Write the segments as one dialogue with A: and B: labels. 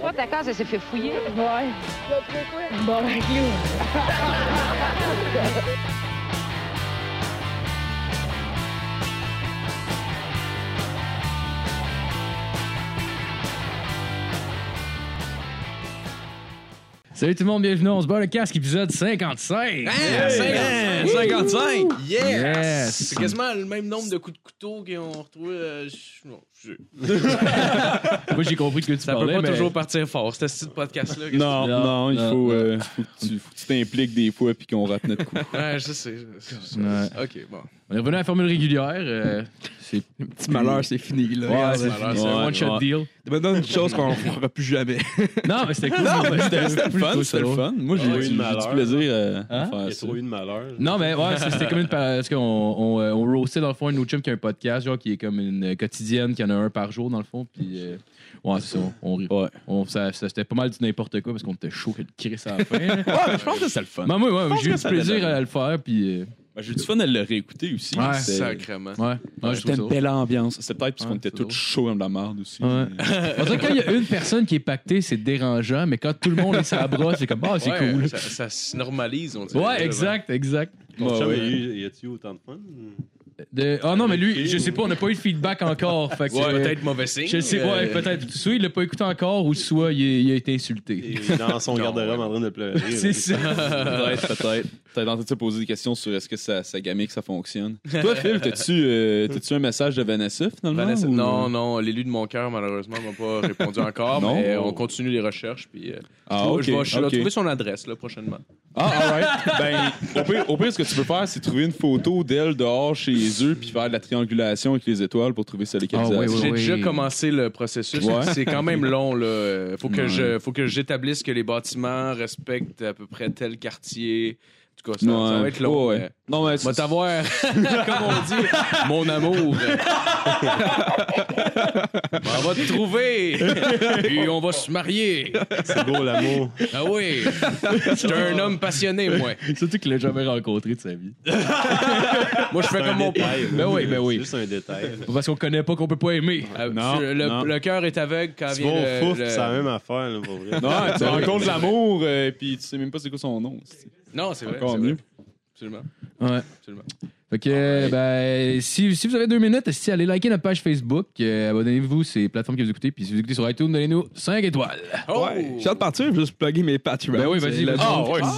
A: Toi, Oh, ta case, elle s'est fait fouiller.
B: Ouais. Bon, ben, clou.
C: Salut tout le monde, bienvenue, on se bat le casque, épisode 55!
D: Hein? 55! 55! Yes!
C: Yes!
D: C'est quasiment le même nombre de coups de couteau qu'on retrouvait. euh, je- non, je-
C: Moi j'ai compris de que tu
D: Ça
C: parlais,
D: peut pas
C: mais...
D: toujours partir fort, ce style de podcast-là.
E: Non,
C: Non,
E: non, il
C: non, non.
E: faut, euh, faut que tu faut que tu t'impliques des fois puis qu'on rate notre coup.
D: Ouais, je sais. je- je- je-
C: Ouais.
D: Ok, bon.
C: On est revenu à la formule régulière, euh, c'est
F: Petit malheur, c'est fini. Là.
E: Ouais,
F: c'est
E: c'est
D: malheur,
C: c'est un
E: Ouais,
C: one-shot
E: ouais.
C: deal.
F: Maintenant, une chose qu'on ne fera plus jamais.
C: Non, mais Ah, c'était cool.
E: Non, mais
C: Moi,
E: c'était c'était
C: je
E: le fun,
C: trouve
E: c'était
C: ça
E: le
C: drôle.
E: fun. Moi, j'ai
G: Ah,
E: eu
G: oui,
E: du-
G: le
E: j'ai du
G: malheur.
E: plaisir euh, à
C: Hein?
E: faire
G: Il y a
E: ça.
G: trop eu de malheur.
C: Non, mais ouais, c'est- c'était comme une. pa- Parce qu'on on, euh, on roastait dans le fond une autre chum qui a un podcast, genre qui est comme une euh, quotidienne, qui en a un par jour dans le fond. Puis. euh, ouais, c'est ça. On, rit.
E: Ouais.
C: On- ça, ça- c'était pas mal du n'importe quoi parce qu'on était chaud que de crier ça à la fin. là.
E: Ouais, mais je pense que c'est le fun.
C: Mais moi, ouais,
E: pense
C: j'ai eu
E: que
C: du
E: ça
C: plaisir
E: l'avait.
C: à le faire, puis. euh,
E: Ben, j'ai eu du fun à le réécouter aussi.
C: Ouais,
E: C'est-
D: Sacrément.
C: ouais, ouais, je
E: C'était
C: trouve ça.
E: une belle ambiance. C'était peut-être parce
C: Ouais,
E: qu'on était
C: c'est
E: tous
C: drôle.
E: chauds comme de la merde aussi.
C: Ouais. On dirait que quand il y a une personne qui est pactée, c'est dérangeant, mais quand tout le monde est sur la brosse, c'est comme, ah, c'est
D: Ouais,
C: cool.
D: Ça, ça se normalise, on dirait.
C: Ouais, exact, exact.
G: Ton
E: Ouais,
G: chum, hein?
E: ouais.
G: il y a eu- y a-tu eu autant de fun?
C: De... Ah non, mais lui, je sais pas, on n'a pas eu de feedback encore. Fait que
D: Ouais,
C: c'est-
D: peut-être mauvais signe.
C: Je sais pas,
D: euh,
C: ouais, peut-être. Soit il l'a pas écouté encore, ou soit il, est- il a été insulté.
G: Il est dans son
D: Non,
G: garde-robe
D: ouais.
G: en train de pleurer. là.
C: C'est ça.
E: peut-être, peut-être. T'as tenté de te poser des questions sur est-ce que ça, ça gamique, ça fonctionne. Toi, Phil, t'as-tu euh, t'as-tu un message de Vanessa finalement?
D: Vanessa-
E: ou- euh?
D: Non, non, l'élu de mon cœur, malheureusement, m'a pas répondu encore,
E: Non.
D: mais on continue les recherches. Puis, euh,
E: Ah,
D: je-
E: ok.
D: je vais, je vais
E: ok.
D: trouver son adresse là, prochainement.
E: Ah, alright. ben, au pire, au pire, ce que tu peux faire, c'est trouver une photo d'elle dehors chez eux, puis faire de la triangulation avec les étoiles pour trouver sa localisation.
C: Ah, oui, oui.
D: J'ai déjà commencé le processus.
E: Ouais.
D: C'est quand même long. Là. Euh, Faut que
E: Ouais.
D: je, faut que j'établisse que les bâtiments respectent à peu près tel quartier. En tout cas, ça,
E: Ouais.
D: ça va être long.
E: Ouais, ouais.
D: mais-
E: Non, mais
D: Va
E: c'est-
D: t'avoir, comme on dit, mon amour. on va te trouver. Puis on va se marier.
G: C'est beau l'amour.
D: Ah oui. J'étais un homme passionné, moi.
C: Surtout qu'il l'a jamais rencontré de sa vie.
D: Moi, je fais
G: C'est un
D: comme mon père.
G: détail.
C: Ben oui, ben oui.
G: C'est juste un détail.
C: Parce qu'on connaît pas, qu'on peut pas aimer.
D: Euh,
E: Non,
D: le,
E: non.
D: le cœur est aveugle quand
G: Tu
D: vient
G: vas
D: le-
G: au fouf,
D: le-
G: c'est la même affaire, là, pour vrai.
E: Non, tu rencontres l'amour, euh, puis tu sais même pas c'est quoi son nom. c'est-
D: Non, c'est vrai.
E: Encore
D: c'est vrai.
E: mieux.
D: Absolument.
C: Ouais.
D: Absolument.
C: Fait que, ben, si, si vous avez deux minutes, si allez liker notre page Facebook, euh, abonnez-vous, c'est les plateformes que vous écoutez, puis si vous écoutez sur iTunes, donnez-nous 5 étoiles.
D: Oh!
F: Je viens de partir, je vais juste plugger mes Patreons.
C: Ben oui, vas-y,
F: C'est la
C: vas-y.
F: zone
C: Ah,
F: qui
C: ouais,
F: me donne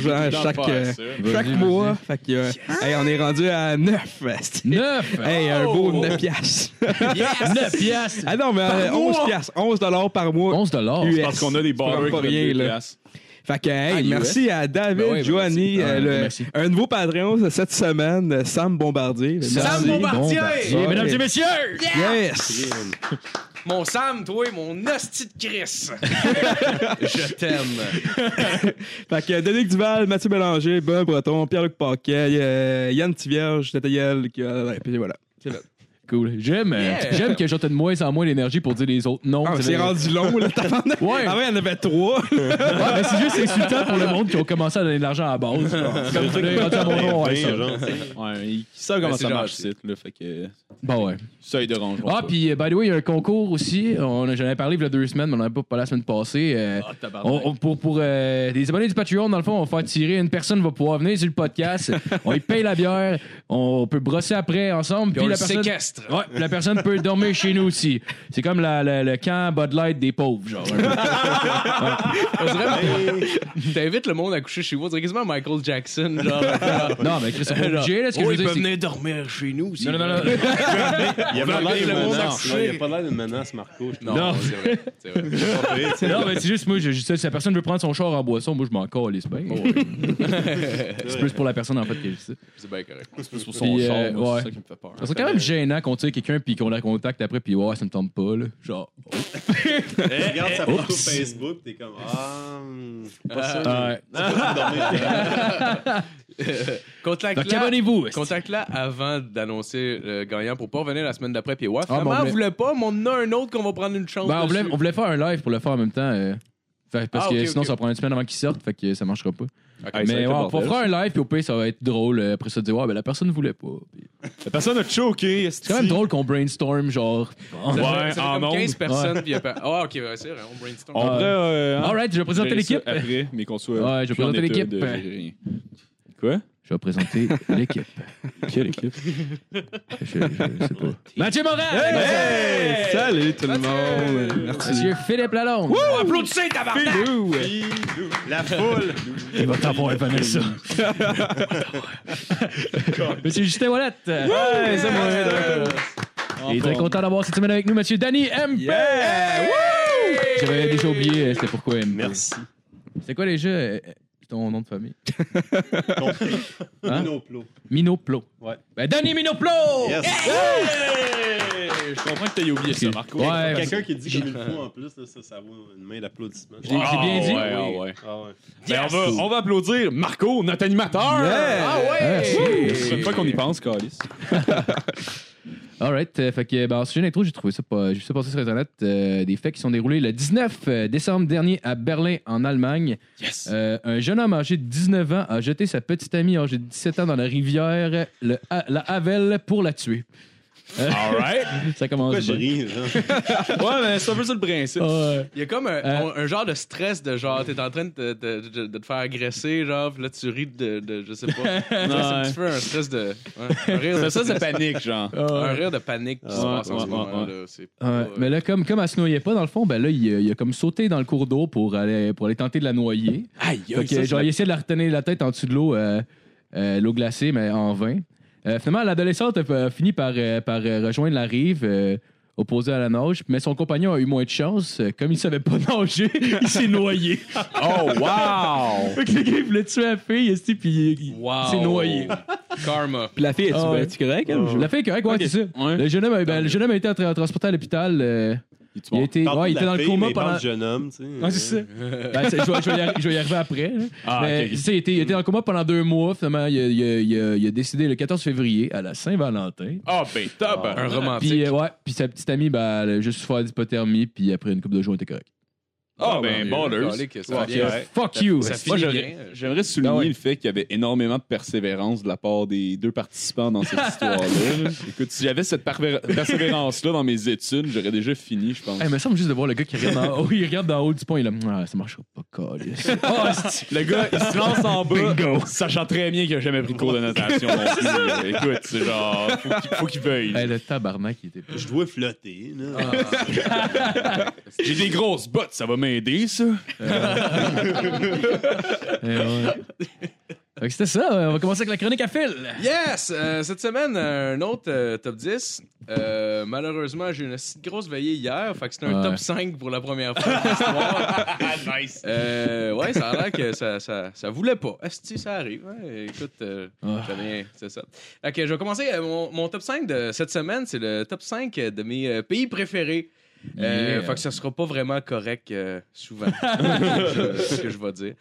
E: c'est
F: l'argent
E: vrai, on
F: chaque,
E: oublie
F: euh,
E: tout
F: chaque
C: Vas-y,
F: mois. Fait que, euh, hey, on est rendu à 9. esti.
C: 9!
F: Hey, un beau 9 piastres.
C: 9 piastres!
F: Ah non, mais euh, 11 piastres. 11 dollars par mois.
C: 11 dollars.
F: US.
E: Parce qu'on a des
F: Tu comprends
E: bars
F: pas rien, là. Fait que, hey,
C: Ah, US.
F: merci à David,
C: Ben ouais, ben
F: Joanny,
C: merci.
F: euh,
C: Ah,
F: le-
C: merci.
F: un nouveau Patreon cette semaine, euh, Sam Bombardier.
D: Sam
F: Merci.
D: Bombardier!
C: Bombardier. Mesdames et messieurs!
F: Yes!
D: Mon Sam, toi, mon hostie de Chris. je t'aime.
F: Fait que Denis Duval, Mathieu Bélanger, Ben Breton, Pierre-Luc Paquet, euh, Yann Tivierge, Nathalie qui ouais, puis voilà.
C: Cool. J'aime, euh,
D: Yeah.
C: j'aime que j'entends de moins en moins l'énergie pour dire les autres noms.
F: Ah,
C: Tu
F: c'est
C: sais,
F: rendu long, là, t'as Ah Ouais!
C: Ouais.
F: Avant, il y en avait trois.
C: Ouais, mais c'est juste insultant pour le monde qui ont commencé à donner de l'argent à la base. C'est comme ça que rendu à mon nom, ouais, ça.
G: Genre,
E: Ouais, ils savent comment
D: Ben, c'est
E: ça marche,
D: gentil.
E: c'est là. Fait que.
C: Bon, Bah, ouais.
E: Ça, ils dérangeront.
C: Ah,
E: pas.
C: puis, euh, by the way, il y a un concours aussi. On, j'en avais parlé il y a deux semaines, mais on n'en avait pas parlé la semaine passée. Euh,
D: Ah,
C: on- on- pour pour euh, les abonnés du Patreon, dans le fond, on va faire tirer. Une personne va pouvoir venir sur le podcast. on y paye la bière. On peut brosser après ensemble.
D: Puis
C: Puis
D: on
C: la
D: le
C: personne.
D: séquestre.
C: Ouais, la personne peut dormir chez nous aussi. C'est comme la- la- le camp Bud Light des pauvres, genre. un peu.
D: On dirait- T'invites le monde à coucher chez vous. On dirait quasiment Michael Jackson. Genre,
C: Non, mais Chris, on est obligé, là. Ce que
D: oh,
C: je veux
D: il
C: dire,
D: peut
C: c'est que-
D: venir dormir chez nous aussi.
C: Non, non, non, non.
G: Il y a
D: On veut
G: pas l'air
D: enlever
G: d'une
D: le monde à
G: menace.
D: coucher.
G: là. Il y a pas l'air d'une menace, Marco. je
D: Non,
G: trouve.
C: Non.
D: c'est vrai. C'est vrai.
C: non, mais c'est juste, moi, je, je sais, si la personne veut prendre son char en boisson, moi, je m'en calisse bien.
D: Oh,
C: c'est plus pour la personne, en fait, que je sais.
D: C'est bien correct.
E: C'est pour
C: Puis,
E: char,
C: euh,
E: moi,
C: ouais.
E: c'est ça qui me fait peur.
C: Ça serait quand même gênant qu'on tire quelqu'un puis qu'on la contacte après, puis ouais, ça me tombe pas, là. Genre.
G: Tu regardes sa photo
C: Eh, Oups.
G: Facebook, t'es comme Ah, hum, pas sûr.
D: Ah,
C: Ouais.
D: Contacte-la.
C: Donc, abonnez-vous. esti.
D: Contacte-la avant d'annoncer le gagnant pour pas revenir la semaine d'après. Puis ouais,
C: Ah, bon,
D: finalement,
C: mais-
D: voulait pas, mais on en a un autre qu'on va prendre une chance.
C: Ben, on voulait,
D: dessus.
C: on voulait faire un live pour le faire en même temps. euh. Fait- parce
D: Ah,
C: que
D: ok,
C: sinon,
D: ok.
C: ça va prendre une semaine avant qu'il sorte, fait que ça marchera pas.
D: Ah,
E: ça va
C: mais
E: être
C: ouais,
E: le
C: on va
E: bordel,
C: faire un live, puis au pire, ça va être drôle. euh, Après ça, de dire, ouais, ben la personne voulait pas. Puis
E: La personne a choqué.
C: C'est quand même drôle qu'on brainstorm, genre.
D: Ça fait-
E: Ouais,
D: ça fait
E: en
D: comme 15
E: ondes.
D: personnes, puis il y a pas- Ah, ok, ouais, c'est vrai, on brainstorm.
E: On
C: Ouais.
E: pourrait. euh, hein,
C: Alright, Ah. je vais présenter
E: gérer ça
C: l'équipe.
E: Après, mais qu'on soit.
C: Ouais, je vais
E: plus en
C: présenter
E: état
C: l'équipe.
E: de gérer rien. Quoi?
C: Je vais présenter l'équipe.
E: Quelle équipe?
C: Je, je sais pas. Mathieu Morin!
F: Hey! Salut tout le monde! Merci.
C: Monsieur Philippe Lalonde!
D: Applaudissez, tabarnak!
F: Filou!
G: La foule!
C: Il va t'avoir, Vanessa. Monsieur Justin Wallet.
F: Hey, c'est moi!
C: Il est très content d'avoir cette semaine avec nous, Monsieur Danny M.
F: Yeah!
C: J'avais déjà oublié, euh, c'était pourquoi M.
G: Merci.
C: Hein? C'est quoi les jeux? euh, euh, Ton nom de famille?
G: Compris.
C: Hein?
G: Monoplo.
C: Minoplo.
G: Ouais.
C: Ben, Danny Minoplo!
G: Yes.
E: Je comprends que t'aies oublié ça, Marco.
C: Ouais,
G: Quelqu'un qui dit comme il le faut en plus, là, ça, ça vaut une main d'applaudissement.
C: J'ai- j'ai bien dit.
E: Ouais, ah ouais.
G: Ah ouais.
E: Ben, on, va, on va applaudir Marco, notre animateur.
D: Ah
C: Merci.
D: ouais!
E: C'est une fois qu'on y pense, Calis.
C: Alright, euh, fait que ben, en sujet d'intro, j'ai trouvé ça pas, j'ai vu ça passer sur internet euh, des faits qui sont déroulés le 19 euh, décembre dernier à Berlin en Allemagne.
E: Yes.
C: Euh, un jeune homme âgé de 19 ans a jeté sa petite amie âgée de 17 ans dans la rivière le Ha- la Havel pour la tuer. Euh,
E: Alright.
C: Ça commence
G: Pourquoi je
C: bien.
G: ris, genre?
E: Ouais, mais c'est un peu ça le principe.
C: Ouais.
D: Il y a comme un,
C: Euh.
D: un genre de stress de genre, t'es en train de, de, de- de te faire agresser, genre, puis là tu ris de, de- je sais pas. Tu sais, c'est un petit peu un stress de. ouais, un rire de
E: C'est ça, c'est
D: stress.
E: panique, genre.
D: Un rire de panique qui se
E: Ouais,
D: passe en ce
E: ouais,
D: moment.
E: ouais,
D: là, c'est
C: Ouais,
D: pas-
C: mais là, comme, comme elle se noyait pas, dans le fond, ben là, il, a- il a comme sauté dans le cours d'eau pour aller, pour aller tenter de la noyer.
E: Aïe,
C: Fait que, genre, il essayait de la retenir la tête en dessous de l'eau, euh, euh, l'eau glacée, mais en vain. Euh, finalement, l'adolescente a a fini par, euh, par euh, rejoindre la rive. euh, opposée à la nage, mais son compagnon a eu moins de chance. Euh, Comme il savait pas nager, il s'est noyé.
E: Oh, wow!
C: Fait que le gars, il voulait tuer la fille, esti, puis il- il
D: euh, Wow.
C: s'est noyé.
D: Karma.
F: Puis la fille,
C: Ah
E: ben,
C: ouais.
F: es-tu correct? elle, ou je-
C: La fille est correcte, ouais,
E: Ok.
C: c'est ça.
E: Ouais.
C: Le, jeune homme, a- ben, le jeune homme a été tra- transporté à l'hôpital. euh,
E: Il est
C: il a
E: mort.
C: été,
G: Parle pas
C: ouais, il
G: de
C: était
G: la
C: dans le
G: fille,
C: coma
G: mais il
C: pendant.
G: parle de jeune homme, tu sais.
C: Ouais, Ah, c'est ça. Ben, c'est- je, vais, je vais y arri- je vais y arriver après. là.
E: Ah,
C: Mais,
E: ok.
C: tu sais, il, était, il était dans le coma pendant deux mois. Finalement, il a, il a- il a- il a décidé le 14 février à la Saint-Valentin.
E: Ah, ben, top!
D: Un romantique.
C: Puis, euh, ouais, puis sa petite amie, ben, elle a juste souffert d'hypothermie. Puis après une coupe de jours, elle était correcte.
E: Ah, ben, ballers.
D: euh, Calique, ça va
E: Ouais,
D: bien.
E: ouais.
C: Fuck you!
D: Ça
E: Moi,
D: finit
E: j'aurais-
D: bien.
E: j'aimerais souligner
C: Ah ouais.
E: le fait qu'il y avait énormément de persévérance de la part des deux participants dans cette histoire-là. Écoute, si j'avais cette parver- persévérance-là dans mes études, j'aurais déjà fini, je pense.
C: Eh, il me semble juste de voir le gars qui regarde en haut, il regarde d'en haut du pont, il est là, Ah, ça marchera pas, câlisse. Ah, c'est-
E: Le gars, il se lance en bas, sachant très bien qu'il a jamais pris de cours de natation. non plus. Écoute, c'est genre, faut qu'il- faut qu'il veuille.
C: Eh, le tabarnak, il était.
G: Je dois flotter, là.
C: Ah.
E: J'ai des grosses bottes, ça va m'aider, ça.
C: Eh, ouais. Fait que c'était ça, hein. on va commencer avec la chronique à fil.
D: Yes! Euh, cette semaine, euh, un autre euh, top 10. Euh, malheureusement, j'ai eu une si grosse veillée hier, fait que c'était un
C: Ouais.
D: top 5 pour la première fois de l'histoire. nice! ouais, ça a l'air que ça, ça, ça voulait pas. Esti, ça arrive. hein? Écoute, euh,
C: Ah.
D: c'est bien, c'est ça. Fait que je vais commencer. euh, mon, mon top 5 de cette semaine, c'est le top 5 de mes euh, pays préférés. Euh,
C: Yeah.
D: Fait que ça sera pas vraiment correct euh, souvent, Je- ce que je vais dire.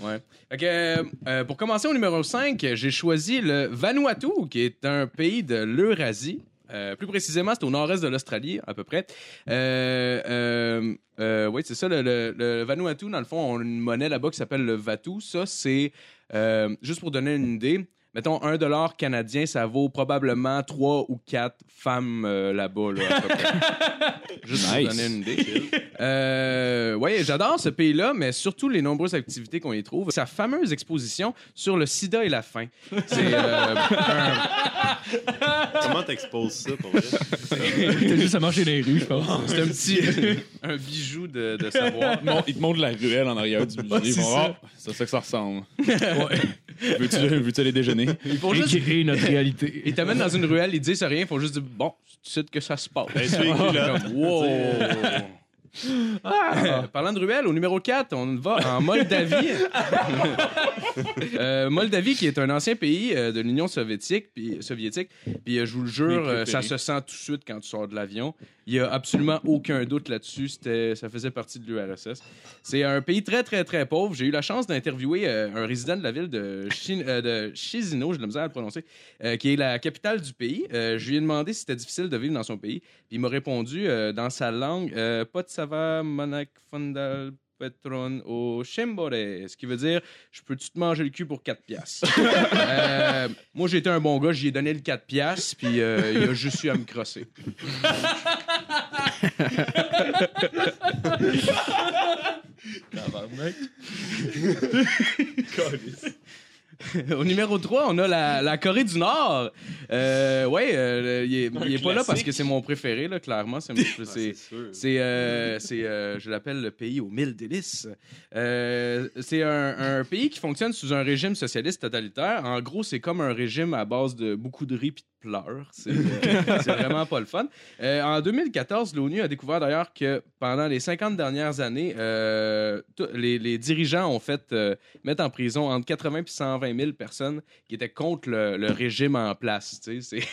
D: Ouais. Fait que, euh, pour commencer au numéro 5, j'ai choisi le Vanuatu, qui est un pays de l'Eurasie. Euh, plus précisément, c'est au nord-est de l'Australie, à peu près. Euh, euh, euh, oui, c'est ça, le, le- le Vanuatu, dans le fond, on a une monnaie là-bas qui s'appelle le Vatu. Ça, c'est, euh, juste pour donner une idée, mettons, un dollar canadien, ça vaut probablement trois ou quatre femmes euh, là-bas, là, à peu près. Juste
E: Nice.
D: pour donner une idée. Euh, ouais, j'adore ce pays-là, mais surtout les nombreuses activités qu'on y trouve. Sa fameuse exposition sur le sida et la faim. C'est euh,
G: Comment t'exposes ça, pour vrai?
C: T'as juste à marcher dans les rues, je pense.
D: c'est un petit un bijou de, de savoir.
E: Il te montre- Il te montre la ruelle en arrière du musée.
C: Ouais, c'est
E: Bon,
C: ça.
E: oh, c'est ça que ça ressemble. Veux-tu veux-tu aller déjeuner?
D: Ils font juste-
C: Écrire notre réalité.
D: ils t'amènent dans une ruelle, ils disent rien, ils font juste dire bon, tu sais que ça se passe.
G: Ben,
C: Ah,
G: suis les culottes.
D: Comme, wow. Euh, Parlant de ruelle, au numéro 4, on va en Moldavie. Euh, Moldavie, qui est un ancien pays euh, de l'Union soviétique, puis, soviétique, puis euh, je vous le jure,
E: Mes
D: euh, ça
E: préférés.
D: se sent tout de suite quand tu sors de l'avion. Il y a absolument aucun doute là-dessus, c'était- ça faisait partie de l'URSS. C'est un pays très, très, très pauvre. J'ai eu la chance d'interviewer euh, un résident de la ville de, Chin, euh, de Chisinau, j'ai de la misère à le prononcer, euh, qui est la capitale du pays. Euh, je lui ai demandé si c'était difficile de vivre dans son pays. Puis il m'a répondu euh, dans sa langue, euh, pas de savoir monac fondal Petron au Chembore, ce qui veut dire je peux-tu te manger le cul pour 4 piastres. Euh, moi, j'étais un bon gars, j'y ai donné le 4 piastres, puis euh, il a juste eu à me crosser. au numéro 3, on a la, la Corée du Nord. Euh, ouais, euh, il est,
G: Un
D: il est pas là parce
G: classique.
D: que c'est mon préféré, là, clairement. C'est, mon-
G: Ah,
D: c'est-
G: sûr.
D: c'est, euh, c'est, euh, je l'appelle le pays aux mille délices. Euh, c'est un, un pays qui fonctionne sous un régime socialiste totalitaire. En gros, c'est comme un régime à base de beaucoup de riz puis de pleurs. C'est, euh, c'est vraiment pas le fun. Euh, en 2014, l'ONU a découvert d'ailleurs que pendant les 50 dernières années, euh, tout- les, les dirigeants ont fait euh, mettre en prison entre 80 et 120 000 personnes qui étaient contre le, le régime en place. Tu sais, c'est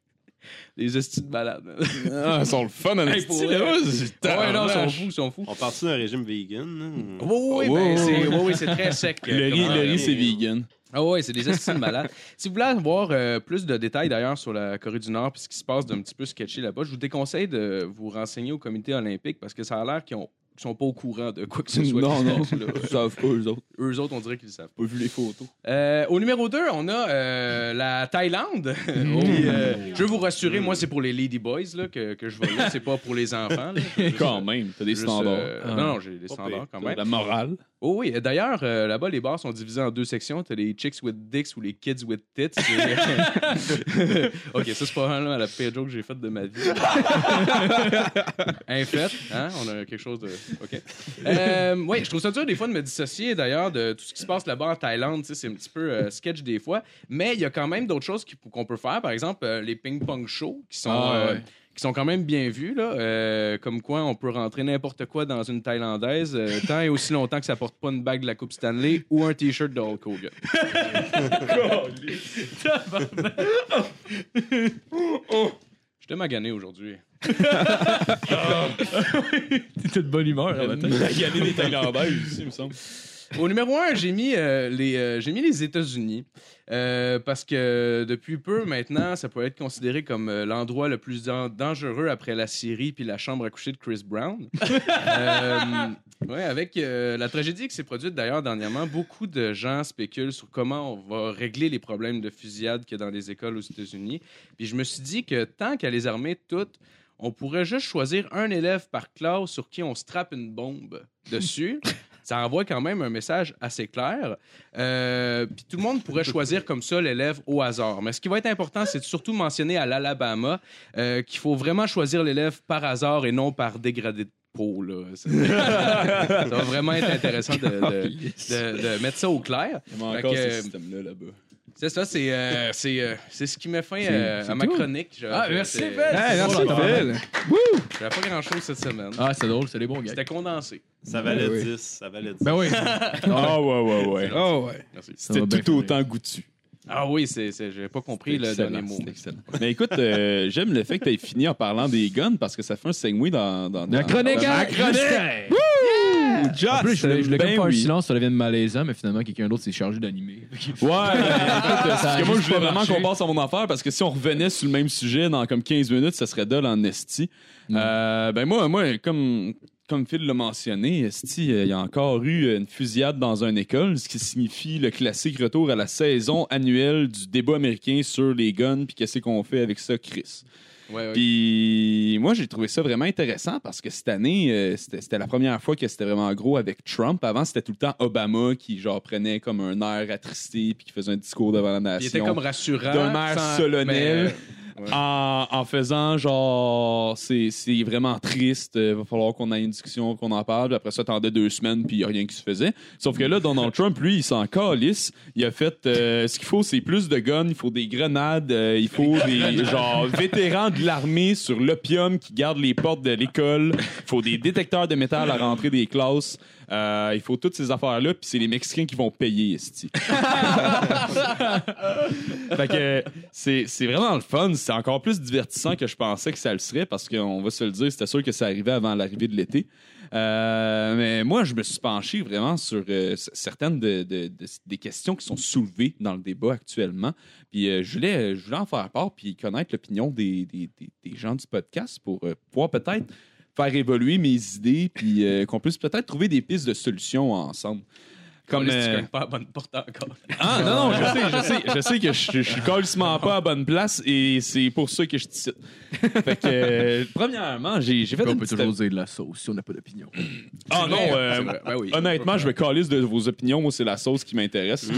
D: des hosties de balade.
E: Ah, ils sont le fun, en
D: Hey,
E: esti,
D: pour
E: là.
D: vrai.
E: C'est
D: Ah ouais, non, ils sont
E: tabarnak.
D: fous, ils sont fous.
G: On part-tu d'un régime vegan? là?
D: Oui, oui,
E: Oh,
D: ben,
E: oh,
D: c'est
E: oh.
D: oui, oui, c'est très sec.
E: Le riz,
D: Comment,
E: le
D: euh,
E: riz, c'est vegan.
D: Ah ouais, c'est des estimes malades. Si vous voulez avoir euh, plus de détails d'ailleurs sur la Corée du Nord puis ce qui se passe d'un petit peu sketchy là-bas, je vous déconseille de vous renseigner au comité olympique parce que ça a l'air qu'ils ont- qu'ils sont pas au courant de quoi que ce soit.
E: Non,
D: qui se
E: non.
D: passe, là.
E: Ils savent pas, eux autres.
D: Eux autres, on dirait qu'ils le savent.
E: Pas vu les photos.
D: Euh, au numéro 2, on a euh, la Thaïlande.
E: Hmm.
D: Puis, euh, je veux vous rassurer, moi, c'est pour les Lady Boys là, que, que je vois là. C'est pas pour les enfants. là. Juste,
E: Quand
D: euh,
E: même, t'as des
D: juste,
E: standards.
D: euh, non, non, j'ai des
G: Pas
D: standards
G: pire.
D: quand
E: T'as
D: même.
E: La morale.
D: Oh oui, euh, d'ailleurs, euh, là-bas, les bars sont divisés en deux sections. T'as les chicks with dicks ou les kids with tits. Et- ok, ça, c'est pas vraiment la pire joke que j'ai faite de ma vie. Un fait, hein? On a quelque chose de. Ok. Euh, oui, je trouve ça dur des fois de me dissocier d'ailleurs de tout ce qui se passe là-bas en Thaïlande. Tu sais, C'est un petit peu euh, sketch des fois. Mais il y a quand même d'autres choses qui- qu'on peut faire. Par exemple, euh, les ping-pong shows qui sont.
E: Ah,
D: euh,
E: ouais.
D: qui sont quand même bien vus, là, euh, comme quoi on peut rentrer n'importe quoi dans une Thaïlandaise euh, tant et aussi longtemps que ça porte pas une bague de la Coupe Stanley ou un T-shirt de Hulk Hogan. Je t'ai magané aujourd'hui.
C: T'es de bonne humeur, là, matin.
E: Il y avait des Thaïlandais aussi, il me semble.
D: Au numéro un, j'ai mis, euh, les, euh, j'ai mis les États-Unis euh, parce que depuis peu maintenant, ça peut être considéré comme euh, l'endroit le plus dan- dangereux après la Syrie puis la chambre à coucher de Chris Brown. Euh, ouais, avec euh, la tragédie qui s'est produite d'ailleurs dernièrement, beaucoup de gens spéculent sur comment on va régler les problèmes de fusillade qu'il y a dans les écoles aux États-Unis. Puis je me suis dit que tant qu'à les armer toutes, on pourrait juste choisir un élève par classe sur qui on strappe une bombe dessus. Ça envoie quand même un message assez clair. Euh, Puis tout le monde pourrait choisir comme ça l'élève au hasard. Mais ce qui va être important, c'est de surtout mentionner à l'Alabama euh, qu'il faut vraiment choisir l'élève par hasard et non par dégradé de peau. là. Ça, ça va vraiment être intéressant de, de- de- de mettre ça au clair.
E: Il y a
D: Fait
E: encore
D: que-
E: ce système-là, là-bas.
D: C'est ça, c'est euh, c'est, euh, c'est ce qui met fin euh,
C: c'est
D: à ma
C: tout.
D: chronique. Je-
C: Ah,
D: je-
C: merci,
D: c'est-
C: Phil.
F: Hey, merci,
C: Oh, la
F: Phil.
D: J'avais pas grand-chose cette semaine.
C: Ah, c'est drôle, c'est des bons gars.
D: C'était condensé.
G: Ça valait
F: Oui, oui.
G: 10. Ça valait 10.
C: Ben oui.
E: Ah, ouais, ouais, ouais.
F: Oh, ouais.
D: Merci.
C: va
E: C'était
C: bien
E: tout autant goûtu.
D: Ah oui, c'est, c'est- j'ai pas compris le dernier mot.
E: Mais écoute, euh, j'aime le fait que tu aies fini en parlant des guns parce que ça fait un segway dans. dans, dans
C: La chronique hein? à
E: dans-
C: Justin.
F: Just,
C: En plus, je voulais, je voulais
E: Ben
C: comme faire
E: oui.
C: un silence, ça devient malaisant, mais finalement, quelqu'un d'autre s'est chargé d'animer.
E: Ouais, euh, écoute,
C: a
E: parce que moi,
C: juste
E: je voulais
C: pas
E: vraiment
C: marché.
E: qu'on passe à mon affaire parce que si on revenait sur le même sujet dans comme 15 minutes, ça serait dole en esti. Euh, ben moi, moi comme, comme Phil l'a mentionné, esti, euh, il y a encore eu euh, une fusillade dans une école, ce qui signifie le classique retour à la saison annuelle du débat américain sur les guns puis qu'est-ce qu'on fait avec ça, Chris.
D: Ouais, ouais.
E: Puis moi, j'ai trouvé ça vraiment intéressant parce que cette année, euh, c'était c'était la première fois que c'était vraiment gros avec Trump. Avant, c'était tout le temps Obama qui, genre, prenait comme un air attristé puis qui faisait un discours devant la
D: Il était comme
E: nation.
D: rassurant.
E: D'un air
D: sans-
E: solennel.
D: Mais, euh, ouais.
E: En, en faisant genre, c'est c'est vraiment triste, il va falloir qu'on ait une discussion, qu'on en parle. Puis après ça, attendait deux semaines, puis il n'y a rien qui se faisait. Sauf que là, Donald Trump, lui, il s'en calisse. Il a fait euh, ce qu'il faut, c'est plus de guns, il faut des grenades, euh, il faut des genre vétérans de l'armée sur l'opium qui gardent les portes de l'école. Il faut des détecteurs de métal à rentrer des classes. Euh, il faut toutes ces affaires-là, puis c'est les Mexicains qui vont payer, esti. fait que c'est c'est vraiment le fun. C'est encore plus divertissant que je pensais que ça le serait parce qu'on va se le dire, c'était sûr que ça arrivait avant l'arrivée de l'été. Euh, mais moi, je me suis penché vraiment sur euh, c- certaines de- de- de- des questions qui sont soulevées dans le débat actuellement. Puis euh, je, voulais, je voulais en faire part puis connaître l'opinion des, des- des- des gens du podcast pour euh, pouvoir peut-être faire évoluer mes idées, puis euh, qu'on puisse peut-être trouver des pistes de solutions ensemble. Comme,
D: Caliste, tu
E: euh,
D: cognes pas à bonne porte encore.
E: Ah non, non, je sais, je sais, je sais que je, je suis colissement pas à bonne place et c'est pour ça que je te cite. Fait que, euh, premièrement, j'ai j'ai fait
C: On
E: une
C: peut
E: petite-
C: toujours dire de la sauce si on n'a pas d'opinion.
E: Ah
D: C'est
E: non,
D: vrai,
E: euh,
D: c'est vrai. Ben oui.
E: honnêtement, je vais calisse de vos opinions. Moi, c'est la sauce qui m'intéresse.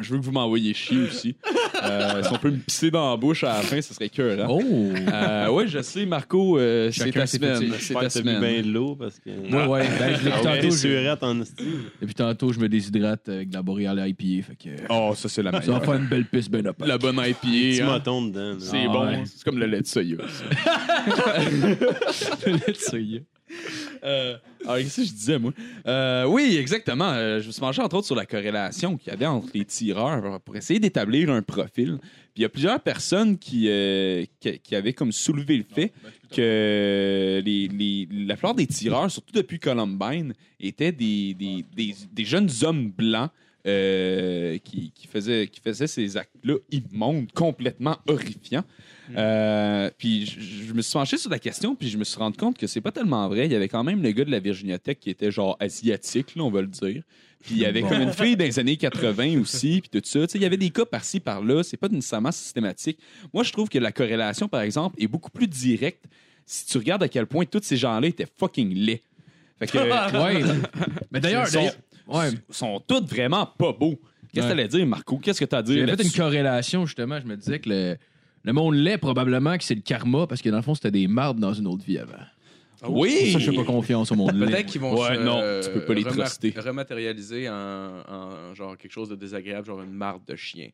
E: je veux que vous m'envoyiez chier aussi. Euh, si on peut me pisser dans la bouche à la fin, ce serait cœur.
C: Oh!
E: Euh, ouais, je sais, Marco, euh, c'est
C: Chacun
E: ta
C: ses
E: semaine.
C: petits.
E: C'est
G: J'espère
E: ta
G: que t'as bu bien
E: semaine.
G: de l'eau parce que.
C: Ouais, ouais. Ben, je l'ai- depuis,
G: Ah, ouais.
C: tantôt, je,
G: surette en esti.
C: depuis tantôt, je me déshydrate euh, avec de la boréale IPA. Fait que, euh,
E: Oh, ça, c'est la
C: ça va
E: meilleure.
C: faire une belle piste, ben up.
E: La bonne
G: Petit
E: IPA. hein.
G: moton dedans. là.
E: C'est
C: Ah,
E: bon.
C: ouais.
E: C'est comme le lait de soya. ça. Euh, alors, qu'est-ce que je disais, moi? Euh, oui, exactement. Euh, je me suis penché, entre autres, sur la corrélation qu'il y avait entre les tireurs euh, pour essayer d'établir un profil. Puis il y a plusieurs personnes qui, euh, qui, qui avaient comme soulevé le fait que les, les- la plupart des tireurs, surtout depuis Columbine, étaient des, des, des- des jeunes hommes blancs euh, qui, qui faisaient, qui faisaient ces actes-là immondes, complètement horrifiants. Euh, puis je, je me suis penché sur la question, puis je me suis rendu compte que c'est pas tellement vrai. Il y avait quand même le gars de la Virginia Tech qui était genre asiatique, là, on va le dire. Puis il y avait
C: Bon.
E: comme une fille dans les années 80 aussi, puis tout ça. Tu sais, il y avait des cas par-ci, par-là. C'est pas nécessairement systématique. Moi, je trouve que la corrélation, par exemple, est beaucoup plus directe si tu regardes à quel point tous ces gens-là étaient fucking laids. Fait que,
C: Ouais. Mais d'ailleurs,
E: Ils sont-
C: d'ailleurs- ouais.
E: s- sont tous vraiment pas beaux. Qu'est-ce que
C: Ouais.
E: t'allais dire, Marco? Qu'est-ce que t'as à dire?
C: J'avais fait une
E: là-dessus?
C: corrélation, justement. Je me disais que le, le monde l'est probablement, que c'est le karma, parce que dans le fond, c'était des mardes dans une autre vie avant.
E: Ah Oui!
C: Ça, je fais pas confiance au monde lait.
D: Peut-être qu'ils vont
E: Ouais,
D: se,
E: non,
D: euh,
E: tu peux pas les
D: remar-
E: truster.
D: rematérialiser en, en genre quelque chose de désagréable, genre une marde de chien.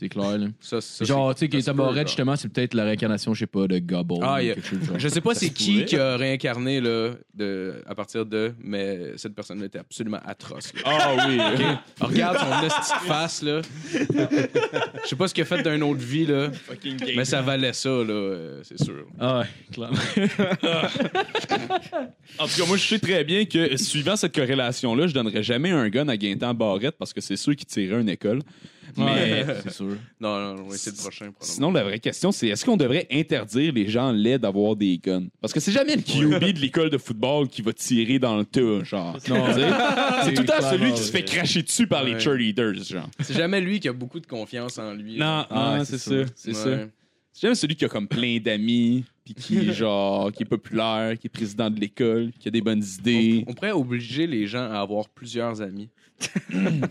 C: C'est clair, là.
D: Ça, ça,
C: genre, tu sais,
D: ça se
C: Gaëtan
D: peut,
C: Moret,
D: genre.
C: justement, c'est peut-être la réincarnation, je sais pas, de Gobble.
D: Ah,
C: ou
D: il y a-
C: quelque chose du genre.
D: Je sais pas
C: Ça
D: c'est
C: se
D: qui
C: pourrait.
D: qui a réincarné là, de, à partir de, mais cette personne était absolument atroce. là.
E: Ah oui!
D: Ah, regarde son petite face là. Je sais pas ce qu'il a fait d'une autre vie là, mais ça valait ça là, euh, c'est sûr.
C: Ah, ouais, clairement.
E: En tout cas, moi, je sais très bien que suivant cette corrélation-là, je donnerais jamais un gun à Gaintan Barrette parce que c'est sûr qu'il tirait une école. Mais
C: Ouais, c'est sûr.
D: Non, non, non, c'est le prochain. probablement.
E: sinon, la vraie question, c'est est-ce qu'on devrait interdire les gens laids d'avoir des guns? Parce que c'est jamais le QB de l'école de football qui va tirer dans le tas, genre.
C: Non,
E: Tu sais, C'est tout le temps
C: clairement
E: celui qui se
C: vrai.
E: fait cracher dessus par les
D: Ouais.
E: cheerleaders, genre.
D: c'est jamais lui qui a beaucoup de confiance en lui.
E: Non,
C: Ah,
E: non,
C: c'est
E: c'est
C: sûr.
E: ça. C'est ça.
D: Ouais.
E: C'est jamais celui qui a comme plein d'amis, puis qui est genre, qui est populaire, qui est président de l'école, qui a des bonnes idées.
D: On, on pourrait obliger les gens à avoir plusieurs amis.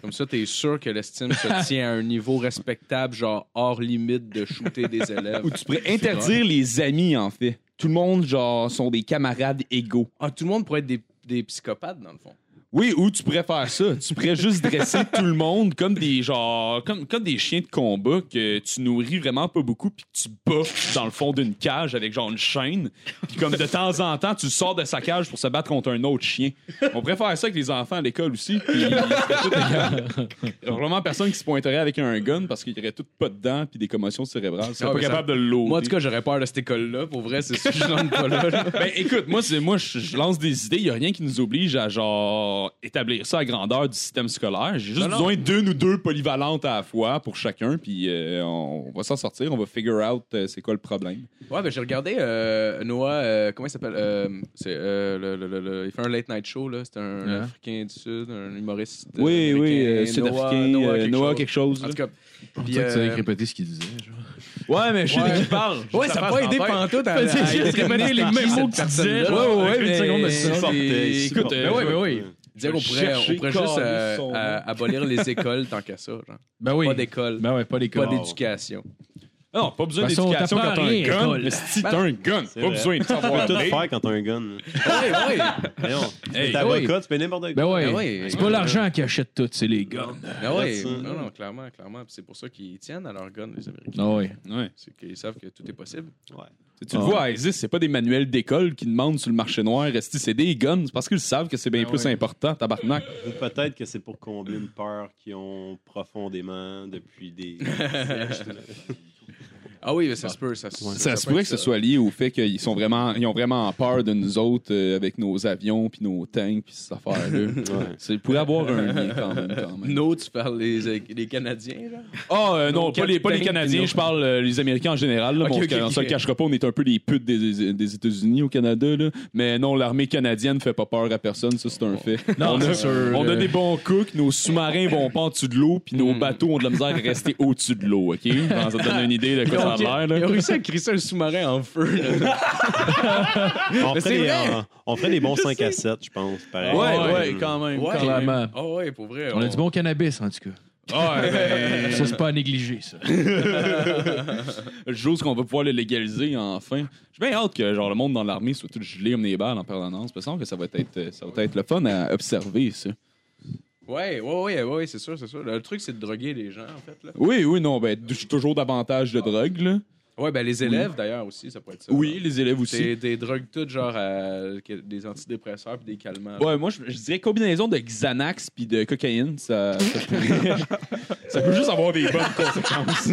D: Comme ça, t'es sûr que l'estime se tient à un niveau respectable, genre hors limite de shooter des élèves.
E: Ou tu pourrais interdire les amis, en fait. Tout le monde, genre, sont des camarades égaux.
D: Ah, tout le monde pourrait être des, des psychopathes, dans le fond.
E: Oui, ou tu pourrais faire ça. Tu pourrais juste dresser tout le monde comme des genre comme, comme des chiens de combat que tu nourris vraiment pas beaucoup puis que tu bats dans le fond d'une cage avec genre une chaîne. Puis comme de temps en temps, tu le sors de sa cage pour se battre contre un autre chien. On pourrait faire ça avec les enfants à l'école aussi. Puis ils seraient tous égal. Il y aurait vraiment personne qui se pointerait avec un gun parce qu'il y aurait tout pas dedans puis des commotions cérébrales. Ils seraient
D: Ah,
E: pas
D: mais ça-
E: capable de l'eau.
D: Moi, en tout cas, j'aurais peur de cette école-là. Pour vrai, c'est sûr que je rentre pas là. là.
E: Ben écoute, moi, c'est, moi je, je lance des idées. Il n'y a rien qui nous oblige à genre établir ça à grandeur du système scolaire. J'ai juste
D: Non, non.
E: besoin d'une ou deux polyvalentes à la fois pour chacun. Puis euh, on, on va s'en sortir. On va figure out euh, c'est quoi le problème.
D: Ouais, ben j'ai regardé euh, Noah, euh, comment il s'appelle Euh, C'est euh, le, le- le- le- il fait un late night show là. C'est un
C: Ouais.
D: Africain du Sud, un humoriste. euh,
E: Oui, oui,
D: américain.
E: euh,
D: Noah-
E: sud-africain,
D: Noah
E: euh,
D: quelque
E: Noah
D: chose.
E: quelque
D: En
E: chose. là.
D: tout cas,
C: On
D: puis,
C: dirait que tu
D: euh,
C: avais répété ce qu'il disait. genre.
E: Ouais, mais je sais de qui il parle.
D: Ouais, ça n'a pas aidé pantoute à, à déterminer les mêmes mots que tu disais.
E: Ouais, ouais, ouais,
D: Une
E: mais-
D: seconde de ça.
E: Supporter,
D: Des- Écoute,
E: supporter. Ben
D: euh,
E: ouais, ben
C: oui.
D: dire qu'on pourrait, on
E: Chercher,
D: pourrait juste
E: coller
D: euh,
E: son
D: euh, abolir les écoles tant qu'à ça. Genre.
C: Ben oui.
D: Pas d'école,
C: Ben ouais, pas
D: pas
C: d'école.
D: d'éducation.
E: Non, pas besoin
C: De toute façon,
E: d'éducation quand
C: t'apprends
E: t'as un
C: rien,
E: gun.
C: Cole.
E: Mais si t'as un gun,
G: C'est
E: pas
G: vrai.
E: besoin de
G: Tu peux
E: savoir.
G: tout
E: lire.
G: faire quand t'as un gun.
D: Oui, oui.
G: Voyons. Tu
E: Hey,
G: es avocat, tu fais n'importe
C: Ben
G: quoi.
C: ouais.
D: Ben ouais.
C: C'est pas l'argent qui achète tout, c'est les gars.
D: Ben oui,
G: That's it.
D: non, non, clairement, clairement. Puis C'est pour ça qu'ils tiennent à leur gun, les Américains.
C: Ah ouais.
E: Ouais. Ah.
D: C'est qu'ils savent que tout est possible.
E: Tu le vois à ISIS, c'est pas des manuels d'école qui demandent sur le marché noir, esti, c'est des guns, c'est parce qu'ils savent que c'est bien
C: Ah
E: plus
C: ouais.
E: important, tabarnak.
G: Ou peut-être que c'est pour combler une peur qu'ils ont profondément depuis des. siècles.
D: Ah oui, mais ça se peut. Ça, se-
E: Ça se
D: peut
E: pourrait que ce soit lié au fait qu'ils sont vraiment, ils ont vraiment peur de nous autres euh, avec nos avions puis nos tanks puis ces affaires-là. C'est- Il pourrait avoir un lien quand même. Quand même.
D: No, tu parles les, euh, les Canadiens, là?
E: Ah, euh, non,
D: Nos
E: pas les, pas les
D: capitaines,
E: Canadiens,
D: nos-
E: je parle euh, les Américains en général. Là,
D: Ok,
E: bon, on
D: ok,
E: se- on se le
D: ok.
E: cachera pas, on est un peu les putes des, des- des États-Unis au Canada. Là. Mais non, l'armée canadienne fait pas peur à personne, ça c'est un fait.
C: Non,
E: on, a,
C: c'est sûr,
E: on a
C: euh.
E: des bons cooks, nos sous-marins vont pas en dessous de l'eau, puis nos bateaux ont de la misère à rester au-dessus de l'eau, ok? Ça te donne une idée de quoi ça a l'air. là.
D: Ils ont réussi à crisser un sous-marin en feu. là.
G: On,
D: Mais
G: ferait
D: c'est
G: des,
D: vrai.
G: euh, on ferait des bons 5 à 7, je pense. Pareil.
E: Ouais,
D: Ouais.
E: ouais, quand même.
D: Ouais,
E: quand même.
C: clairement.
D: Ah ouais, pour vrai.
C: On a du bon cannabis, en tout cas.
D: Ah, ouais, ben,
C: Ça, c'est pas à négliger, ça.
E: J'ose qu'on va pouvoir le légaliser enfin. J'ai bien hâte que genre, le monde dans l'armée soit tout gelé comme des balles en permanence. Parce que ça va être, euh, ça va être le fun à observer, ça.
D: ouais, ouais, ouais, ouais, c'est sûr, c'est sûr. Le truc, c'est de droguer les gens, en fait. Là.
E: Oui, oui, non, ben, je suis toujours davantage de drogue, là.
D: Ouais, ben les élèves, d'ailleurs, aussi, ça peut être ça.
E: Oui,
D: là.
E: les élèves aussi.
D: C'est des drogues toutes, genre euh, que- des antidépresseurs puis des calmants.
E: Ouais, moi, je, je dirais combinaison de Xanax puis de cocaïne, ça, ça, pourrait- ça peut juste avoir des bonnes conséquences.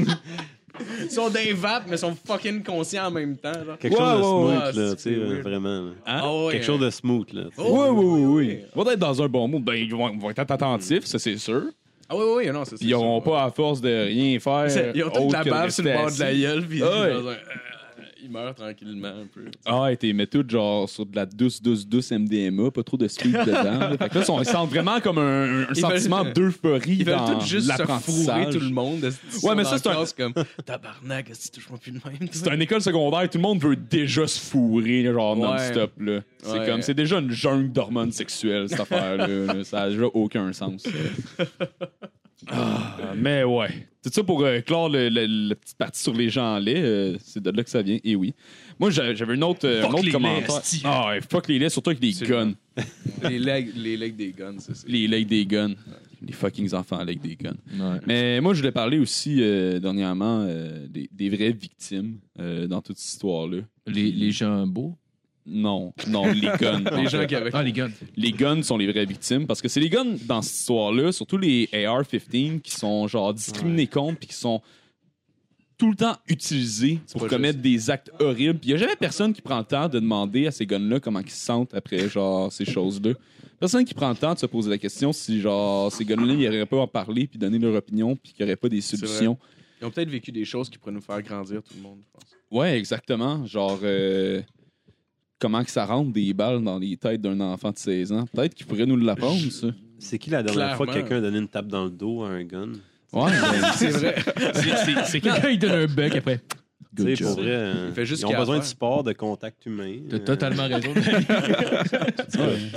D: Ils sont des vapes, mais ils sont fucking conscients en même temps. Là.
G: Quelque
E: Ouais,
G: chose de
E: ouais,
G: smooth,
D: ouais,
G: là,
D: c'est-
G: tu sais,
D: c'est weird.
G: vraiment. là.
D: Ah ouais,
G: Quelque
D: hein.
G: chose de smooth, là. tu sais.
E: Oui,
D: Oh,
E: oui, oui,
D: oui.
E: oui. Ils vont être dans un bon mood. Ben, ils vont, ils vont être attentifs, ça, c'est sûr.
D: Ah oui, oui, non, c'est
E: Puis ils n'auront
D: c'est-
E: pas à force de rien faire.
D: Ils ont toute
E: autre
D: la
E: que de
D: bave sur le
E: rester
D: bord de la
E: assis.
D: gueule, puis
E: Ah
D: ils-
E: ouais.
D: dans un- euh, ils meurent tranquillement un peu.
E: Ah, et t'es mis tout genre sur de la douce, douce, douce MDMA, pas trop de speed dedans. là. Fait que là, on sent vraiment comme un, un
D: Ils
E: sentiment
D: veulent-
E: d'euphorie
D: Ils veulent
E: dans
D: tous juste se fourrer
E: l'apprentissage.
D: tout le monde.
E: Ouais, mais ça, c'est un-
D: c'est comme tabarnak, est-ce que tu touches-moi plus de même?
E: C'est une école secondaire, tout le monde veut déjà se fourrer, là, genre
D: Ouais.
E: non-stop. là. C'est
D: Ouais.
E: comme, c'est déjà une jungle d'hormones sexuelles, cette affaire-là. là. ça n'a déjà aucun sens. ça. Ah, mais ouais. Tout ça pour euh, clore le- le- la petite partie sur les gens en lait. euh, c'est de là que ça vient, et oui. Moi, j'a- j'avais une autre, euh, un
C: Fuck
E: autre
C: les laits,
E: commentaire.
C: esti.
E: Ah, ouais, fuck les laits, surtout avec les
D: Absolument.
E: guns.
D: les, legs, les legs des guns, ça, c'est.
E: les legs des guns. Les fucking enfants avec des guns. Mais moi, je voulais parler aussi euh, dernièrement euh, des, des vraies victimes euh, dans toute cette histoire-là.
C: Les, les gens beaux.
E: Non, non, les guns. en
D: Les
E: fait.
D: gens qui avaient.
C: Ah, les guns.
E: Les guns sont les vraies victimes parce que c'est les guns dans cette histoire-là, surtout les AR-15 qui sont genre discriminés contre puis qui sont tout le temps utilisés pour
D: pas
E: commettre des actes horribles. Puis il n'y a jamais personne qui prend le temps de demander à ces guns-là comment ils se sentent après genre ces choses-là. Personne qui prend le temps de se poser la question si genre ces guns-là ils n'auraient pas à en parler puis donner leur opinion puis qu'il n'y aurait pas des
D: vrai.
E: solutions.
D: Ils ont peut-être vécu des choses qui pourraient nous faire grandir tout le monde, je pense.
E: Ouais, exactement. Genre, euh, comment que ça rentre des balles dans les têtes d'un enfant de 16 ans? Peut-être qu'il pourrait nous l'apprendre, ça.
G: C'est qui la dernière fois que
D: Clairement.
G: quelqu'un a donné une tape dans le dos à un gun?
E: Ouais, ben,
D: C'est vrai.
C: C'est quelqu'un qui donne un bec après.
G: Tu
C: Good
G: sais, pour
C: job.
G: vrai, euh,
D: fait juste
G: ils
D: ce qu'il y a
G: ont
D: à
G: besoin de
D: faire.
G: support, de contact humain.
C: T'as
G: Euh,
C: totalement raison.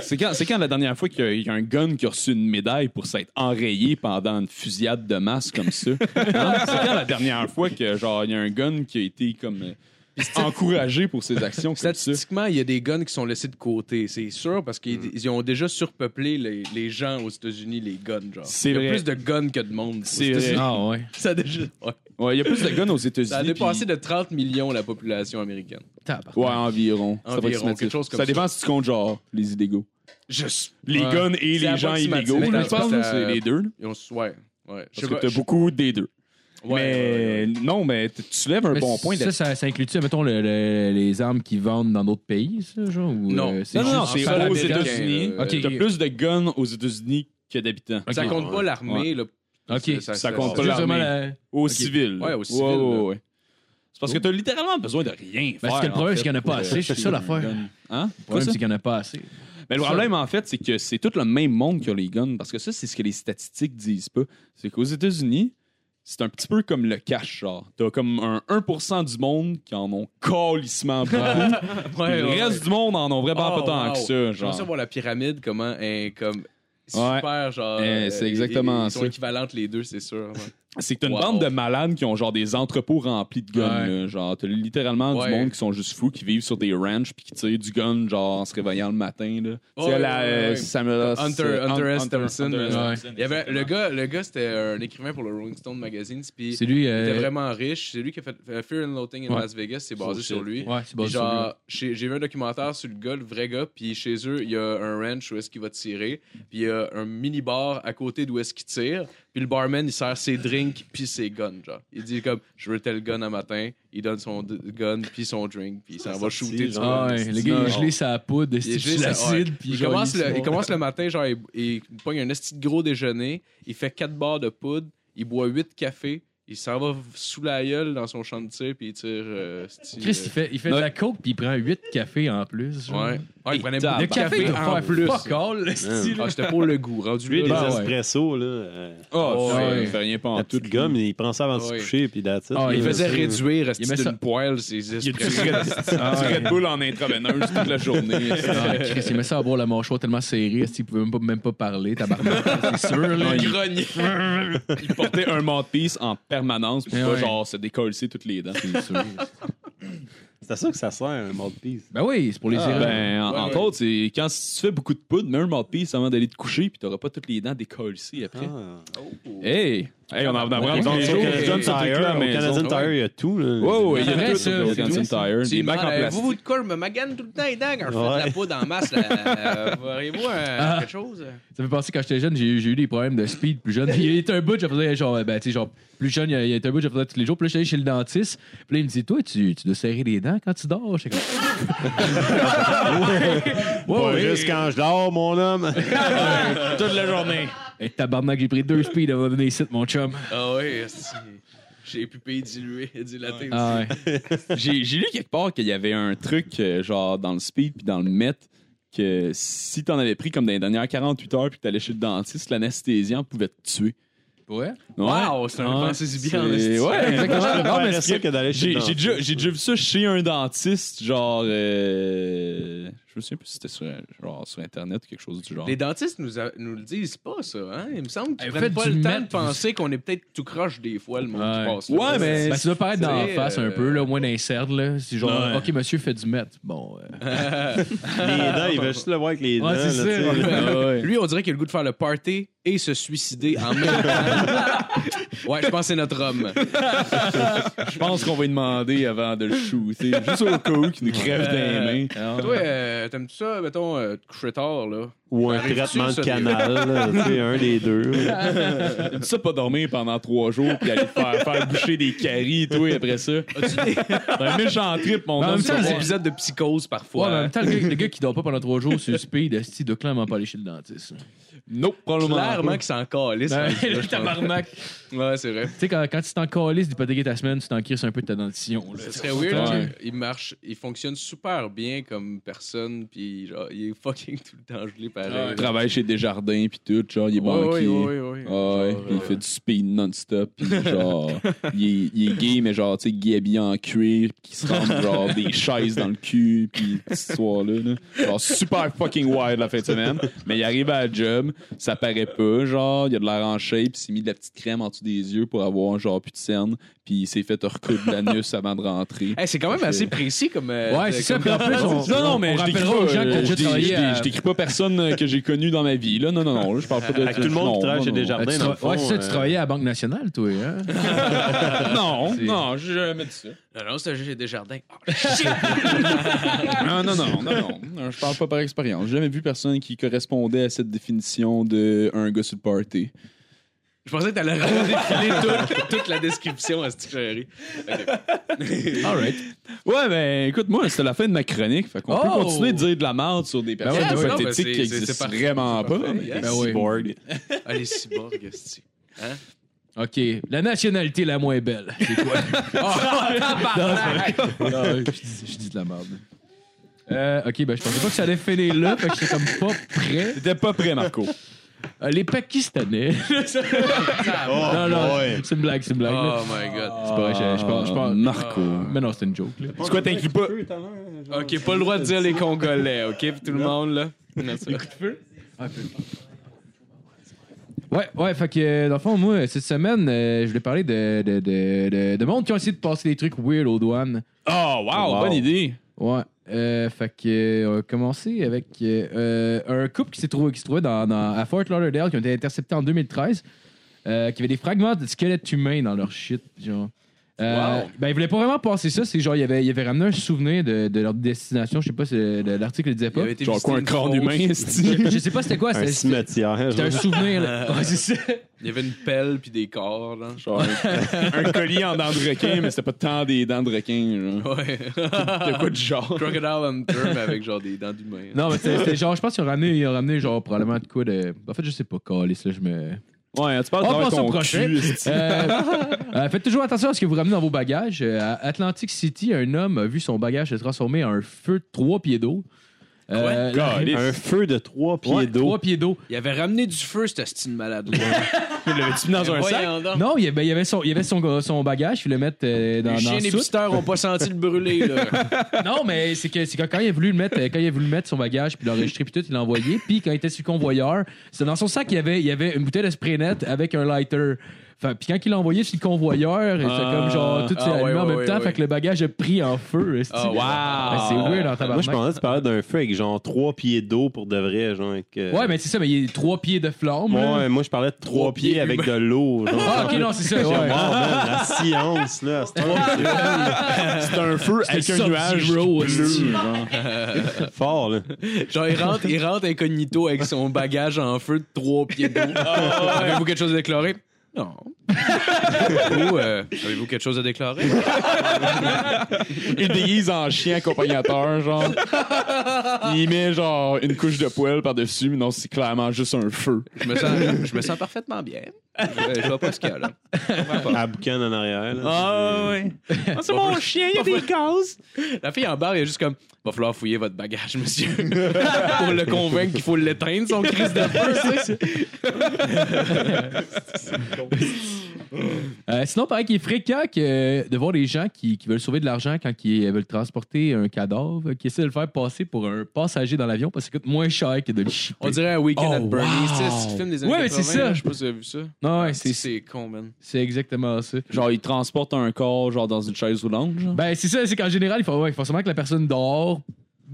E: C'est quand, c'est quand la dernière fois qu'il y a- il y, a un gun qui a reçu une médaille pour s'être enrayé pendant une fusillade de masse comme ça? Hein? C'est quand la dernière fois que genre il y a un gun qui a été comme euh, encouragé pour ses actions comme ça?
D: Statistiquement, il y a des guns qui sont laissés de côté, c'est sûr, parce qu'ils
E: Mm.
D: ils ont déjà surpeuplé les, les gens aux États-Unis, les guns, genre.
E: C'est
D: il y a
E: vrai.
D: plus de guns que de monde.
E: C'est
D: aux
E: vrai.
D: États-Unis.
C: Ah, ouais.
D: Ça a déjà. ouais.
E: Ouais, il y a plus de guns aux États-Unis.
D: Ça a dépassé de
E: puis-
D: 30 millions la population américaine.
E: Ouais, environ. C'est
D: Environ,
E: approximatif.
D: quelque chose comme
E: ça dépend si tu comptes genre les illégaux.
D: Juste.
E: Les
D: Ouais.
E: guns et
D: C'est
E: les gens
D: approximatif,
E: illégaux,
D: mais
E: là,
D: dans le
E: je pense.
D: sens,
E: là, C'est
D: euh,
E: les deux. là.
D: Ils ont. Ouais. Ouais. Je sais
E: Parce que
D: pas,
E: t'as
D: je-
E: beaucoup des deux.
D: ouais, ouais,
E: mais
D: ouais.
E: non, mais tu- tu lèves un
C: Mais
E: bon point.
C: Ça,
E: là-
C: ça, ça inclut-tu, mettons, le- le- les armes qu'ils vendent dans d'autres pays, ça, genre? Ou,
D: Non.
C: euh,
E: Non, non, non,
C: juste
E: c'est
C: ça,
E: aux
C: l'Américain?
E: États-unis.
D: euh,
C: Ok.
E: T'as plus de guns aux États-Unis que d'habitants.
D: Ça
C: Ok.
D: compte pas l'armée, là.
C: Ok.
E: Ça compte pas
C: C'est
E: là.
C: juste vraiment la- ben,
E: Au
C: Ok.
E: civil.
D: Ouais, au civil, là.
E: C'est parce que t'as littéralement besoin de rien faire.
C: Ben, c'est que le problème, c'est qu'il y en a pas assez, c'est ça l'affaire.
E: Hein?
C: Le problème, c'est qu'il n'y en a pas assez.
E: Mais le problème, en fait, c'est que c'est tout le même monde qui a les guns. Parce que ça, c'est ce que les statistiques disent pas. C'est qu'aux États-Unis, c'est un petit peu comme le cash, genre. T'as comme un 1% du monde qui en ont calissement beaucoup.
D: Ouais,
E: le
D: ouais,
E: reste du monde en ont vraiment
D: Oh,
E: pas tant
D: wow.
E: que ça,
D: J'aimerais ça
E: genre.
D: voir la pyramide, comment est comme super, genre.
E: Eh,
D: euh,
E: c'est exactement
D: ils- Ils sont
E: ça.
D: équivalentes les deux, c'est sûr. ouais.
E: C'est que t'as une
D: Wow.
E: bande de malades qui ont genre des entrepôts remplis de guns.
C: Ouais.
E: là. Genre, t'as littéralement
D: Ouais.
E: du monde qui sont juste fous, qui vivent sur des ranchs puis qui tirent du gun genre en se réveillant le matin. Là.
D: Ouais,
E: Tu sais,
D: ouais,
E: la,
D: ouais,
E: euh,
D: ouais.
E: Samuel
D: Hunter,
E: euh,
D: Hunter
E: Hun-
D: S. Thompson, euh,
E: Hunter S.
D: ouais.
E: Thompson,
D: Il y avait, le
E: exactement.
D: gars, le gars c'était un écrivain pour le Rolling Stone magazine, puis
C: C'est lui.
D: il
C: euh,
D: était vraiment riche. C'est lui qui a fait euh, Fear and Loathing in
C: Ouais.
D: Las Vegas, c'est basé
E: Oh,
D: sur
E: shit.
D: lui.
C: euh, Ouais, c'est
D: Puis
C: basé sur lui.
D: genre, chez- j'ai vu un documentaire sur le gars, le vrai gars, puis chez eux, il y a un ranch où est-ce qu'il va tirer, puis il y a un mini-bar à côté d'où est-ce qu'il tire, puis le barman, il sert ses drinks drink puis ses guns, genre. Il dit comme, je veux tel gun à matin, il donne son d- gun puis son drink, puis il s'en va
G: Ça sortit,
D: shooter du
G: genre.
D: gun.
C: Ah ouais, le gars, il est gelé sa poudre,
D: Il est
C: c'est
D: juste- ouais.
C: l'acide. puis
D: il,
C: genre,
D: commence
C: se
D: le, il
C: mord.
D: commence le matin, genre, il, il pogne un esti de gros déjeuner, il fait 4 barres de poudre, il boit 8 cafés, il s'en va sous la gueule dans son champ de tir, puis il tire. euh, esti,
C: Chris, il
D: euh,
C: fait, il fait de la coke puis il prend 8 cafés en plus. genre.
D: Ouais. Ouais, il prenait
E: Le
D: beaucoup
C: Le
D: de café,
C: Ah, bah, café, il doit
D: en
C: faire
D: plus.
C: fuck all, le style.
D: Ah, c'était pour le goût. Rendu
G: Lui, les
C: ben
D: là,
C: ouais.
G: espressos, là, euh,
E: Oh,
C: ouais.
E: il fait rien pas en
G: la
E: tout.
G: petite gomme, il prend ça avant de se
D: Ouais.
G: coucher, puis that's it,
C: Ah,
G: là.
D: il faisait
G: C'est-
D: réduire, esti,
C: Il met ça-
D: d'une poêle, ses
E: Il y a du
D: esprits.
E: Red, du Red Bull en intraveineuse toute la journée.
C: Ah, Chris, il met ça à boire la mâchoire tellement serrée, est-ce qu'il pouvait même pas, même pas parler, tabarnak, c'est sûr. Là,
E: il
C: il-
E: grognait. il portait un mouthpiece en permanence pour
C: Eh
E: pas
C: ouais.
E: genre se décoller toutes les dents. Ah,
G: C'est à ça que ça sert, un mouthpiece.
C: Ben oui, c'est pour les
G: Ah,
C: erreurs.
E: Ben, en-
D: Ouais,
E: entre
D: ouais.
E: autres, c'est quand tu fais beaucoup de poudre, mets un mouthpiece avant d'aller te coucher, puis t'auras pas toutes les dents décollées après.
G: Ah.
E: Hey! Hey, on en a vraiment
C: Ouais,
E: tous
G: Au
E: les
C: ouais,
E: jours.
C: ouais.
E: John
G: Canadian
E: Tire,
G: Tire,
E: au
G: au Canadian
E: Canadian
G: Tire, il y a tout. là.
E: Ouais, ouais, il y a
C: C'est
E: vrai,
C: vrai,
E: ça,
C: ça,
E: au
C: c'est
E: Canadian
C: tout.
E: Tire.
D: C'est
E: Des bacs en
D: mal, euh, vous, vous
E: plastique.
D: de colle me magane tout le temps les dents quand je fais de la
G: Ouais.
D: poudre en masse. là. Euh, Auriez-vous un-
C: Ah.
D: quelque chose?
C: Ça fait penser quand j'étais jeune, j'ai eu, j'ai eu des problèmes de speed plus jeune. Puis il était un bout, je faisais genre, ben, tu sais, genre, plus jeune, il y a- il était un bout, je faisais tous les jours. Puis là, j'étais allé chez le dentiste. Puis là, il me dit, toi, tu, tu dois serrer les dents quand tu dors. J'étais comme. ouais, ouais,
G: Pas
C: ouais.
G: juste quand je dors, mon homme.
C: toute la journée. Hey, tabarnak, j'ai pris deux speeds avant de venir ici, mon chum.
D: Ah oui, esti. j'ai pupé dilué, dilaté. aussi.
C: Ah ouais.
E: J'ai j'ai lu quelque part qu'il y avait un truc, euh, genre, dans le speed puis dans le met, que si t'en avais pris comme dans les dernières 48 heures puis que t'allais chez le dentiste, l'anesthésiant pouvait te tuer.
C: Ouais.
G: Euh,
E: Ouais.
D: Wow, c'est un
E: Ouais.
D: pensée-y bien,
E: C'est-
D: en esti.
E: Ouais, exactement. Non, mais
G: C'est
E: c'est
G: ça que d'aller chez
E: J'ai
G: le
E: j'ai déjà, j'ai déjà vu ça chez un dentiste, genre. euh, je me souviens plus si c'était sur, genre, sur Internet ou quelque chose du genre.
D: Les dentistes nous, a- nous le disent pas, ça. Hein? Il me semble qu'ils
C: Eh,
D: prennent
C: faites
D: pas
C: du
D: le temps
C: mettre,
D: de penser qu'on est peut-être tout croche des fois, le monde
C: Ouais.
D: qui passe. là.
E: Ouais, mais.
C: Ben, ça doit paraître dans la
D: c'est,
C: face
D: euh,
C: un peu, là, au moins d'incerte, là. C'est genre,
E: Ouais.
C: OK, monsieur, fait du mètre. Bon. euh,
G: Les dents, il veut juste le voir avec les dents.
C: Ouais, c'est
G: là, tu sais.
C: ça.
E: Ah ouais.
D: Lui, on dirait qu'il a le goût de faire le party et se suicider en même temps. Ouais, je pense que c'est notre homme.
E: Je pense qu'on va lui demander avant de le shooter. Juste au cas où qu'il nous crève des mains.
D: Toi, euh, t'aimes-tu ça, mettons, euh, te coucher tard, là?
G: Ou un
D: Arrive-tu,
G: traitement de
D: ça,
G: canal, là, tu sais, un des deux.
E: Tu sais, pas dormir pendant trois jours puis aller te faire, faire boucher des caries, toi, après ça. C'est un méchant trip, mon
C: En
E: homme.
C: même
E: tu
C: temps,
D: Des
E: vas
C: Ouais.
E: voir.
D: épisodes de psychose,
C: Ouais, mais en
D: parfois.
C: même temps, le gars, le gars qui dort pas pendant trois jours sur le speed, esti, il doit clairement pas aller chez le dentiste.
E: Nope, probablement.
D: Clairement qu'il s'en calisse.
C: Ben,
D: rendu là,
C: le
D: je pense.
C: tabarnak.
D: Ouais, c'est vrai.
C: Tu sais, quand, quand tu t'en calisses d'hypothéquer ta semaine, tu t'en crisses un peu de ta dentition. là.
D: Ce serait weird.
E: Ouais.
D: que Il marche, il fonctionne super bien comme personne, puis genre, il est fucking tout le temps gelé pareil.
E: Il travaille euh, chez Desjardins puis tout, genre, il est
D: Ouais, ouais,
E: banquier.
D: ouais, ouais, ouais.
E: Ah ouais,
D: Genre,
E: puis il
D: euh,
E: fait du speed non-stop, puis genre, il est, il est gay, mais genre, tu sais, gay habillé en cuir, qui se rend genre des chaises dans le cul, puis cette histoire-là, là. Genre, super fucking wild la fin de semaine, mais il arrive à la job, ça paraît pas, genre, il a de l'air en shape, il s'est mis de la petite crème en dessous des yeux pour avoir genre plus de cernes, puis il s'est fait recoudre l'anus avant de rentrer.
D: Hey, c'est quand même assez précis comme. euh,
C: Ouais, c'est ça.
D: comme-
C: Puis en plus, on,
E: Non, non, mais
C: on
E: je t'écris
C: rappellera
E: pas,
C: aux gens
E: euh,
C: qu'on
E: je
C: déjà
E: t'écris-
C: travaillé
E: je
C: à...
E: t'écris- je t'écris pas personne euh, que j'ai connu dans ma vie, là. Non, non, non, là, je parle pas de.
G: Avec tout le monde
E: non,
G: qui travaille
E: non,
G: chez
E: non.
C: Ah, tu
G: Desjardins, dans
C: tra-
G: le fond.
C: ouais, c'est ça, tu
G: euh,
C: travaillais à la Banque Nationale, toi, hein?
E: Non, non, j'ai jamais dit ça.
D: Non, non, c'est un jeu des jardins.
E: Non, non, non, non, non. Je parle pas par expérience. J'ai jamais vu personne qui correspondait à cette définition de un gars sur le party.
D: Je pensais que t'allais redéfiler toute, toute la description à cette chérie.
C: Alright.
E: Ouais, ben écoute, moi, c'était la fin de ma chronique. Fait qu'on peut
C: Oh!
E: continuer de dire de la merde sur des personnes
C: ouais,
D: ouais.
E: hypothétiques
D: Non, ben,
E: qui
D: c'est- c'est- c'est
E: existent
D: parfait,
E: vraiment
D: c'est
E: pas.
D: parfait, yes.
C: Ben oui.
G: Cyborg.
D: Ah, les cyborgs, esti.
C: OK. La nationalité la moins belle. C'est quoi?
D: Oh,
C: Non, je, dis, je dis de la merde. Euh, OK, ben je pensais pas que ça allait finir là, fait que j'étais comme pas prêt.
E: T'étais pas prêt, Marco.
C: Euh, les Pakistanais...
G: Oh,
C: non, non,
G: boy.
C: c'est une blague, c'est une blague. là.
D: Oh my god.
C: C'est pas vrai, je, je pense... Je
E: Ah,
C: pense
E: Marco.
C: Mais non, c'était une joke, là.
E: C'est quoi, t'inclus pas?
D: Oh, Ok, pas le droit de dire les Congolais, ok, pour tout le monde, là.
C: Ouais, ouais, fait que euh, dans le fond, moi, cette semaine, euh, je voulais parler de, de, de, de, de monde qui ont essayé de passer des trucs weird aux douanes.
E: Oh, wow,
G: Wow.
E: bonne idée.
C: Ouais. Euh, fait que, euh, on va commencer avec euh, euh, un couple qui s'est trouvé, qui se trouvait dans, dans- à Fort Lauderdale, qui ont été interceptés en 2013, euh, qui avait des fragments de squelettes humains dans leur shit. Genre. Euh,
D: Wow.
C: Ben, ils voulaient pas vraiment passer ça. C'est genre, il avait, il avait ramené un souvenir de, de leur destination. Je sais pas si le- le- l'article le disait pas.
D: Il avait été
E: Genre
D: visiter
E: quoi, un
D: une
E: crâne
D: fosse.
E: humain, est-ce-tu?
C: Je, je sais pas c'était quoi.
G: Un
C: c'était- C'était
G: cimetière.
C: c'était un souvenir. là. Ouais, c'est ça.
D: Il y avait une pelle puis des corps. Là.
E: Genre un, un collier en dents de requin, mais c'était pas tant des dents de requin. genre.
D: Ouais.
E: De quoi de genre?
D: Crocodile Hunter, mais avec genre des dents d'humain.
C: Non, mais c'était c'était genre, je pense qu'ils ont ramené, ils ont ramené genre probablement de quoi de. En fait, je sais pas, Calis, là, je me.
E: Ouais, tu parles
C: On
E: de
C: passe au
E: ton
C: prochain.
E: cul, est-ce-tu?
C: Euh, euh, faites toujours attention à ce que vous ramenez dans vos bagages. Euh, à Atlantic City, un homme a vu son bagage se transformer en un feu de trois pieds d'eau. Euh, la-
E: Caliste.
G: Un feu de trois pieds
C: Ouais,
G: d'eau.
C: Trois pieds d'eau.
D: Il avait ramené du feu, cette style malade. là
E: L'avais-tu mis dans
G: Euh,
E: un sac?
C: Non, il y avait, il y avait son, il y avait son, son bagage, il le mettre euh, dans,
D: Les
C: dans
D: chiens
C: la
D: les
C: soute.
D: pisteurs ont pas senti le brûler. Là.
C: Non, mais c'est que c'est que quand il a voulu le mettre, euh, quand il a voulu mettre son bagage puis l'enregistrer puis tout, il l'a envoyé. Puis quand il était sur le convoyeur, c'était dans son sac il y avait il y avait une bouteille de spray net avec un lighter. Fait, puis quand il l'a envoyé sur le convoyeur, c'était
E: Ah.
C: comme genre tout s'est
D: Ah, ouais,
C: allumé en
D: ouais,
C: même
D: ouais,
C: temps,
D: ouais.
C: fait que le bagage a pris en feu. esti.
D: Ah, wow.
C: Ben, c'est weird en
G: Moi, je
C: tabarnak.
G: pensais que tu parlais d'un feu avec genre trois pieds d'eau pour de vrai. Genre, avec, euh,
C: Ouais, mais c'est ça, mais il y a trois pieds de flamme. là.
G: Ouais, moi, je parlais de trois pieds,
D: pieds
G: avec
D: humains.
G: de l'eau. genre.
C: Ah, ok, non, c'est ça.
G: Genre,
C: ouais.
G: wow, man, la science, là, à cette heure,
E: C'est un feu avec
C: C'était
E: un nuage
C: Sub-Zero, esti.
E: bleu. genre.
G: c'est fort, là.
D: Genre, il rentre, il rentre incognito avec son bagage en feu de trois pieds d'eau. Avez-vous quelque chose à déclarer? Non. Ou, euh, avez-vous quelque chose à déclarer?
E: Il déguise en chien accompagnateur, genre. Il met genre une couche de poêle par-dessus, mais non, c'est clairement juste un feu.
D: Je me sens, je me sens parfaitement bien. Je, je vois pas ce qu'il y a là.
G: À boucan en arrière. Là.
D: ouais. c'est mon chien, il y a des gaz. La fille en barre, il est juste comme va falloir fouiller votre bagage, monsieur. Pour le convaincre qu'il faut l'éteindre, son crise de feu, tu sais.
C: Euh, sinon, pareil qu'il est fréquent que, euh, de voir des gens qui, qui veulent sauver de l'argent quand ils euh, veulent transporter un cadavre, euh, qui essaient de le faire passer pour un passager dans l'avion parce que ça coûte moins cher que de le chipper.
D: On dirait un week-end
C: Oh,
D: at Bernie's, tu sais, c'est le film des années
C: Ouais, mais c'est
D: 80,
C: ça.
D: là, Je sais pas si vous avez vu ça.
C: Non, ouais,
D: C'est,
C: c'est,
D: c'est con, man.
C: c'est exactement ça.
E: Genre, il transporte un corps, genre, dans une chaise roulante, genre.
C: Ben, c'est ça, c'est qu'en général, il faut, ouais, il faut forcément que la personne dort.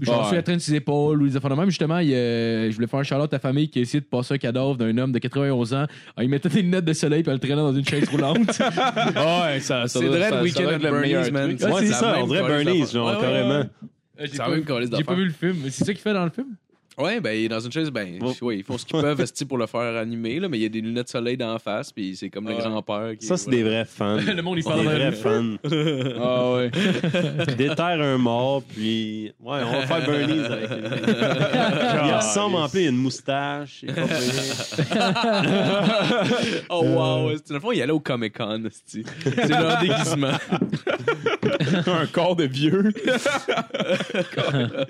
C: Genre,
E: Ouais.
C: sur la traîne de ses épaules ou des affaires de même. Justement, il, euh, je voulais faire un charlotte à ta famille qui a essayé de passer un cadavre d'un homme de 91 ans. Ah, il mettait des lunettes de soleil puis elle le traînait dans une chaise roulante.
E: ouais, Ben, ça,
D: C'est vrai, le week-end at Bernie's, man.
G: Ouais, c'est
D: la
G: ça,
D: même
G: on dirait
D: colère,
G: Bernie's,
D: c'est la-
G: genre,
D: Ouais, ouais,
G: carrément.
C: Euh, j'ai
D: C'est la
C: pas-
D: même colisse
C: J'ai pas
D: d'affaires.
C: vu le film. mais C'est ça qu'il fait dans le film?
D: Ouais, ben, il est dans une chaise, ben,
G: Bon.
D: ouais, ils font ce qu'ils peuvent esti, pour le faire animer, là, mais il y a des lunettes de soleil dans la face, puis c'est comme le
E: Ouais.
D: grand-père. qui-
G: Ça, c'est
D: voilà.
G: des vrais fans.
C: Le monde, il
G: Des
C: parle dans la
G: vrais
C: rue.
G: fans.
E: Ah ouais.
G: Déterre un mort, puis. Ouais, on va faire Bernie's avec lui. Il ressemble en plus, il a une moustache. il est pas pire.
D: Oh,
C: Euh.
D: wow, esti. Dans le fond, il allait au Comic-Con, esti. C'est leur déguisement.
E: un corps de vieux.
C: Euh,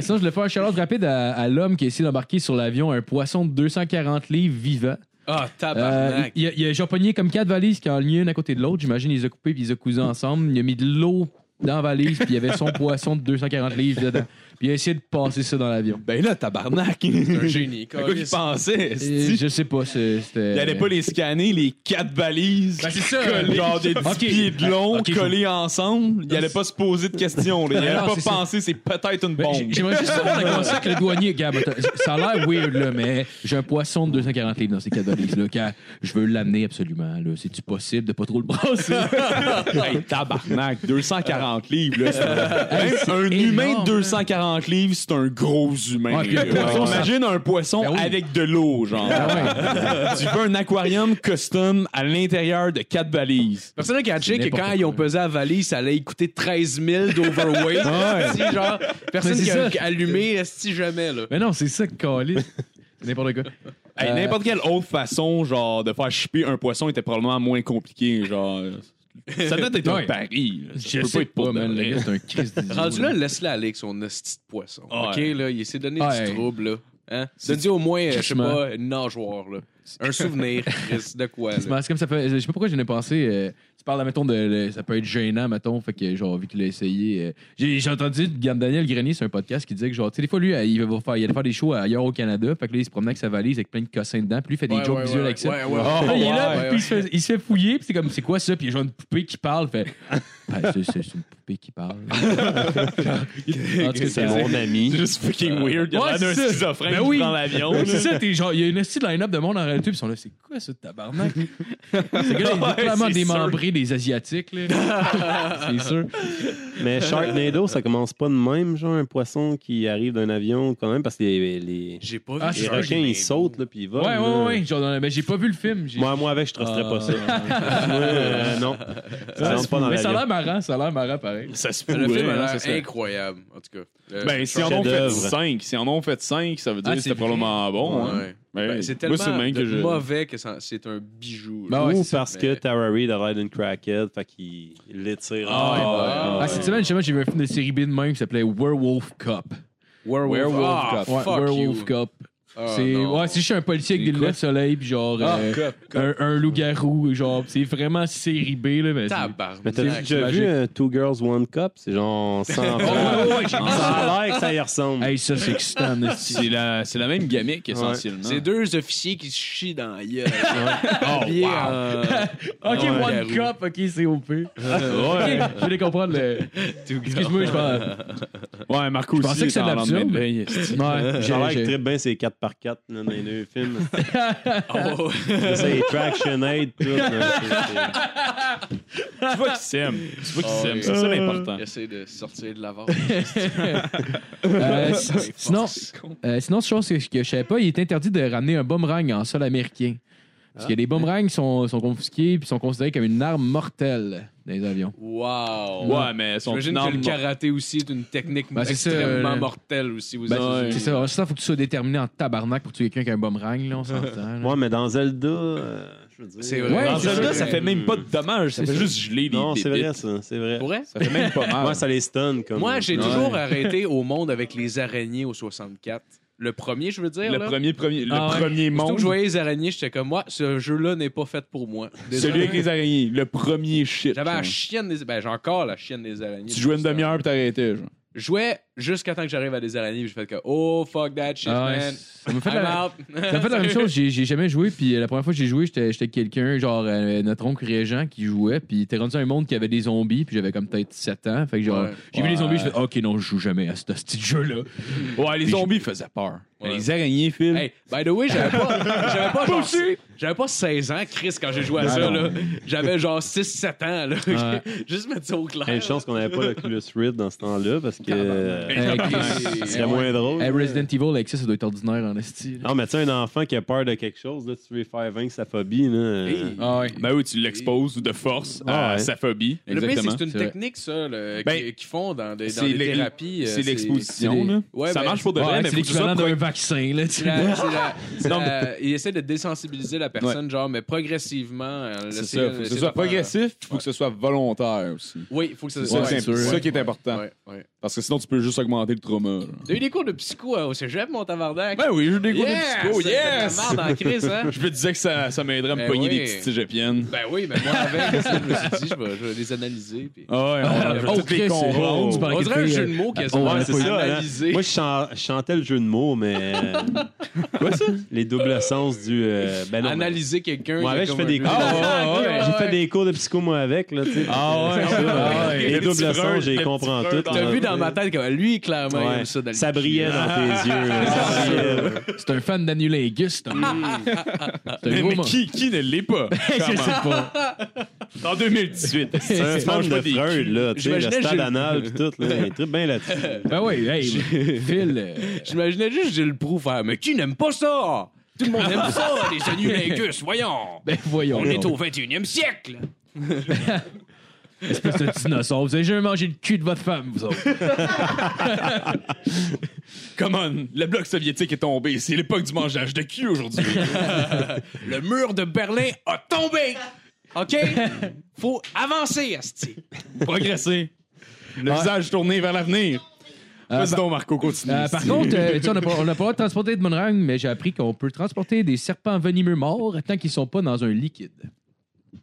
C: sinon, je voulais faire un shout-out rapide à, à l'homme qui a essayé d'embarquer sur l'avion un poisson de 240 livres vivant.
D: Ah,
C: Euh,
D: tabarnak.
C: il, a- il a genre pogné comme quatre valises qui ont lié une à côté de l'autre. J'imagine, il les a coupées puis il les a cousées ensemble. Il a mis de l'eau dans la valise puis il y avait son poisson de 240 livres dedans. Puis il a essayé de passer ça dans l'avion.
E: Ben là, tabarnak.
D: C'est
C: Euh,
D: un génie,
E: À quoi qu'il
D: câlisse.
E: pensait,
C: Et
E: esti?
C: Je sais pas, c'est- c'était.
E: Il allait pas les scanner, les quatre valises.
C: Ben, c'est ça.
E: collées, genre des 10
C: Ok.
E: pieds de long,
C: Ok,
E: collés ensemble. Il allait pas se poser de questions. là. Il
C: Non,
E: allait
C: c'est
E: pas
C: ça.
E: penser, c'est peut-être une
C: Ben,
E: bombe.
C: j'ai- J'aimerais juste savoir la comment ça que le douanier. Gab, attends, ça a l'air weird, là, mais j'ai un poisson de 240 livres dans ces quatre valises-là. Quand je veux l'amener absolument, là, c'est-tu possible de pas trop le brasser?
E: Hey, tabarnak, 240 livres, là. c'est-
C: Hey,
E: Même
C: c'est
E: un humain
C: énorme.
E: de 240 livres, c'est un gros humain.
C: Ouais, puis un
E: là.
C: poisson, ça-
E: Imagine un poisson
C: Ben oui.
E: avec de l'eau, genre. tu veux un aquarium custom à l'intérieur de quatre valises.
D: Personne n'a catché
C: C'est
D: que quand
C: n'importe
D: ils ont
C: quoi.
D: pesé la valise, ça allait coûter 13 000 d'overweight. Si, genre, personne
C: Ah Mais c'est
D: qui a
C: ça.
D: allumé si jamais. Là.
C: Mais non, c'est ça, calé. C'est n'importe quoi.
E: Hey,
C: Euh,
E: N'importe quelle autre façon, genre, de faire chipper un poisson était probablement moins compliqué, genre. Ça doit être un
C: Ouais.
E: pari. là. Ça
C: Je
E: peut
C: sais
E: être pour
C: pas,
E: de
C: man. Le
E: vrai.
C: gars, c'est un Christ d'idiot,
D: Rendu là, laisse-le aller avec son hostie de poisson.
E: Ouais.
D: OK, là, il s'est donné
C: Ouais.
D: du trouble, là. Hein? Donne-lui au moins, euh, je sais
C: Crissement.
D: pas, une nageoire, là. Un souvenir, Chris, de quoi, là?
C: C'est comme ça fait. Je sais pas pourquoi j'en ai pensé. euh, tu parles, mettons, de. le- ça peut être gênant, mettons. Fait que, genre, vu qu'il a essayé. euh, j'ai j'ai entendu Gab- Daniel Grenier sur un podcast qui disait que, genre, tu sais, des fois, lui, euh, il, va faire, il allait faire des shows ailleurs au Canada. Fait que là, il se promenait avec sa valise avec plein de cossins dedans. Puis lui, il fait des
D: Ouais,
C: jokes
D: ouais,
C: visuels
D: ouais,
C: avec ça.
D: ouais, ouais,
E: Ah,
C: Puis il est là,
E: ouais,
C: puis il, se fait, il se fait fouiller, puis c'est comme, c'est quoi ça? Puis il y a genre une poupée qui parle. Fait, Ben, c'est c'est- c'est une poupée qui parle. en tout cas,
G: C'est mon ami.
E: C'est juste fucking weird. Il y a
C: Ouais,
E: l'air
C: c'est
E: d'un
C: ça.
E: schizophrène
C: Ben
E: qui
C: oui.
E: prend l'avion.
C: C'est ça, t'es genre, il y a une hostie de line-up de monde en réalité, puis ils sont là, c'est quoi ce tabarnak? c'est gars, il est clairement
G: c'est
C: démembré des Asiatiques, là. c'est sûr.
G: Mais Sharknado, ça commence pas de même, genre un poisson qui arrive d'un avion quand même, parce que les, les,
D: J'ai pas
C: Ah,
D: vu.
G: les
C: c'est
G: requins, ils sautent, là, puis ils volent.
C: Ouais,
G: là.
C: ouais, ouais. Genre, dans la- mais j'ai pas vu le film. j'ai-
G: Moi, moi, avec, je tracerais pas ça. Moi, euh, non. Ça rentre pas dans
C: mais ça a
G: l'avion.
C: l'air marrant, ça a l'air marrant pareil.
E: Ça se
D: Le film
E: pourrait, hein,
D: a
E: c'est ça.
D: l'air incroyable, en tout cas. Le-
E: Ben, si en ont fait
G: Chef-d'œuvre.
E: 5, si en ont fait 5, ça veut dire
C: Ah,
E: que
C: c'est
E: c'était probablement bon. hein.
D: Ouais.
E: Ben,
D: Ben, c'est
E: moi,
D: tellement
E: c'est le même que
D: de
E: je-
D: mauvais que ça- c'est un bijou.
C: Ben ouais,
G: Ou
C: c'est ça,
G: parce
D: mais-
G: que Tara Reid a l'air d'une crackhead, fait qu'il il l'étire.
E: Ah,
D: ouais.
C: Ah, cette semaine, justement, j'ai vu un film de série B de même qui s'appelait Werewolf Cop.
D: Werewolf,
E: Werewolf
D: Ah,
E: Cup.
C: Ouais,
D: fuck
C: Werewolf
D: you.
C: Cop.
D: Ah,
C: c'est
D: non. Ah,
C: ouais, c'est juste un policier avec des lunettes de soleil, puis genre
E: Ah.
C: euh, un, un loup-garou, genre c'est vraiment série B là, mais c'est-
D: Tabarnak.
G: Mais t'as déjà
C: magique.
G: vu euh, Two Girls, One Cup? C'est genre 100 Ça a l'air que ça y ressemble.
C: Hey, ça c'est excitant. esti.
E: C'est la, c'est la même gamique, essentiellement.
D: C'est deux officiers qui se chient dans la gueule.
E: Oh,
D: Habillés
E: wow.
D: en-
E: Ah
C: ok,
D: Ouais.
C: One Cop, ok, c'est OP.
E: Ouais.
C: Je voulais comprendre le. Excuse-moi, je pense.
E: Ouais, Marco
C: Je
E: aussi.
C: pensais que c'était
E: dans
C: de
E: l'endemain
C: l'absurde.
E: de veille,
C: Ouais,
E: esti.
G: J'ai l'air
C: j'ai-
G: qu'il
C: j'ai-
G: trippe bien ses 4x4 là, dans les deux films.
D: Oh.
G: C'est Traction Aid, tout. là, c'est- c'est-
E: Tu vois qu'ils s'aiment.
C: Ah.
E: Tu vois qu'ils
D: Oh,
E: s'aiment.
D: oui.
E: C'est ça l'important.
D: J'essaie de sortir de l'avant.
C: Euh, s- sinon, euh, sinon, chose que, que je savais pas, il est interdit de ramener un boomerang en sol américain. Parce
E: Ah.
C: que les boomerangs sont, sont confisqués puis sont considérés comme une arme mortelle dans les avions.
D: Wow.
E: Ouais, mais son
D: J'imagine que le
E: énorme-
D: karaté aussi est une technique
C: Ben, c'est ça,
D: extrêmement
C: euh,
D: mortelle aussi. Vous
C: Ben,
D: avez-
C: c'est ça. Il faut que tu sois déterminé en tabarnak pour tuer quelqu'un qui a un boomerang, là, on s'entend. là.
G: Ouais, mais dans Zelda, euh, je veux dire.
D: C'est vrai.
C: Ouais,
E: Dans
C: c'est
E: celle-là,
C: vrai.
E: ça fait même pas de dommages. Ça
C: C'est
E: fait
C: ça.
E: juste geler les
G: Non, c'est
E: bébites.
G: vrai, ça. C'est vrai.
D: Pour vrai?
E: Ça fait même pas mal.
G: Moi, ça les stun. Comme...
D: Moi, j'ai
G: Ouais.
D: toujours arrêté au monde avec les araignées au 64. Le premier, je veux dire.
E: Le
D: là.
E: premier, premier, le
C: Ah ouais.
E: premier
D: Surtout
E: monde.
D: que je voyais les araignées, j'étais comme moi, ce jeu-là n'est pas fait pour moi. Désolé.
E: Celui avec les araignées. Le premier shit.
D: J'avais la
E: genre.
D: chienne des. Ben, j'ai encore la chienne des araignées.
E: Tu jouais une demi-heure puis t'arrêtais. genre.
D: Je jouais jusqu'à temps que j'arrive à des araignées, puis j'ai fait que oh fuck that shit,
C: Ah ouais,
D: man.
C: ça m'a fait
D: I'm
C: la-
D: out.
C: Ça me fait la même chose, j'ai j'ai jamais joué, puis euh, la première fois que j'ai joué, j'étais j'étais quelqu'un, genre euh, notre oncle Régent qui jouait, puis il était rendu dans un monde qui avait des zombies, puis j'avais comme peut-être 7 ans, fait que genre,
D: Ouais.
C: j'ai vu les zombies, je fais « Ok, non, je joue jamais à ce ce petit jeu-là.
E: Ouais, les zombies faisaient peur. Mais
D: Ouais.
E: Les araignées, Phil.
D: Hey, by the way, j'avais pas, j'avais pas, genre, j'avais pas 16 ans, Chris, quand j'ai
C: Ah
D: joué à ça, là. J'avais genre 6-7 ans, là.
C: Ouais.
D: Juste mettre ça au clair.
G: Hey, Une chance qu'on n'avait pas l'Oculus Rift dans ce temps-là parce que euh,
C: Euh,
D: Hey,
G: ce serait moins drôle.
C: Hey, Resident Evil, avec ça, ça doit être ordinaire en esti. là.
E: Ah,
G: Non, mais tu sais, un enfant qui a peur de quelque chose, là, tu veux lui faire vaincre sa phobie. Là, euh,
D: Hey.
C: Ah ouais.
E: Ben oui, tu l'exposes de force
G: Ah
E: à
G: ouais.
E: sa phobie.
D: Le pire, c'est
E: Exactement.
D: que c'est une
C: c'est vrai.
D: technique, ça, là,
E: Ben,
D: qui- qu'ils font dans des, dans
E: C'est
D: des
E: l'e-
D: thérapies. euh,
E: C'est
C: c'est
E: l'exposition,
C: des-
E: là.
D: Ouais,
E: ça
D: ben,
E: marche pour de
C: Ouais,
E: vrai, mais
C: c'est
E: faut que tu sois
C: l'équivalent d'un
E: pro-
C: vaccin, là, tu
D: C'est
C: sais.
D: la- c'est la- c'est
E: Non,
D: la- il essaie de désensibiliser la personne, genre, mais progressivement. euh,
E: C'est ça, faut que ce soit progressif, il faut que ce soit volontaire aussi.
D: Oui, il faut que ce
E: Ça,
D: soit.
E: c'est
C: sûr,
E: c'est ça
C: ouais.
E: qui est important.
D: Ouais, ouais.
E: Parce que sinon, tu peux juste augmenter le trauma. là.
D: T'as eu des cours de psycho hein, au cégep, mon tabarnak?
E: Ben oui, je découvre
D: Yes!
E: des psychos,
D: C'est de la
E: yes!
D: merde en crise, hein?
E: Je me disais que ça, ça m'aiderait à me
D: Ben
E: pogner
D: oui.
E: des petites cégepiennes.
D: Ben oui, mais moi, avec, je me suis dit, je vais, je vais les analyser. Puis...
E: Ah ouais, on avait
C: Oh,
E: toutes les
C: Chris,
E: cons.
C: c'est-
G: Oh.
C: du parquet
D: On dirait un
C: de
D: jeu
C: filles,
D: de mots
C: euh,
D: quasiment.
C: on
G: Ouais,
C: l'a
G: c'est
C: pas
G: ça. hein.
D: analyser.
G: Moi, je, chan- je chantais le jeu de mots, mais. Quoi ça? Les doubles sens du. euh, ben non, mais-
D: Analyser quelqu'un.
G: Moi,
D: c'est
G: avec, je
D: comme
G: fais
D: un
G: des
D: jeu.
G: cours.
E: Ah, ouais, ouais, ouais.
G: J'ai fait des cours de psycho, moi, avec. Là, tu sais. euh,
E: Ah ouais, ah ouais.
G: Les
E: Le petit
G: doubles sens,
E: freud,
G: j'ai
E: le
G: comprends
E: petit freud
G: tout.
E: dans
D: T'as
G: là.
D: vu dans ma tête que lui, clairement, il aime
G: Ouais.
D: ça d'aller.
G: Ça brillait dans tes yeux. là. Ça brillait.
C: C'est un fan d'Annulingus, toi. C'est un
E: Mais,
C: gros
E: mais
C: mo-
E: qui, qui ne l'est pas?
C: Je sais pas.
E: En 2018.
G: C'est un fan
E: Mange pas
G: de
E: des
G: Freud, là. Tu sais, le
D: J'imaginais
G: stade
D: Jules-
G: anal pis tout, là. Il tripe bien là-dessus.
C: Ben oui, hey, Phil. euh,
D: J'imaginais juste Gilles Proux faire Mais qui n'aime pas ça Tout le monde aime ça, les anulingus, voyons
C: Ben voyons.
D: On
C: donc.
D: est au 21e siècle
C: espèce de dinosaure. Vous avez jamais mangé le cul de votre femme, vous autres.
E: Come on, le bloc soviétique est tombé. C'est l'époque du mangeage de cul aujourd'hui.
D: Le mur de Berlin a tombé OK Faut avancer, Asti.
E: Progresser. Le visage tourné vers l'avenir.
C: Euh,
E: Vas-y donc, Marco, continue.
C: Euh, par contre, euh, tu sais, on n'a pas, on n'a pas le droit de transporter de boomerang, mais j'ai appris qu'on peut transporter des serpents venimeux morts tant qu'ils sont pas dans un liquide.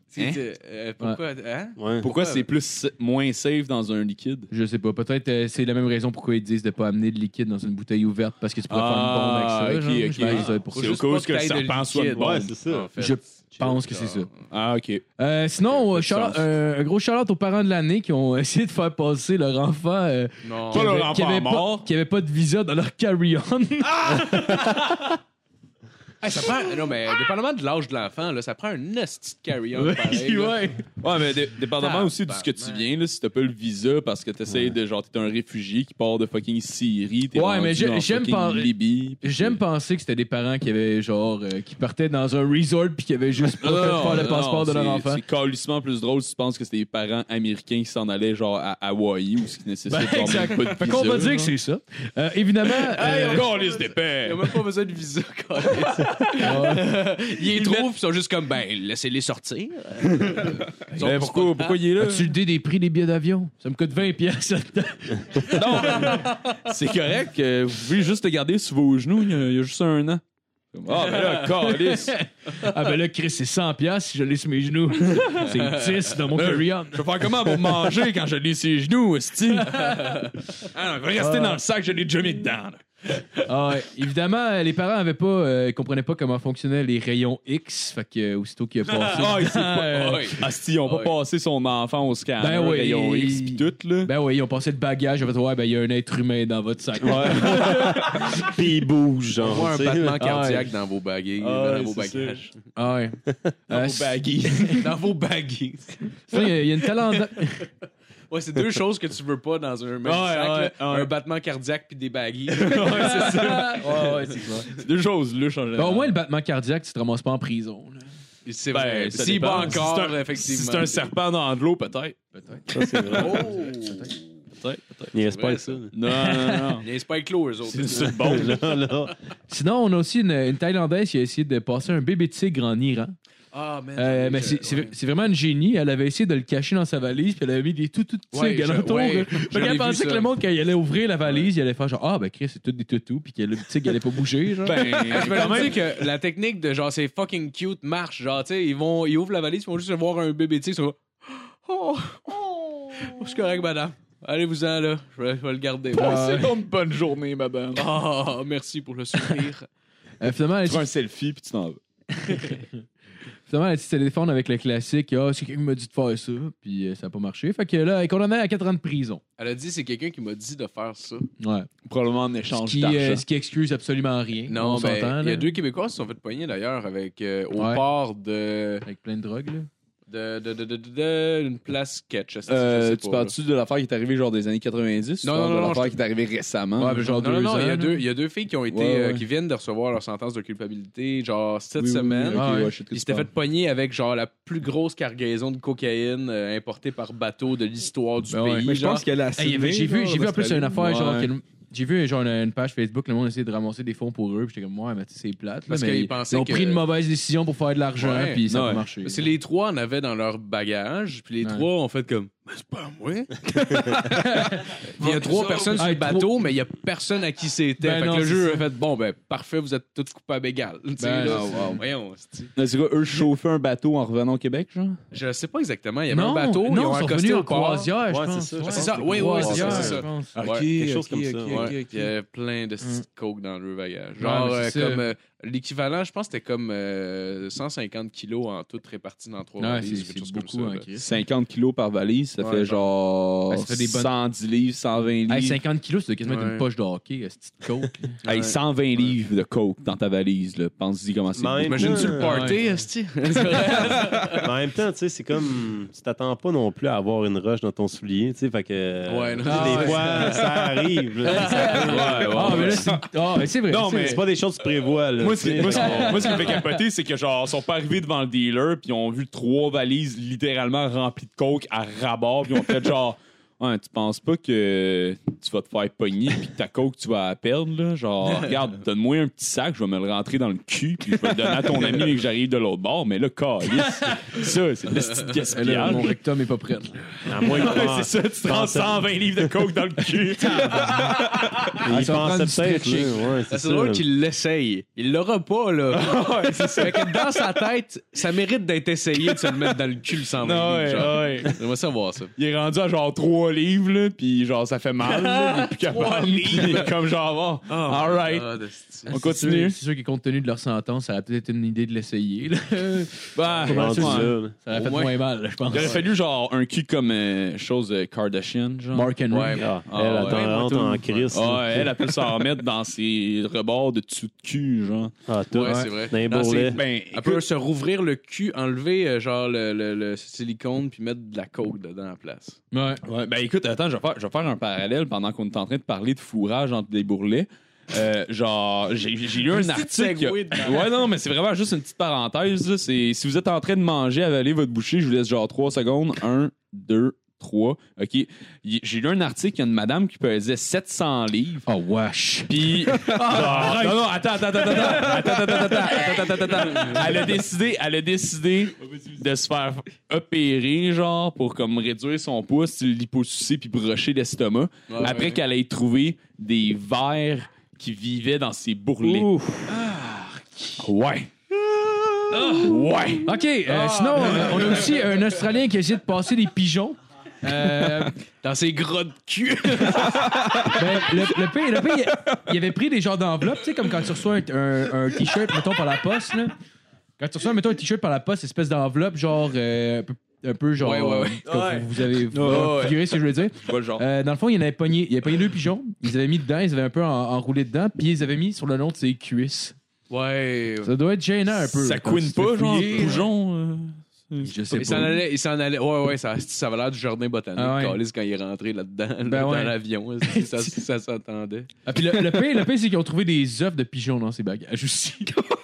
D: C'est, euh, euh, pourquoi hein?
G: Ouais.
E: pourquoi c'est plus moins safe dans un liquide?
C: Je sais pas. Peut-être euh, c'est la même raison pourquoi ils disent de pas amener de liquide dans une bouteille ouverte parce que tu pourrais
E: Ah,
C: faire une bombe avec ça.
E: ok,
C: genre. Je pense que ça
E: ok.
C: doit être pour
D: Faut
C: ça.
E: C'est au
D: juste
E: cause
D: pas
E: que le
D: t'ailles de
E: serpent soit
D: liquide,
E: bon.
G: Ouais, c'est ça.
D: en fait.
C: Je pense que c'est ça.
E: Ah, OK.
C: Euh, sinon, euh, shout-out-
E: sens.
C: euh, un gros shout-out aux parents de l'année qui ont essayé de faire passer leur enfant euh,
D: Non.
E: Pas leur
C: qui
E: enfant
C: avait
E: mort.
C: Ah, pas, qui avait pas de visa dans leur carry-on.
D: Hey, Ah, ça prend. euh, Non, mais dépendamment de l'âge de l'enfant, là, ça prend un esti de carry-on. pareil, là.
E: Ouais, mais dé- dépendamment aussi de ce que tu
D: Tabarnak.
E: viens, là, si t'as pas le visa parce que t'essayes de genre, t'es un réfugié qui part de fucking Syrie, t'es
C: Ouais,
E: rendu
C: mais j'ai-
E: en
C: j'aime
E: fucking
C: par-
E: Libye. puis-
C: J'aime penser que c'était des parents qui avaient genre euh, qui partaient dans un resort puis qui avaient juste pas
E: Non,
C: fait
E: Ah non,
C: faire le
E: non,
C: passeport de
E: c'est-
C: leur enfant.
E: C'est calissement plus drôle si tu penses que c'est des parents américains qui s'en allallaient genre à Hawaï ou ce qui nécessite
C: Ben,
E: genre même
C: exact.
E: pas de
C: Fait qu'on va
E: visa,
C: dire que
E: genre.
C: c'est ça. Euh, évidemment. euh,
E: Calisse d'épais.
D: Il a même pas besoin de visa, quoi. Ils les trouvent, ils sont juste comme, ben, laissez-les sortir. Ils ont-
E: Ben, pourquoi, pourquoi il est là?
C: As-tu le dé des prix des billets d'avion? Ça me coûte 20 pièces.
E: Non, mais c'est correct. euh, vous pouvez juste le garder sous vos genoux il y a, il y a juste un an. Comme, Ah, ben là, calisse.
C: ah ben là, Chris, c'est 100 pièces si je l'ai sur mes genoux. C'est 10 dans mon carry-on.
E: Euh, Je vais faire comment pour manger quand je l'ai sur les genoux, style? Ah, non, il va rester dans le sac, je l'ai déjà mis dedans. là.
C: Ah, ouais. évidemment, euh, les parents avaient pas, euh, comprenaient pas comment fonctionnaient les rayons X. Fait que euh, aussitôt qu'il a passé. Euh,
E: Ah, il s'est pas-
D: Ouais.
E: Ah, si, ils ont pas
D: Ouais.
E: passé son enfant au scanner.
C: Ben oui.
E: Ils ont X pis tout, là.
C: Ben oui, ils ont passé le bagage. Ils ont fait, ouais, ben il y a un être humain dans votre sac.
G: Puis il bouge,
D: On
G: genre.
D: voit un
G: tu sais.
D: battement cardiaque dans vos baguilles, dans vos bagages.
C: Ah ouais. Euh,
E: Au baggy.
D: Dans vos baguilles.
C: sinon, il y a- il y a une calendrier.
D: Ouais, c'est deux choses que tu veux pas dans un même
E: Ouais,
D: sac.
E: ouais,
D: là.
E: ouais.
D: Un battement cardiaque puis des baguilles.
E: C'est deux choses, là, en général.
C: Ben, au moins, le battement cardiaque, tu te ramasses pas en prison. là.
D: C'est
E: Ben,
D: vrai.
E: ça
D: S'il
E: dépend.
D: bat encore,
E: Si c'est un-
D: effectivement.
E: Si c'est un serpent dans de l'eau, peut-être.
G: Ça, c'est vrai.
D: Oh!
E: Peut-être, peut-être.
G: Il reste
D: vrai,
G: pas
D: ça.
G: ça.
E: Non, non, non.
D: Il y a un spike low, eux autres.
E: C'est
G: Bon, là, là.
C: Sinon, on a aussi une, une Thaïlandaise qui a essayé de passer un bébé tigre en Iran.
D: Ah, man.
C: Euh,
D: oui,
C: mais
D: je-
C: c'est c'est-
D: ouais.
C: c'est vraiment une génie. Elle avait essayé de le cacher dans sa valise, puis elle avait mis des tout tout petits
D: Ouais,
C: tigres
D: je-
C: alentour.
D: ouais,
C: là.
D: je
C: Fait
D: l'ai
C: qu'elle
D: vu,
C: pensait que
D: ça.
C: le monde, quand il allait ouvrir la valise, il allait faire genre Ah, ben Chris, c'est tout des toutous, puis que le tigre allait pas bouger. Genre.
D: Ah, Je me dis que la technique de genre c'est fucking cute marche. Genre, tu sais, ils, vont- ils ouvrent la valise, ils vont juste voir un bébé tigre. Ils sont là, Oh! Oh! Je suis correct, madame. Allez-vous-en, là. Je vais, je vais le garder.
C: Passez
D: une bonne journée, madame. Oh, merci pour le sourire.
C: Euh, finalement, elle
E: Tu
C: dit,
E: prends un selfie puis tu t'en vas.
C: finalement, elle dit de se défendre avec le classique Ah, c'est quelqu'un qui m'a dit de faire ça, puis euh, ça a pas marché. Fait que là, elle est condamnée à 4 ans de prison.
D: Elle a dit c'est quelqu'un qui m'a dit de faire ça.
C: Ouais.
E: Probablement en
C: Ce
E: échange
C: qui,
E: d'argent.
C: euh, ce qui excuse absolument rien.
D: Non,
C: on
D: mais
C: s'entend,
D: il y
C: là,
D: a deux Québécois qui se sont fait pogner d'ailleurs avec euh, au
C: Ouais.
D: port de
C: Avec plein de drogues, là.
D: de de de, de, de- de- une place sketch. je sais- je
E: Euh,
D: sais
E: tu
D: pas,
E: parles-tu de l'affaire qui est arrivée genre des années 90
D: Non,
E: ou
D: non,
E: de
D: non, non,
E: l'affaire
D: je-
E: qui est arrivée récemment?
C: Ouais, ben, genre
D: Non, non,
C: deux
D: non, il y, a
C: ans,
D: deux,
C: là.
D: il y a deux filles qui ont été,
E: hein? Ouais,
D: euh,
E: ouais.
D: qui viennent de recevoir leur sentence de culpabilité, genre cette
E: Oui, oui, oui,
D: semaine.
E: ok,
C: Ah, ouais.
E: ouais, je sais de
D: Ils
E: quoi tu
D: s'étaient fait
E: parles.
D: pogner avec genre la plus grosse cargaison de cocaïne euh, importée par bateau de l'histoire du
C: Ben ouais.
D: pays.
F: Mais je
D: genre.
F: pense qu'elle a
C: Hey,
F: Sydney,
C: j'ai vu,
F: genre,
C: j'ai vu en plus
F: Australie.
C: une affaire, genre,
E: Ouais.
C: qu'il y a une- j'ai vu genre une, une page Facebook, le monde essayait de ramasser des fonds pour eux, puis j'étais comme, ouais, mais tu sais, c'est plate. là,
D: Parce
C: mais
D: qu'ils
C: ils,
D: pensaient
C: ils ont
D: que-
C: pris une mauvaise décision pour faire de l'argent,
D: Ouais.
C: puis ça a
E: Ouais.
C: pas marché.
D: Parce que les trois en avaient dans leur bagage, puis les
C: Ouais.
D: trois ont fait comme Mais c'est pas à moi. il y a trois personnes sur
C: Hey,
D: le bateau, mais il y a personne à qui c'était.
C: Ben
D: fait que
C: non,
D: le
C: c'est
D: jeu
C: ça.
D: a fait bon, ben parfait, vous êtes tous coupables égales. Tu sais,
C: Ben,
D: là,
C: non,
D: c'est-
E: Ah, wow.
D: Voyons, c'est-
E: Mais C'est quoi, eux chauffaient un bateau en revenant au Québec, genre?
D: je sais pas exactement. Il y avait
C: non,
D: un bateau,
C: non,
D: ils ont
C: ils sont
D: accosté
C: venus
D: au
C: en
D: port.
C: croisière, je
G: Ouais,
C: pense.
G: c'est ça, je
D: C'est
G: pense
D: ça,
G: que
D: oui,
G: c'est
D: oui, c'est
G: des
D: ça,
G: croisières,
D: c'est ça.
C: je pense.
G: Ok,
D: Ouais,
G: quelque chose comme ça.
D: Ouais, Il y avait plein de petites coke dans le bagage.
C: Mm. Ouais,
D: Genre,
C: mais
D: euh,
C: c'est ça.
D: comme euh, l'équivalent, je pense, que c'était comme euh, 150 kilos en tout répartis dans trois
C: Ouais, c'est-
D: valises, ou quelque
C: c'est
D: chose
C: beaucoup,
D: comme ça.
C: hein,
D: là.
C: Chris.
E: 50 kilos par valise, ça
D: Ouais,
E: fait
D: ben-
E: genre
C: Ben, ça fait des bonnes-
E: 110 livres, 120 livres.
C: Hey, 50 kilos, c'est quasiment
D: Ouais.
C: une poche de hockey, euh, cette petite coke. là.
E: Hey, 120 livres de coke dans ta valise, là. Pense-y comment c'est.
G: Même-
E: beaucoup.
D: Imagine-tu le
G: Ouais.
D: party,
C: Ouais.
D: esti?
G: Mais en même temps, tu sais, c'est comme. Tu t'attends pas non plus à avoir une roche dans ton soulier, tu sais, fait que.
D: Ouais, non.
G: Tu sais,
C: Ah, ouais.
G: des fois, ça arrive. là.
E: Ouais, ouais,
C: Ah, mais
E: ouais.
C: là, c'est ah, mais c'est vrai.
E: Non,
C: c'est
E: mais-
C: vrai.
G: C'est pas des choses que tu prévois, là.
E: Moi,
G: tu
E: ce qui,
G: sais.
E: moi, ce qui- moi, ce qui me fait capoter, c'est que genre, ils sont pas arrivés devant le dealer, puis ils ont vu trois valises littéralement remplies de coke à rabord, puis ils ont fait genre. Ouais, tu penses pas que tu vas te faire pogner puis que ta coke tu vas la perdre là, genre regarde, donne-moi un petit sac, je vais me le rentrer dans le cul puis je vais le donner à ton ami dès que j'arrive de l'autre bord, mais là calice. Ça, c'est de la petite
C: Eh là,
E: gaspillage.
C: Mon rectum est pas prêt. là.
G: À moins qu'il
E: Ouais, c'est ça,
G: pense-
E: tu prends 120 livres de coke dans le cul.
G: il
C: ça va
G: pensait
C: prendre du
G: peut-être.
C: stretching.
G: là, ouais, c'est
D: C'est
G: ça.
D: drôle qu'il l'essaye. Il l'aura pas, là. Fait que dans sa tête, ça mérite d'être essayé de se le mettre dans le cul sans
E: Non, ouais,
D: genre.
E: ouais.
D: J'aimerais savoir ça.
E: Il est rendu à genre 3 trois livres, là, puis genre, ça fait mal. là, il est plus capable. Il est comme genre, oh, bon, all right.
D: Ah, de style.
E: On continue.
C: C'est sûr que compte tenu de leur sentence, ça a peut-être une idée de l'essayer. là.
E: Bah,
G: Rendu
E: ouais.
G: là, là. Ah,
C: Ça a
D: Au
C: fait
D: moins.
C: moins mal, je pense.
E: Il aurait fallu genre un cul comme euh, chose euh, Kardashian, genre.
C: Mark Henry.
D: Ouais,
G: Ah,
E: Ah,
G: elle,
E: ouais.
G: attends,
C: Ouais, moi, tout.
G: en crise.
E: Ah, elle, elle peut s'en remettre dans ses rebords de dessous de cul, genre.
G: Ah, tout.
D: Ouais, c'est vrai.
G: Dans les
E: Dans ses-
G: bourrelets.
E: ben,
D: Elle peut se rouvrir le cul, enlever euh, genre le, le- le silicone puis mettre de la coke dedans à la place.
C: Ouais.
E: Ouais, ben écoute, attends, je vais faire, je vais faire un parallèle pendant qu'on est en train de parler de fourrage entre des bourrelets. Euh, genre, j'ai j'ai lu un
D: petit
E: article. qui a-
D: segue dedans.
E: Ouais, non, mais c'est vraiment juste une petite parenthèse. là. C'est- Si vous êtes en train de manger, avaler votre bouchée, je vous laisse genre 3 secondes. 1, 2, 3. OK. Y- J'ai lu un article, il y a une madame qui pesait 700 livres.
C: Oh, wesh.
E: Puis. Ah, non, non, attends, attends, attends, attends, attends, attends, attends, attends, attends, attends, attends. Elle a décidé, elle a décidé de se faire opérer, genre, pour comme réduire son poids, style liposucé puis brocher l'estomac,
D: Ouais,
E: après
D: ouais.
E: qu'elle ait trouvé des vers qui vivaient dans ses bourrelets. Ouais. Ah. Ouais.
C: OK, euh, sinon, euh, on a aussi un Australien qui a essayé de passer des pigeons. Euh,
D: Dans ses gros de cul.
C: ben, le, le pire, le pire, il- il avait pris des genres d'enveloppes, tu sais, comme quand tu reçois un, un- un t-shirt, mettons, par la poste. Là. Quand tu reçois, mettons, un t-shirt par la poste, espèce d'enveloppe, genre, euh, un, peu, un peu genre.
D: Ouais, ouais, ouais.
C: comme
G: Ouais.
C: Vous, vous avez vous
E: Ouais,
C: avez
E: ouais.
C: figuré ce que je voulais dire.
E: Je vois le genre.
C: Euh, dans le fond, il y en avait pogné, il avait pogné deux pigeons, ils avaient mis dedans, ils avaient un peu en- enroulé dedans, puis ils avaient mis sur le long de ses cuisses.
D: Ouais.
C: Ça doit être gênant un peu.
E: Ça
C: quand tu
E: couine
C: te fais
E: pas, genre,
C: fouiller.
E: pigeon. euh,
C: Je sais
D: Il s'en
C: pas.
D: allait, il s'en allait. Ouais, ouais, ça, ça avait l'air du jardin botanique.
C: Ah ouais.
D: câlisse, quand il est rentré là-dedans,
C: Ben
D: dans
C: ouais.
D: l'avion, ça, ça, ça s'entendait.
C: Ah, puis le, le pire, le pire, c'est qu'ils ont trouvé des œufs de pigeons dans ses bagages aussi.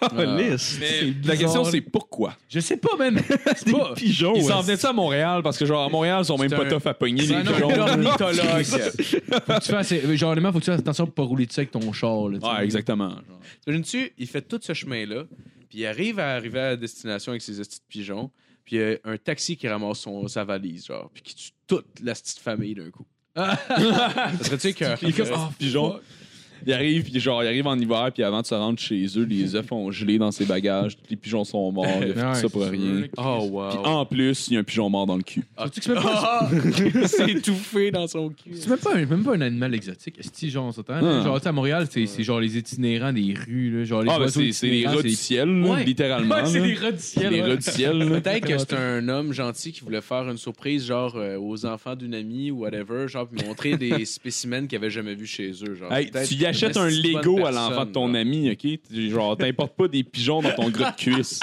C: Ah,
E: Mais la
C: bizarre.
E: question, c'est pourquoi?
C: Je sais pas, man. C'est pas.
F: Pigeon,
E: Ils
F: ouais.
E: s'en venaient ça à Montréal parce que, genre, à Montréal, ils sont même
D: C'est
E: pas
D: un-
E: tough à pogner, les
D: C'est un
E: pigeons.
D: ornithologue.
C: Faut que tu fasses, euh, genre, honnêtement, faut que tu fasses attention pour pas rouler dessus avec ton char. Là, tu sais.
E: Ouais, exactement. genre.
D: T'imagines-tu, il fait tout ce chemin-là, puis il arrive à arriver à la destination avec ses petits pigeons, puis il y a un taxi qui ramasse son, sa valise, genre, puis qui tue toute la petite famille d'un coup. ça serait-tu que.
E: Il est comme, oh, pigeon. Il arrive, puis genre, il arrive en hiver, puis avant de se rendre chez eux, les œufs ont gelé dans ses bagages, tous les pigeons sont morts, il a fait
C: Ouais,
E: tout ça pour
C: c'est
E: rien.
C: sûr.
D: Oh, wow.
E: Mm. Puis en plus, il y a un pigeon mort dans le cul.
C: Faut-tu que c'est même pas-
D: Ah! Il s'est étouffé dans son cul.
C: C'est même pas, un, même pas un animal exotique. C'est genre, on s'entend, là.
E: Ah.
C: Genre, tu sais, à Montréal, c'est c'est genre les itinérants des rues, là, genre les
E: Ah, ben
C: oiseaux
E: c'est c'est les
C: itinérants,
E: rats du ciel, là,
C: Ouais.
E: littéralement.
C: Ouais, c'est
E: là.
C: les rats du
E: C'est
C: ciel.
E: les
C: ouais.
E: rats du ciel. là.
D: Peut-être que c'est un homme gentil qui voulait faire une surprise, genre euh, aux enfants d'une amie ou whatever, genre puis montrer des spécimens qu'il avait jamais vus chez eux. Genre,
E: Hey,
D: Peut-être
E: tu y achètes
D: une
E: un
D: esti de bonne
E: Lego à l'enfant de
D: personne,
E: ton
D: genre.
E: ami, ok? Tu- Genre, t'importes pas des pigeons dans ton gros de cuisse.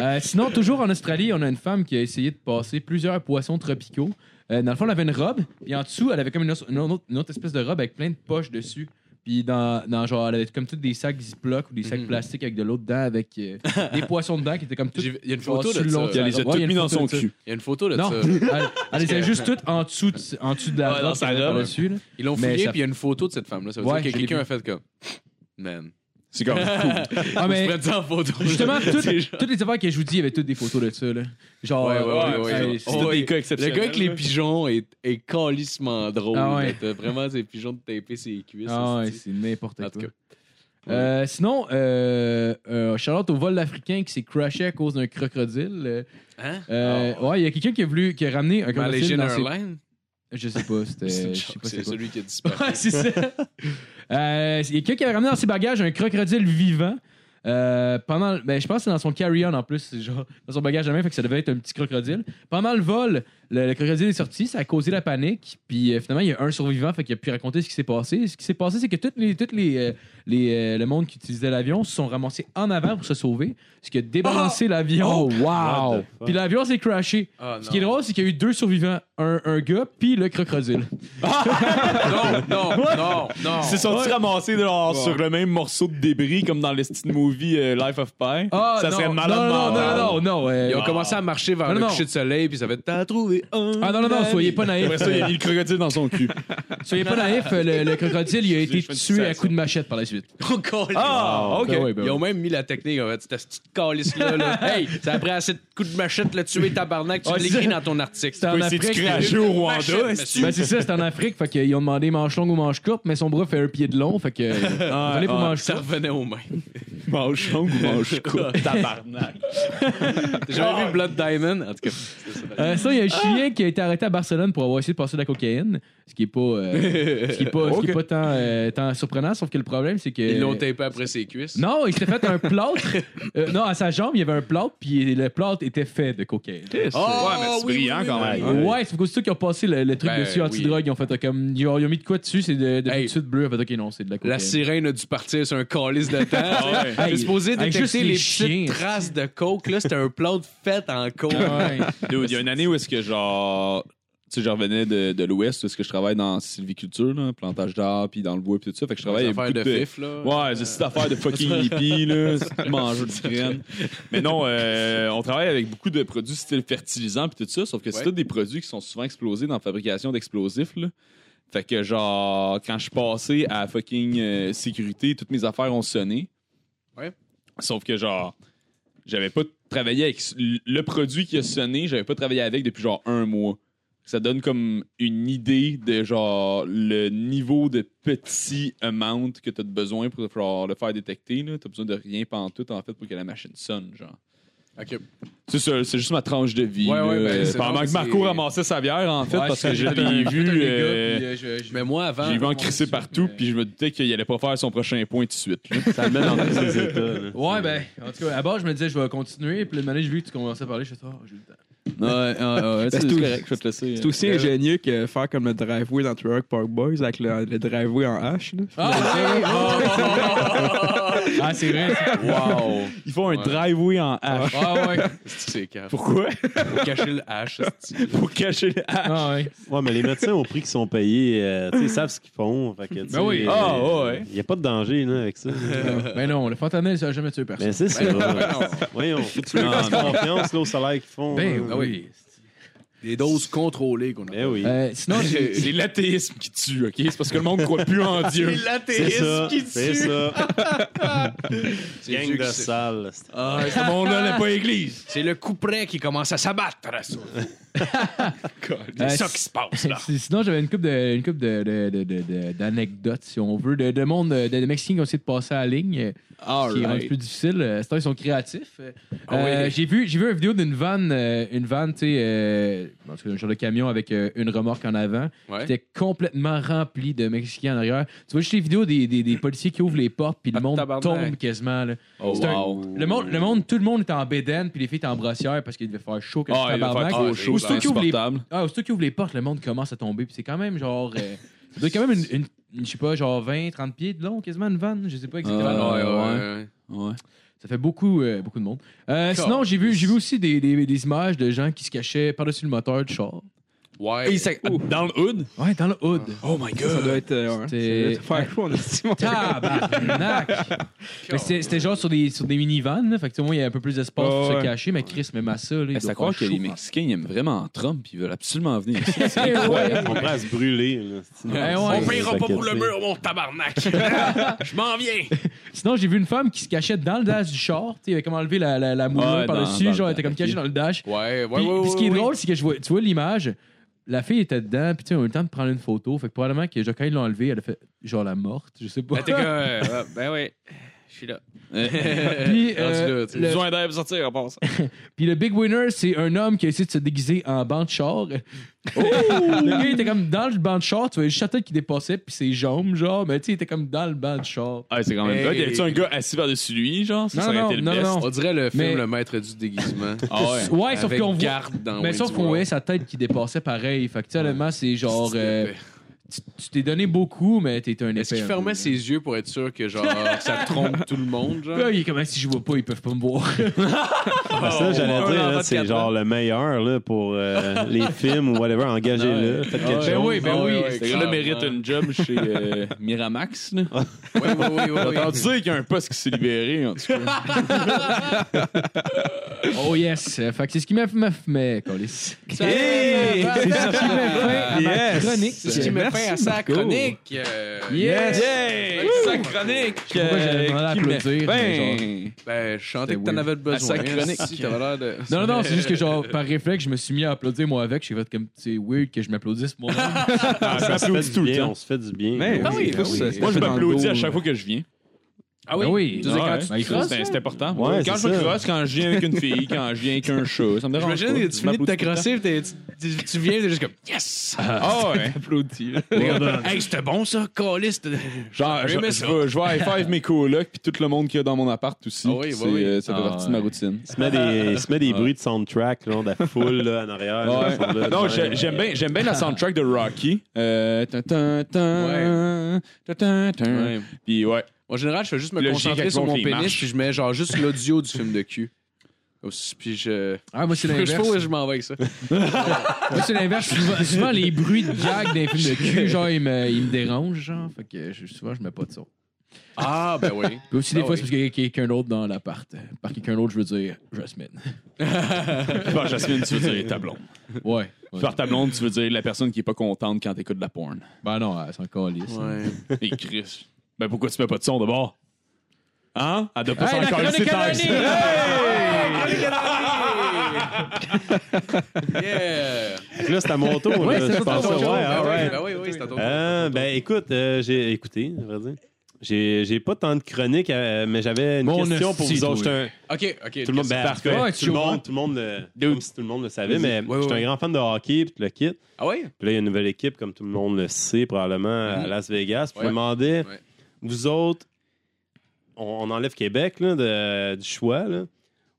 C: Euh, sinon, toujours en Australie, on a une femme qui a essayé de passer plusieurs poissons tropicaux. Euh, dans le fond, elle avait une robe, et en dessous, elle avait comme une, os- une autre, une autre espèce de robe avec plein de poches dessus. Puis dans, dans genre, elle avait comme toutes des sacs Ziploc ou des sacs
D: Mhm.
C: plastiques avec de l'eau dedans, avec euh, des poissons dedans qui étaient comme tout.
D: J'ai vu- Il y a une
C: genre
D: photo
C: sur
D: de
C: le long
D: ça.
C: de
E: Puis Elle
C: sa
E: les a
C: robe. Ouais,
E: toutes
C: il y
E: mis
C: une
E: dans
C: photo
E: son
C: de ça.
E: cul.
D: Il y a une photo de
C: Non,
D: ça.
C: elle, elle les a juste toutes en dessous de, en dessous de la
E: Ouais, dans
C: robe.
E: sa
C: qu'elle avait
E: robe.
C: par-dessus, là.
D: Ils l'ont
C: Mais
D: fouillé,
C: ça-
D: puis il y a une photo de cette femme-là. Ça veut
C: Ouais,
D: dire que
C: je l'ai
D: quelqu'un
C: vu.
D: a fait comme. Man.
E: C'est comme
C: Ah, mais
D: Je ça en photo.
C: justement, toutes, toutes les affaires que je vous dis, il y avait toutes des photos de ça. Là. Genre,
D: Ouais, ouais,
C: euh,
D: ouais, ouais,
C: hey,
D: ouais.
C: c'est-
E: C'est
D: Oh,
E: des
D: ouais.
E: cas
D: Le
E: exceptionnels.
D: gars avec les pigeons est, est calissement drôle.
C: Ah ouais.
D: T'as vraiment ces pigeons de taper ses cuisses.
C: Ah ouais,
D: esti.
C: c'est n'importe
D: En
C: quoi.
D: tout cas.
C: Euh, sinon, euh, euh, Charlotte au vol africain qui s'est crashé à cause d'un crocodile. euh,
D: Hein?
C: euh, Ouais, il y a quelqu'un qui a voulu, qui a ramené un
D: Dans les
C: crocodile dans ses-
D: Airlines?
C: Je sais pas, c'était.
D: C'est une
C: je
D: joke,
C: sais pas
D: c'est
C: c'est quoi.
D: celui qui a disparu.
C: Ouais, c'est ça. Euh, Il y a quelqu'un qui avait ramené dans ses bagages un crocodile vivant. euh, pendant, le- ben, je pense que c'est dans son carry-on en plus, c'est genre dans son bagage à main, fait que ça devait être un petit crocodile. Pendant le vol, le, le crocodile est sorti, ça a causé la panique, puis euh, finalement il y a un survivant, fait qu'il a pu raconter ce qui s'est passé. Ce qui s'est passé, c'est que toutes les, toutes les, euh, les, euh, le monde qui utilisait l'avion se sont ramassés en avant pour se sauver, ce qui a débalancé l'avion.
G: What the fuck?
C: Oh! Puis l'avion s'est crashé.
D: Ah,
C: Ce qui est
D: non.
C: drôle, c'est qu'il y a eu deux survivants, un, un gars, puis le crocodile.
D: Non, non, non, non.
E: Ils se sont ramassés genre, sur le même morceau de débris comme dans le style movie euh, Life of Pi.
C: Ah,
E: ça
C: non,
E: serait
C: non,
E: malade hein.
C: non,
E: mental.
C: non, non, non, euh,
D: Ils ont commencé à marcher vers
C: Non,
D: le
C: non.
D: coucher de soleil, puis ça fait T'as trouvé un.
C: Ah non, non, non,
D: ami.
C: soyez pas naïfs.
E: Après ça, il a mis le crocodile dans son cul.
C: Soyez pas naïfs, le, le crocodile il a été
E: Excusez, je fais une
C: tué à
E: citation.
C: coups de machette par la suite.
D: Oh, câlisse.
E: Ah,
C: Ben oui, ben
D: euh, Ils ont
C: oui.
D: même mis la technique, en fait. Cette petite calice-là. Là. hey, ça a pris assez de coups de machette, le tuer tabarnak. Tu
C: Ouais,
D: l'écris
C: Ah, c'est-
D: dans ton article.
C: C'était en Afrique.
E: cracher au Rwanda,
D: Machette,
E: est-ce que-
D: monsieur.
C: Ben c'est ça, c'est en Afrique, fait qu'ils ont demandé manche longue ou manche courte, mais son bras fait un pied de long, fait que. Désolé pour
E: ah,
C: manche
D: Ça
C: courte.
D: revenait aux mains.
E: Mange longue ou mange courte. Tabarnak.
D: T'as jamais vu Blood Diamond? En tout cas, c'est ça.
C: Euh, ça, il y a un chien qui a été arrêté à Barcelone pour avoir essayé de passer de la cocaïne, ce qui est pas, euh, ce qui est pas, ce qui est pas tant, euh, tant surprenant, sauf que le problème, c'est que...
D: Ils l'ont tapé après ses cuisses.
C: Non, il s'était fait un plâtre. Euh, non, à sa jambe, il y avait un plâtre, puis le plâtre était fait de cocaïne.
E: Ah,
D: Oh,
E: ouais, mais c'est
D: oui,
E: brillant
D: oui,
E: quand
D: oui,
E: même.
C: Ouais, c'est parce que ceux qui ont passé le, le truc
D: Ben,
C: dessus anti-drogue, ils ont fait euh, comme. Ils ont, ils ont mis de quoi dessus, c'est de, de
D: Hey.
C: tout de suite bleu. Ils ont fait, ok, non, c'est de la cocaïne.
D: La sirène a dû partir sur un calice de temps.
E: ouais.
D: J'ai
C: Hey,
D: supposé
C: avec juste
D: détecter
C: les
D: les,
C: chiens.
D: petites traces de coke. Là, c'était un plat de fête en coke.
C: Ouais.
E: Dude, il y a une année où est-ce que genre. Tu sais, je revenais de, de l'Ouest, où est-ce que je travaille dans silviculture, là, plantage d'arbres, puis dans le bois, puis tout ça. Fait que je travaille
D: Des
E: avec
D: affaires
E: beaucoup
D: de
E: de,
D: fif, là.
E: Ouais, c'est
D: Euh,
E: cette affaire de fucking hippie, là. c'est Manger du graine. Mais non, euh, on travaille avec beaucoup de produits style fertilisant puis tout ça, sauf que c'est
D: Ouais.
E: tous des produits qui sont souvent explosés dans la fabrication d'explosifs, là. Fait que, genre, quand je suis passé à fucking euh, sécurité, toutes mes affaires ont sonné.
D: Ouais.
E: Sauf que, genre, j'avais pas travaillé avec s- le produit qui a sonné, j'avais pas travaillé avec depuis genre un mois. Ça donne comme une idée de genre le niveau de petit amount que tu as besoin pour genre, le faire détecter. Tu as besoin de rien pantoute en fait pour que la machine sonne. genre.
D: Ok.
E: C'est ça, c'est juste ma tranche de vie.
D: Ouais,
E: là.
D: ouais, ben,
E: Euh,
D: c'est
E: pendant
D: bon,
E: que
D: c'est-
E: Marco ramassait sa bière en fait
C: Ouais,
E: parce que
C: c'est-
E: je
C: j'ai fait un-
E: l'ai
C: j'ai fait un
E: vu.
C: gars,
E: euh,
C: puis, euh, je- je-
D: Mais moi, avant.
E: j'ai vu en
D: mon-
E: crisser partout, puis je me doutais qu'il allait pas faire son prochain point tout de suite. là.
G: Ça le met dans tous ses états. là.
C: Ouais, ben, en tout cas, à bord, je me disais, je vais continuer, puis le moment donné, j'ai vu que tu commençais à parler, je suis oh, j'ai eu le temps.
G: Ben,
F: c'est
E: c'est
F: tout-
E: correct, je vais te laisser.
F: C'est aussi ingénieux que faire comme le driveway dans Trailer Park Boys avec le, le driveway en hache. là.
C: Ah, c'est vrai.
D: Wow.
E: Ils font un
D: Ouais.
E: driveway en hache.
D: Ah ouais. C'est calme.
E: Pourquoi?
D: Pour cacher le H.
E: Pour cacher le hache.
C: Ah, ouais.
G: Ouais, mais les médecins au prix qu'ils sont payés, euh, tu sais, ils savent ce qu'ils font. Fait que, tu sais,
C: Ben oui.
G: euh,
E: Ah, ouais.
G: Il n'y a pas de danger là, avec ça.
C: Mais non, le fentanyl, ça a jamais tué personne.
G: Mais c'est
D: Ben
G: ça. Voyons. Tu leur fasses confiance là, au salaire qu'ils font.
C: Ben,
G: là.
C: oui.
D: Des doses contrôlées qu'on a.
G: Ben oui.
C: Euh, sinon, j'ai-
E: C'est l'athéisme qui tue, OK? C'est parce que le monde croit plus en Dieu.
G: C'est
D: l'athéisme
G: ça. C'est ça. Gang de sale.
D: Ah,
E: Ce monde-là n'est pas église.
D: C'est le coup près qui commence à s'abattre. ça.
C: Euh,
D: C'est ça qui se passe, là.
C: Si- Sinon, j'avais une couple de, une couple de, de- de- de- de- d'anecdotes, si on veut, de, de monde, de, de Mexicains qui ont essayé de passer à la ligne, euh, ce qui est rendu plus difficile. Euh, C'est-à-dire, ils sont créatifs. Euh,
E: Ah
C: euh, j'ai, vu, j'ai vu une vidéo d'une vanne, euh, une vanne, tu sais, euh, en tout cas, un genre de camion avec euh, une remorque en avant,
D: Ouais.
C: qui était complètement remplie de Mexicains en arrière. Tu vois juste les vidéos des, des- des policiers qui ouvrent les portes, puis le
D: Ah,
C: monde
D: tabarnak.
C: tombe quasiment. là. C'est un- le, monde, le monde, tout le monde est en bédaine, puis les filles étaient en brossière parce qu'il devait faire chaud quand
E: Ah, il va faire trop
D: Ah,
E: chaud, c'est
C: aussitôt qu'ils ouvrent les-
E: insupportable.
C: Ah, aussitôt qu'ils ouvrent les portes, le monde commence à tomber. Puis c'est quand même genre. euh, ça doit être quand même une. une- je sais pas, genre 20, 30 pieds de long, quasiment une vanne, je sais pas exactement.
E: Ah, ouais, Ouais.
C: Ça fait beaucoup, euh, beaucoup de monde. Euh, sinon, j'ai vu, j'ai vu aussi des, des- des images de gens qui se cachaient par-dessus le moteur du char.
D: Ouais.
E: Dans le hood?
C: Ouais, dans le hood.
E: Oh my
F: Ça doit être. euh, ouais,
C: C'était-
F: ça doit être faire chaud, on est mon gars.
C: Tabarnak! Mais c'était, c'était genre sur des, sur des minivans, là. Fait que tu vois, il y a un peu plus d'espace
F: Ah,
C: pour se
F: ouais.
C: cacher, mais Chris, même à ça, là. il
E: C'est
C: doit
E: à croire
C: faire
E: que les
C: chaud,
E: Mexicains ils aiment vraiment Trump, ils veulent absolument venir ici.
C: hein. Eh ouais.
G: On prend à se brûler. là.
C: Eh
G: C'est-
C: ouais.
D: Ben On
C: Ouais.
D: paiera pas pour le
G: C'est-
D: mur, mon tabarnak. Je m'en viens.
C: Sinon, j'ai vu une femme qui se cachait dans le dash du char. Tu sais, elle avait comme enlevé la, la, la moulure
E: Ouais,
C: par-dessus.
E: dans- dans
C: genre,
E: le
C: elle était comme
E: dash,
C: cachée
E: ok.
C: dans le dash.
D: Ouais, ouais,
C: Puis,
D: ouais.
C: puis ce qui est
D: ouais,
C: drôle, c'est que je vois, tu vois l'image, la fille était dedans, puis tu sais, on a eu le temps de prendre une photo. Fait que probablement que genre, quand ils l'ont enlevée, elle a fait genre la morte, je sais pas.
D: ouais. Ben, t'es comme, euh, ben ouais, je suis là.
C: Euh, Puis,
D: Rendu
C: euh,
D: là, tu sais.
C: le-
E: d'air pour sortir, on pense.
C: Puis le big winner, c'est un homme qui a essayé de se déguiser en banc de char. le gars, il était comme dans le banc de char, tu vois, le château qui dépassait, puis ses jambes, genre, mais tu sais, il était comme dans le banc de char.
E: Ah, c'est quand même
D: Hey.
E: God. Y avait-tu un gars assis par-dessus lui, genre? Ça,
C: Non,
E: ça aurait
C: non,
E: été le
C: non,
E: best.
C: non.
D: On dirait le film
C: Mais-
D: Le Maître du déguisement.
E: Ah ouais.
C: Ouais, sauf
D: Avec
C: qu'on voit.
D: garde dans
C: Mais sauf
D: Wayne's
C: qu'on voyait
D: World.
C: sa tête qui dépassait pareil. Fait que, tu sais, honnêtement, c'est genre.
D: C'est
C: euh,
D: épais.
C: tu tu t'es donné beaucoup, mais t'es un épais.
D: Est-ce qu'il
C: un
D: fermait
C: peu,
D: ses yeux pour être sûr que genre ça trompe tout le monde
C: là.
D: genre
C: Là, il est comme si je vois pas, ils peuvent pas me voir.
G: Ah, ça, j'allais
D: Un
G: dire,
D: enfant
G: là,
D: de
G: c'est
D: quatre
G: genre le meilleur là, pour euh, les films ou whatever. Engagez-le. Faites quelque
C: Ben
G: chose.
C: oui, ben
D: Ah
C: oui.
D: ouais,
E: Ce
D: ouais,
E: gars-là
D: grave,
E: mérite
D: hein.
E: une job chez euh, Miramax. là.
D: Oui, oui, oui, oui, oui.
E: T'as entendu dire qu'il y a un poste qui s'est libéré, en tout cas.
C: Oh yes. Euh, Fait que c'est ce qui m'a m'a- mais câlisse.
D: Hey!
C: C'est ce qui m'a fait à ma
F: Yes.
C: chronique.
D: C'est ce qui m'a fait à sa chronique. euh,
C: Yes.
E: Yeah! Sa chronique!
C: Pourquoi j'avais demandé à
E: qui met
C: applaudir, mais
E: Ben,
D: Ben, je chantais que
C: C'était
D: t'en
C: weird.
D: avais besoin.
E: À sa chronique.
D: Si, t'avais l'air de...
C: Non, non, non, c'est juste que genre, par réflexe, je me suis mis à applaudir moi avec. J'ai fait comme, c'est weird que je m'applaudisse moi-même.
G: Ah, ça se fait du bien, on se fait du bien.
F: Mais
G: Ben
F: oui,
G: oui.
F: tous, euh,
E: Moi, je
F: dans le
E: m'applaudis
F: dos,
E: à chaque fois que je viens.
D: Ah
C: Ben oui.
E: Tu sais,
C: Ah,
E: quand
C: ouais.
E: tu
C: Ben, il
E: crosses,
C: crosse,
E: c'est c'est important.
G: Ouais,
E: quand
G: c'est
E: je me
G: ça.
E: crosse, quand je viens avec une fille, quand je viens avec un chat, ça me dérange
D: J'imagine que
E: pas.
D: tu
E: Je
D: finis de
E: m'applaudis tout le temps.
D: t'accrocher, t'es- tu tu- tu viens, t'es juste comme Yes!
E: Ah ouais.
D: Hey, c'était bon ça, caliste!
E: Genre, je,
D: Aimez
E: je
D: ça.
E: vais, je vais high five mes colocs puis tout le monde qu'il y a dans mon appart aussi.
D: Ah oui,
E: puis
D: oui,
E: c'est,
D: oui.
E: euh, ça fait
C: Ah
E: partie de ma
C: ouais.
E: routine.
G: Il se met des, il se met des bruits de soundtrack là, de la foule là, en arrière. là, ils sont là,
E: Non,
G: ouais.
E: j'ai- j'aime bien, j'aime bien la soundtrack de Rocky. Euh, tin, tin, tin, tin, tin, tin.
D: Ouais.
E: Puis ouais.
D: En général, je fais juste me
E: Le chien
D: concentrer
E: qui
D: sur mon
E: gonfle, il
D: pénis,
E: marche.
D: puis je mets genre juste l'audio du film de cul. Comme si- Puis je.
C: Ah, moi, c'est
D: Je
C: l'inverse.
D: sais pas où je m'en vais avec ça.
C: Moi, c'est l'inverse. Souvent, souvent, les bruits de gag d'un film de cul, genre, ils me, ils me dérangent, genre. Fait que je- souvent, je mets pas de son.
D: Ah, ben oui.
C: Puis aussi,
D: Ah
C: des fois,
D: oui.
C: c'est parce qu'il y a quelqu'un d'autre dans l'appart. Par quelqu'un d'autre, je veux dire Jasmine.
E: Par Jasmine, tu veux dire ta blonde.
C: Ouais. ouais.
E: Par ta blonde, tu veux dire la personne qui est pas contente quand t'écoutes de la porn.
C: Ben non, elle, c'est encore lisse.
D: Ouais.
E: Et Chris. Ben pourquoi tu mets pas de son d'abord? Hein? Elle doit pas
C: Hey, la
E: encore
C: chronique à l'année!
D: Yeah!
G: Là, c'est à mon tour.
C: Ouais, c'est
G: là, je
C: à ton
G: pense
C: tour.
G: ça. Ouais,
D: Ben
G: all
D: oui,
G: right.
D: Ben oui, oui, c'est à ton tour.
G: Euh, ben écoute, euh, j'ai écouté, à vrai dire. J'ai j'ai pas tant de chroniques, euh, mais j'avais une
C: Mon
G: question pour
C: esti,
G: vous
C: toi.
G: autres. J'étais un-
D: Ok, ok.
G: Tout le monde, ben,
D: qu'est-ce-
G: en tout cas,
C: Ouais,
G: tout le
C: tu vois.
G: monde, tout le monde, le- comme si tout le monde le savait, mais
D: Ouais, ouais,
G: j'étais
D: ouais.
G: un grand fan de hockey, puis tout le kit.
D: Ah ouais?
G: Puis là, il y a une nouvelle équipe, comme tout le monde le sait, probablement, à Las Vegas. Puis je me
D: Mhm. Ouais.
G: demandais,
D: Ouais.
G: vous autres, on, on enlève Québec là, de- du choix. Là.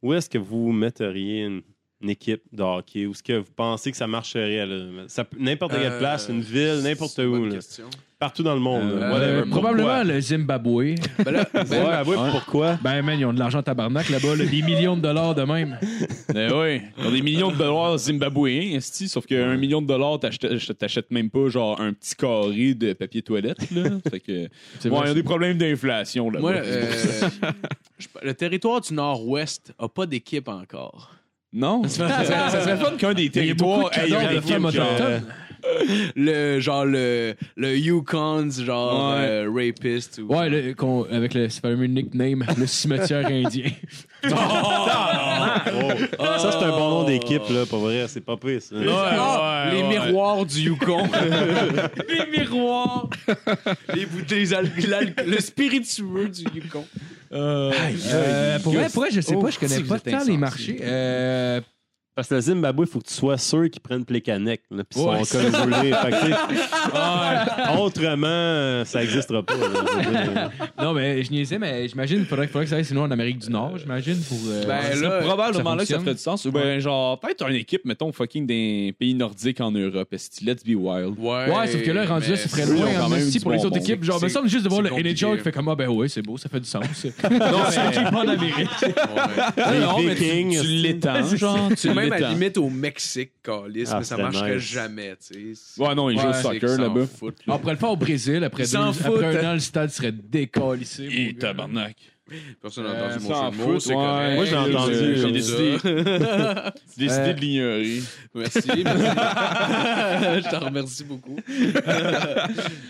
G: Où est-ce que vous metteriez une, une équipe de hockey? Où est-ce que vous pensez que ça marcherait? là? Ça peut- N'importe quelle
D: Euh,
G: place, une ville, n'importe
D: c'est une
G: où.
D: bonne
G: là.
D: question.
G: Partout dans le monde. là.
C: Euh,
G: Whatever. Pourquoi?
C: probablement le Zimbabwe.
D: Ben là, ben,
G: Ouais, ouais,
C: Ouais.
G: pourquoi?
C: Ben, man, ils ont de l'argent tabarnak là-bas, là, des millions de dollars de même.
E: Ben oui, ils ont des millions de dollars zimbabwéens, esti, sauf qu'un million de dollars, t'achètes t'achètes même pas genre un petit carré de papier toilette, là. fait que,
C: C'est
E: ouais,
C: vrai,
E: ils ont des problèmes d'inflation, là.
D: moi, euh, je- le territoire du Nord-Ouest a pas d'équipe encore.
E: Non? ça serait ça serait fun qu'un des
C: Il y a beaucoup
E: territoires
C: de cadeaux
E: ait une
C: de femmes
E: équipe, genre,
C: autochtones.
D: Le genre le, le Yukons, genre
E: Ouais.
D: euh, rapist ou.
C: Ouais, le- qu'on- avec le ce fameux nickname, le cimetière indien.
G: Oh. Ça, c'est un bon nom d'équipe, là, pour vrai. C'est pas pire. ça.
D: Ah,
E: Ouais, ouais,
D: les
E: ouais.
D: miroirs du Yukon. les miroirs. Les bouteilles, al- l'al- le spiritueux du Yukon.
C: Euh, pour, vrai, pour vrai, je sais
D: Oh,
C: pas, je connais
D: si,
C: pas
D: vous êtes
C: tant les
D: insensible.
C: marchés. Euh,
G: Parce que le Zimbabwe, il faut que tu sois sûr qu'ils prennent Plekanec, là, puis ils
C: Ouais.
G: sont comme roulés. Fait que, tu sais, Autrement, euh, ça n'existera pas. là, je veux dire.
C: non, mais je niaisais, mais j'imagine, faudrait, faudrait que ça aille sinon en Amérique du Nord, j'imagine, pour. euh,
D: Ben,
E: C'est
D: là,
E: probablement
C: ça
E: là que ça
C: fonctionne.
E: ferait du sens. Ou ben, genre, peut-être une équipe, mettons, fucking des pays nordiques en Europe. Esti, let's be wild.
D: Ouais,
C: Ouais, sauf que là, rendu là, ça ferait
E: c'est-
C: loin
E: ils ont
C: en
E: quand même
C: esti
E: du
C: pour les
E: bon
C: autres
E: monde.
C: équipes. Genre, me
D: C'est-
C: semble juste de voir
D: c'est
C: le
D: compliqué.
C: NHL qui fait comme, ah ben ouais, c'est beau, ça fait du sens.
E: Non,
C: pas d'Amérique.
G: Les
E: non, mais
G: Vikings,
E: tu, tu
G: esti.
E: l'étends, genre. Tu
D: C'est même à la
E: l'étends.
D: limite au Mexique, Calis,
G: Ah,
D: mais ça
G: c'était
D: marcherait
G: nice.
D: jamais, tu sais.
E: Ouais, non, ils jouent au
D: Ouais, c'est qu'ils
E: soccer
D: s'en
E: là-bas.
D: foutent,
C: On pourrait le faire au Brésil. Après,
D: Ils
C: deux,
D: s'en foutent,
C: après
D: hein.
C: un an, le stade serait décalissé. mon
E: Et
C: gars.
E: tabarnak.
D: Personne n'a
E: Euh,
D: entendu
E: ça
D: mon jeu
E: en
D: de
E: fout,
D: mots, c'est
E: ouais.
D: correct.
E: Moi,
G: j'ai entendu,
D: Euh,
G: j'ai
D: comme
E: décidé.
D: ça.
E: J'ai décidé de l'ignorer.
D: Merci. merci. Je t'en remercie beaucoup.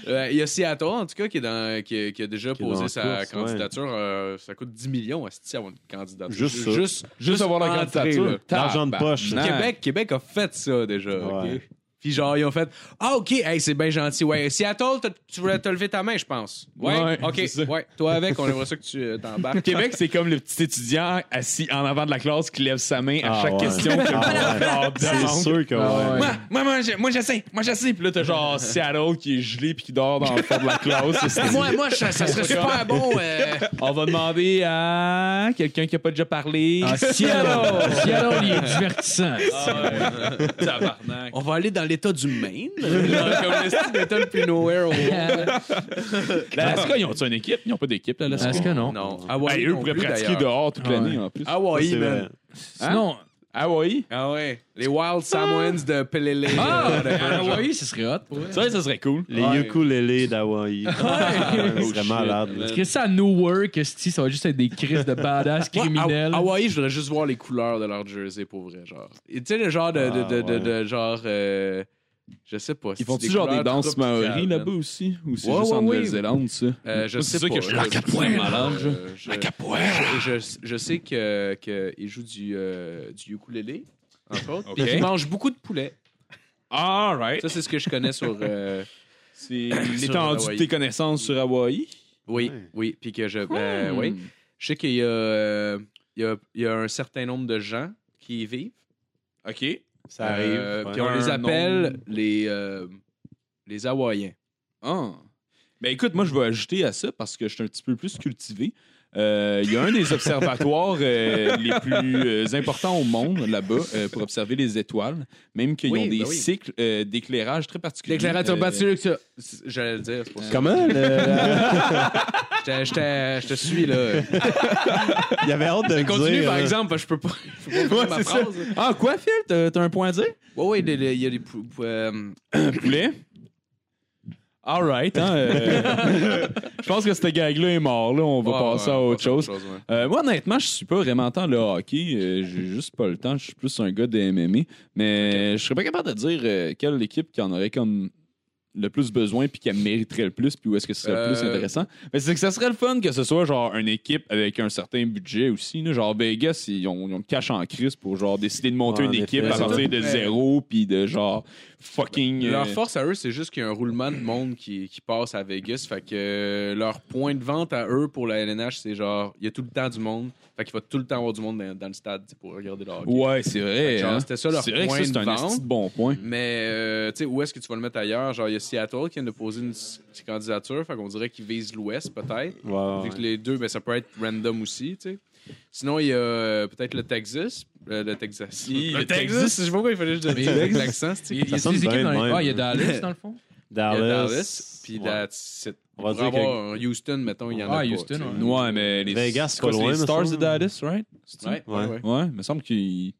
D: Euh, Il y a Seattle, en tout cas, qui, est dans, qui, a- qui a déjà
G: Qui est dans
D: posé
G: la
D: sa
G: course, ouais.
D: candidature. Euh, ça coûte 10 millions à City avoir une candidature.
G: Juste ça.
D: Juste,
E: Juste avoir
D: entrer,
E: la
D: là.
E: candidature.
G: L'argent de poche.
E: Tabarnak.
D: Québec, Québec a fait ça déjà.
G: Ouais.
D: ok? Puis genre, ils ont fait Ah, OK, hey, c'est bien gentil. Ouais, Seattle, t'as- tu voulais te lever ta main, je pense. Ouais,
E: Ouais,
D: OK.
E: c'est ça.
D: Ouais, toi avec, on aimerait ça que tu euh, t'embarques.
E: Québec, c'est comme le petit étudiant assis en avant de la classe qui lève sa main à
G: Ah
E: chaque
G: ouais.
E: question. que le
G: Ah ouais.
E: prof
G: C'est
E: demande.
G: sûr que
C: Ah
G: ouais.
C: ouais.
E: Moi, moi, moi, je- moi, j'essaie, moi, j'essaie. Puis là, t'as genre Seattle qui est gelé puis qui dort dans le fond de la classe. C'est-
D: moi, moi, ça, ça serait super bon. euh,
E: On va demander à quelqu'un qui a pas déjà parlé.
C: Ah, Seattle! Seattle, il est divertissant.
E: Tabarnak.
D: On va aller dans l'état du Maine. Genre, comme le style d'état le plus nowhere au monde.
E: L'Alaska, ils ont-tu une équipe? Ils n'ont pas d'équipe, l'Alaska.
C: Est-ce que non?
D: Non. Ben, Hawaii,
E: Hey, eux pourraient pratiquer dehors toute
C: Ah
E: l'année,
C: ouais.
E: en plus.
D: Hawaii,
G: C'est vrai.
D: man.
C: Sinon,
E: Hawaii?
D: Ah ouais. Les Wild Samoans de Pelele.
C: ah,
D: whatever.
C: Hawaï, ce serait hot. pour vrai.
E: Ça, ça serait cool.
G: Les
D: Ouais. Oh,
G: ukulélés d'Hawaï. C'est vraiment malade. là.
C: Écrire ça à New Work, esti, ça va juste être des crises de badass
D: Moi,
C: criminels.
D: Ha- Hawaï, Ah, je voudrais juste voir les couleurs de leur jersey pour vrai, genre. Et Tu sais le genre de, de, de, de, de- genre, euh, je sais pas.
E: Ils
D: c'est
E: font-tu
D: des
E: genre des
D: couleurs
E: danses
D: tropicales,
E: maoris
D: man.
E: là-bas aussi? Ou c'est
D: Ouais,
E: juste
D: ouais,
E: en
D: ouais.
E: Nouvelle-Zélande, ça?
D: Euh, je sais
E: C'est ça
D: pas.
E: que je- la capoeira, malade, je-
D: euh, je- Je, je sais que qu'ils jouent du euh, du ukulélé. Entre autres. Puis
E: Ok.
D: ils mangent beaucoup de poulet.
E: All right.
D: Ça, Ah, c'est ce que je connais sur. euh,
E: C'est
D: Sur
E: l'étendue de
D: Hawaï.
E: tes connaissances sur Hawaï.
D: Oui,
G: Ouais.
D: oui. Puis que je. ben, oui. Je sais qu'il y, a, euh, il y a- il y a un certain nombre de gens qui y vivent.
E: OK.
G: Ça arrive.
D: Euh,
G: ouais.
D: Puis on les
E: Un
D: appelle
E: nombre.
D: les, euh, les Hawaïens.
E: Ah. Ben écoute, moi, je vais ajouter à ça parce que je suis un petit peu plus cultivé. Euh, Il y a un des observatoires euh, les plus euh, importants au monde là-bas euh, pour observer les étoiles, même qu'ils
D: Oui,
E: ont des
D: ben oui.
E: cycles euh, d'éclairage très particuliers.
D: L'éclairateur
E: Euh,
C: Ah,
D: battu, que ça. c'est- J'allais le dire, c'est pour ça.
G: Comment? le-
D: Je te- Je te- je te suis, là.
G: Il avait hâte de le
D: Continue,
G: dire.
D: par
G: hein.
D: exemple, parce que je peux pas. Je peux pas
E: Ouais,
D: finir ma
E: c'est ça.
D: phrase.
E: Ah, quoi, Phil? T'as t'as un point à dire?
D: Ouais, ouais, les- les- il y a des. pou- pou- euh,
E: poulet. All right. hein, euh, je pense que ce gang-là est mort. Là. Ah, On va
D: ouais,
E: passer
D: ouais,
E: à
D: on
E: autre
D: passe à
E: chose.
D: ouais.
E: Euh, moi, honnêtement, je suis pas vraiment tant le hockey. Euh, J'ai juste pas le temps. Je suis plus un gars de MMA. Mais je serais pas capable de dire euh, quelle équipe qui en aurait comme le plus besoin puis qui en mériterait le plus puis où est-ce que ce serait le plus
D: Euh.
E: intéressant. Mais c'est que ça serait le fun que ce soit genre une équipe avec un certain budget aussi. là. Genre Vegas, ils ont, ils ont le cash en crise pour genre décider de monter
G: Ouais, en
E: une équipe
G: effet.
E: à partir de
D: Ouais.
E: zéro puis de genre fucking...
D: Leur
E: euh,
D: force à eux, c'est juste qu'il y a un roulement de monde qui, qui passe à Vegas. Fait que euh, leur point de vente à eux pour la LNH, c'est genre, il y a tout le temps du monde. Fait qu'il va tout le temps avoir du monde dans, dans le stade tu sais, pour regarder leur hockey.
E: Ouais, c'est vrai.
D: Genre,
E: hein.
D: c'était ça leur
E: C'est vrai que
D: point
E: ça, c'est
D: de
E: un
D: vente.
E: esti de bon point.
D: Mais, euh, tu sais, où est-ce que tu vas le mettre ailleurs? Genre, il y a Seattle qui vient de poser une s- candidature. Fait qu'on dirait qu'ils visent l'Ouest, peut-être.
G: Ouais, ouais,
D: Vu que
G: Ah, ouais.
D: les deux, ben, ça peut être random aussi, tu sais. Sinon, il y a euh, peut-être le Texas. Euh, le Texas.
E: Hi, le
D: je sais pas pourquoi il fallait que je dise
C: Mais-
D: avec l'accent, c'est-tu.
C: Il y a- il y a
G: Ça sonne
C: des équipes
G: bien
C: dans
G: de
C: les.
G: même.
C: Ah, il y a Dallas, dans le fond.
D: Il y
G: Dallas.
D: a Dallas, puis
G: Ouais.
D: that's it.
G: On va
D: Pour
G: dire que
D: avoir un Houston, mettons, il y en a
C: Ah,
D: pas.
C: Houston,
D: tu sais.
C: ouais.
E: Ouais, mais les,
G: Vegas,
E: c'est
G: pas
E: quoi, c'est
G: loin,
E: les
G: me
E: Stars de
G: semble.
E: Dallas, right? C'est-tu?
D: Ouais, ouais, ouais.
E: Ouais, il me semble qu'ils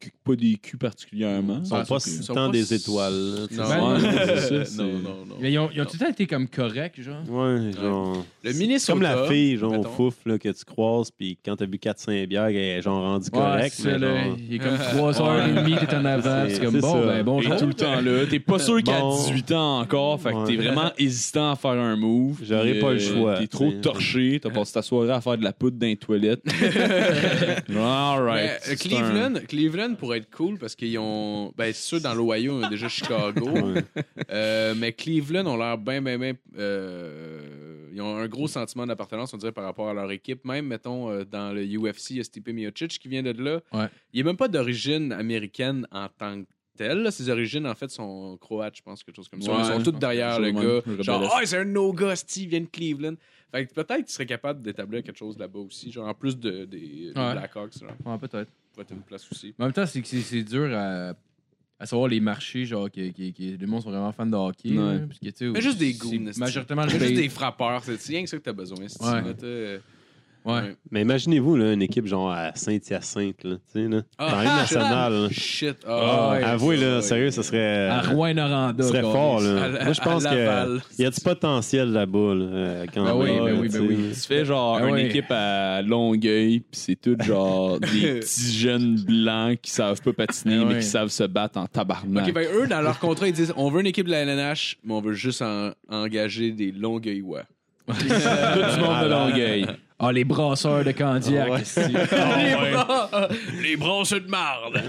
E: qu'ils ont pas des culs particulièrement.
G: Ils sont
C: Ah,
G: pas
C: ils sont
G: si
D: pas
G: tant des
D: si-
G: étoiles. là,
D: Non,
E: Ouais, c'est ça,
D: non,
E: c'est-
D: non, non.
C: Mais ils ont, ils ont tout le temps été comme corrects, genre.
G: tu sais. Ouais, genre.
D: Le
G: C'est
D: Minnesota.
G: Comme la fille, genre, au
D: mettons.
G: fouf, là, que tu croises, puis quand t'as bu 4-5 bières, elle est genre rendue correcte.
C: c'est ça,
G: mais
C: là.
G: genre-
C: Il est comme 3h30, t'es en avant.
G: C'est-
C: C'est comme
G: c'est
C: bon,
G: ça.
C: ben bon,
E: Et
C: genre.
E: tout le temps là. T'es pas sûr qu'à
G: Bon.
E: 18 ans encore, fait que t'es
G: Ouais.
E: vraiment hésitant à faire un move.
G: J'aurais
E: puis, euh,
G: pas le choix,
E: T'es trop
G: t'sais.
E: torché, t'as passé ta soirée à faire de la poudre dans les toilettes. All
D: Mais,
E: right.
D: euh,
E: c'est
D: Cleveland, Cleveland pourrait être cool parce qu'ils ont. Ben, c'est sûr, dans l'Ohio, on a déjà Chicago.
G: Ouais.
D: Euh, mais Cleveland ont l'air bien, bien, bien. euh, ils ont un gros sentiment d'appartenance, on dirait, par rapport à leur équipe. Même, mettons, euh, dans le UFC, il y a Stipe Miocic qui vient de là.
C: Ouais.
D: Il n'est même pas d'origine américaine en tant que tel. là. Ses origines, en fait, sont croates, je pense, quelque chose comme ça.
E: Ouais,
D: Ils sont
E: je
D: toutes
E: pense
D: derrière
E: que
D: le
E: c'est le même,
D: gars.
E: le
D: Genre,
E: rebelle.
D: ah, c'est un no gars, Steve, il vient de Cleveland. Fait que peut-être tu serais capable d'établir quelque chose là-bas aussi. Genre, en plus de, des, des
C: Ouais.
D: Blackhawks, genre,
C: Ouais, peut-être.
D: pourrait être une place aussi.
C: En même temps, c'est que c'est- c'est dur à, à savoir les marchés, genre, que, que, que les gens sont vraiment fans de hockey.
E: Ouais.
C: là, parce que, tu sais,
D: Mais juste des
C: c'est
D: goons, esti.
C: Majoritairement, le
D: C'est juste
C: pays-
D: des frappeurs, c'est c'est rien que ça que t'as besoin. esti,
C: Ouais.
D: là, t'as-
C: Ouais.
G: Mais imaginez-vous, là, une équipe genre à Saint-Hyacinthe, là, tu sais, là,
D: Ah,
G: dans la Ligue nationale. là.
D: Shit.
C: Ah, ouais,
G: Avouez, là,
D: ouais.
G: sérieux, ça serait.
C: À
G: Euh, Ce
C: Rouen-Noranda.
G: serait
C: quoi.
G: fort,
D: À la-
G: là. Moi, je pense
D: à Laval.
G: qu'il y a du potentiel là-bas, là, euh, quand
C: Ben oui,
G: même,
C: ben
G: là,
C: oui, ben
G: tu sais,
C: oui.
G: là.
E: Tu fais genre
C: Ah
E: une
C: ouais.
E: équipe à Longueuil, puis c'est tout genre des petits jeunes blancs qui savent pas patiner,
C: Ah ouais.
E: mais qui savent se battre en tabarnak.
D: Ok, ben eux, dans leur contrat, ils disent on veut une équipe de la LNH, mais on veut juste en- engager des Longueuillois.
E: tout le monde de Longueuil.
C: Ah, les brasseurs de Candiac.
E: Ah
C: esti.
D: Les bronzes de marde.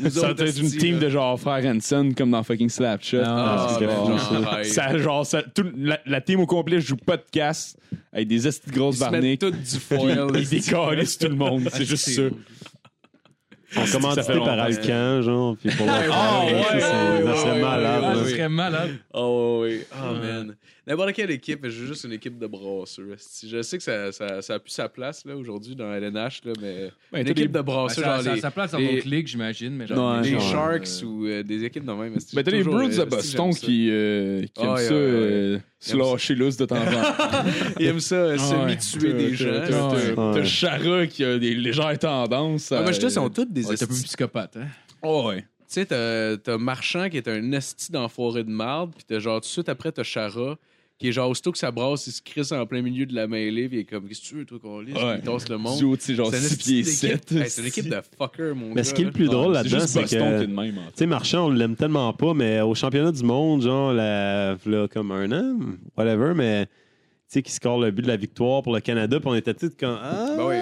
D: Nous
E: Ça
D: autres,
E: doit être une
D: esti,
E: team
D: là.
E: de genre frère Hanson comme dans fucking Slapshot.
C: Ah,
D: Ah,
E: Parce que
D: ben,
E: genre,
D: genre, hey.
E: ça, genre, ça- tout- la, la team au complet joue pas de casse avec des estis de grosses
D: Ils se mettent
E: barniques.
D: toutes du foil.
E: Ils décalissent tout le monde, c'est juste ça.
G: On commande
E: fait
G: par
E: longtemps.
G: Alcan, genre, puis pour leur
E: Ah, ouais,
G: ça,
D: ouais,
G: c'est- ça
D: ouais,
G: serait malade.
D: ouais,
G: là.
C: Ah, ce serait malade.
D: Oh oui,
E: Ah.
D: oh man. N'importe quelle équipe, je veux juste une équipe de brasseurs. esti. Je sais que ça, ça, ça a plus sa place là, aujourd'hui dans la LNH, là, mais
E: Ben,
D: une
E: t'as
D: équipe
E: des-
D: de brasseurs,
C: ça,
D: genre
C: ça,
D: Ah, les,
C: ça place dans
D: les-
C: d'autres ligues, j'imagine. Mais
E: Non,
C: genre,
D: les
C: genre,
D: Sharks
C: euh,
D: ou euh, des équipes de même. esti.
E: Ben, t'as les
D: Toujours,
E: Bruins de
D: esti, j'aime
E: Boston
D: ça.
E: qui, euh, qui
D: Ah,
E: aiment
D: ouais,
E: ça
D: ouais,
E: euh, se
D: Ils aiment ça.
E: lâcher lousse de temps en temps.
D: Ils aiment ça, euh, semi-tuer
E: T'as-
D: des
E: t'as-
D: gens.
E: t'as-
D: esti.
E: t'as-
C: Ouais.
E: T'as Chara qui a des légères tendances.
D: Ah,
E: à-
D: mais je te dis, ils sont tous des
C: Ouais, T'es un peu
D: esti-
C: psychopathe, hein?
E: Ah ouais.
D: Tu sais, t'as t'as Marchand qui est un esti d'enfoiré de marde, puis t'as genre tout de suite après, t'as Chara, qui est genre aussitôt que ça brasse, il se crisse en plein milieu de la mêlée, puis il est comme, qu'est-ce que tu veux, toi, qu'on lisse?
E: Ouais.
D: Il tasse le monde.
E: Duo, tu sais, genre
D: C'est une
E: 6
D: esti
E: pieds
D: d'équipe.
E: 7.
D: Hey, C'est une équipe de fucker, mon gars.
G: Mais ce qui est le
D: là.
G: plus drôle là-dedans,
E: juste
G: c'est
E: Boston qui est
G: que.
E: de même, en
G: Tu sais, Marchand, on l'aime tellement pas, mais au championnat du monde, genre, là, là comme un an, whatever, mais tu sais, qui score le but de la victoire pour le Canada, puis on était tous comme Ah,
D: Ben Bah oui,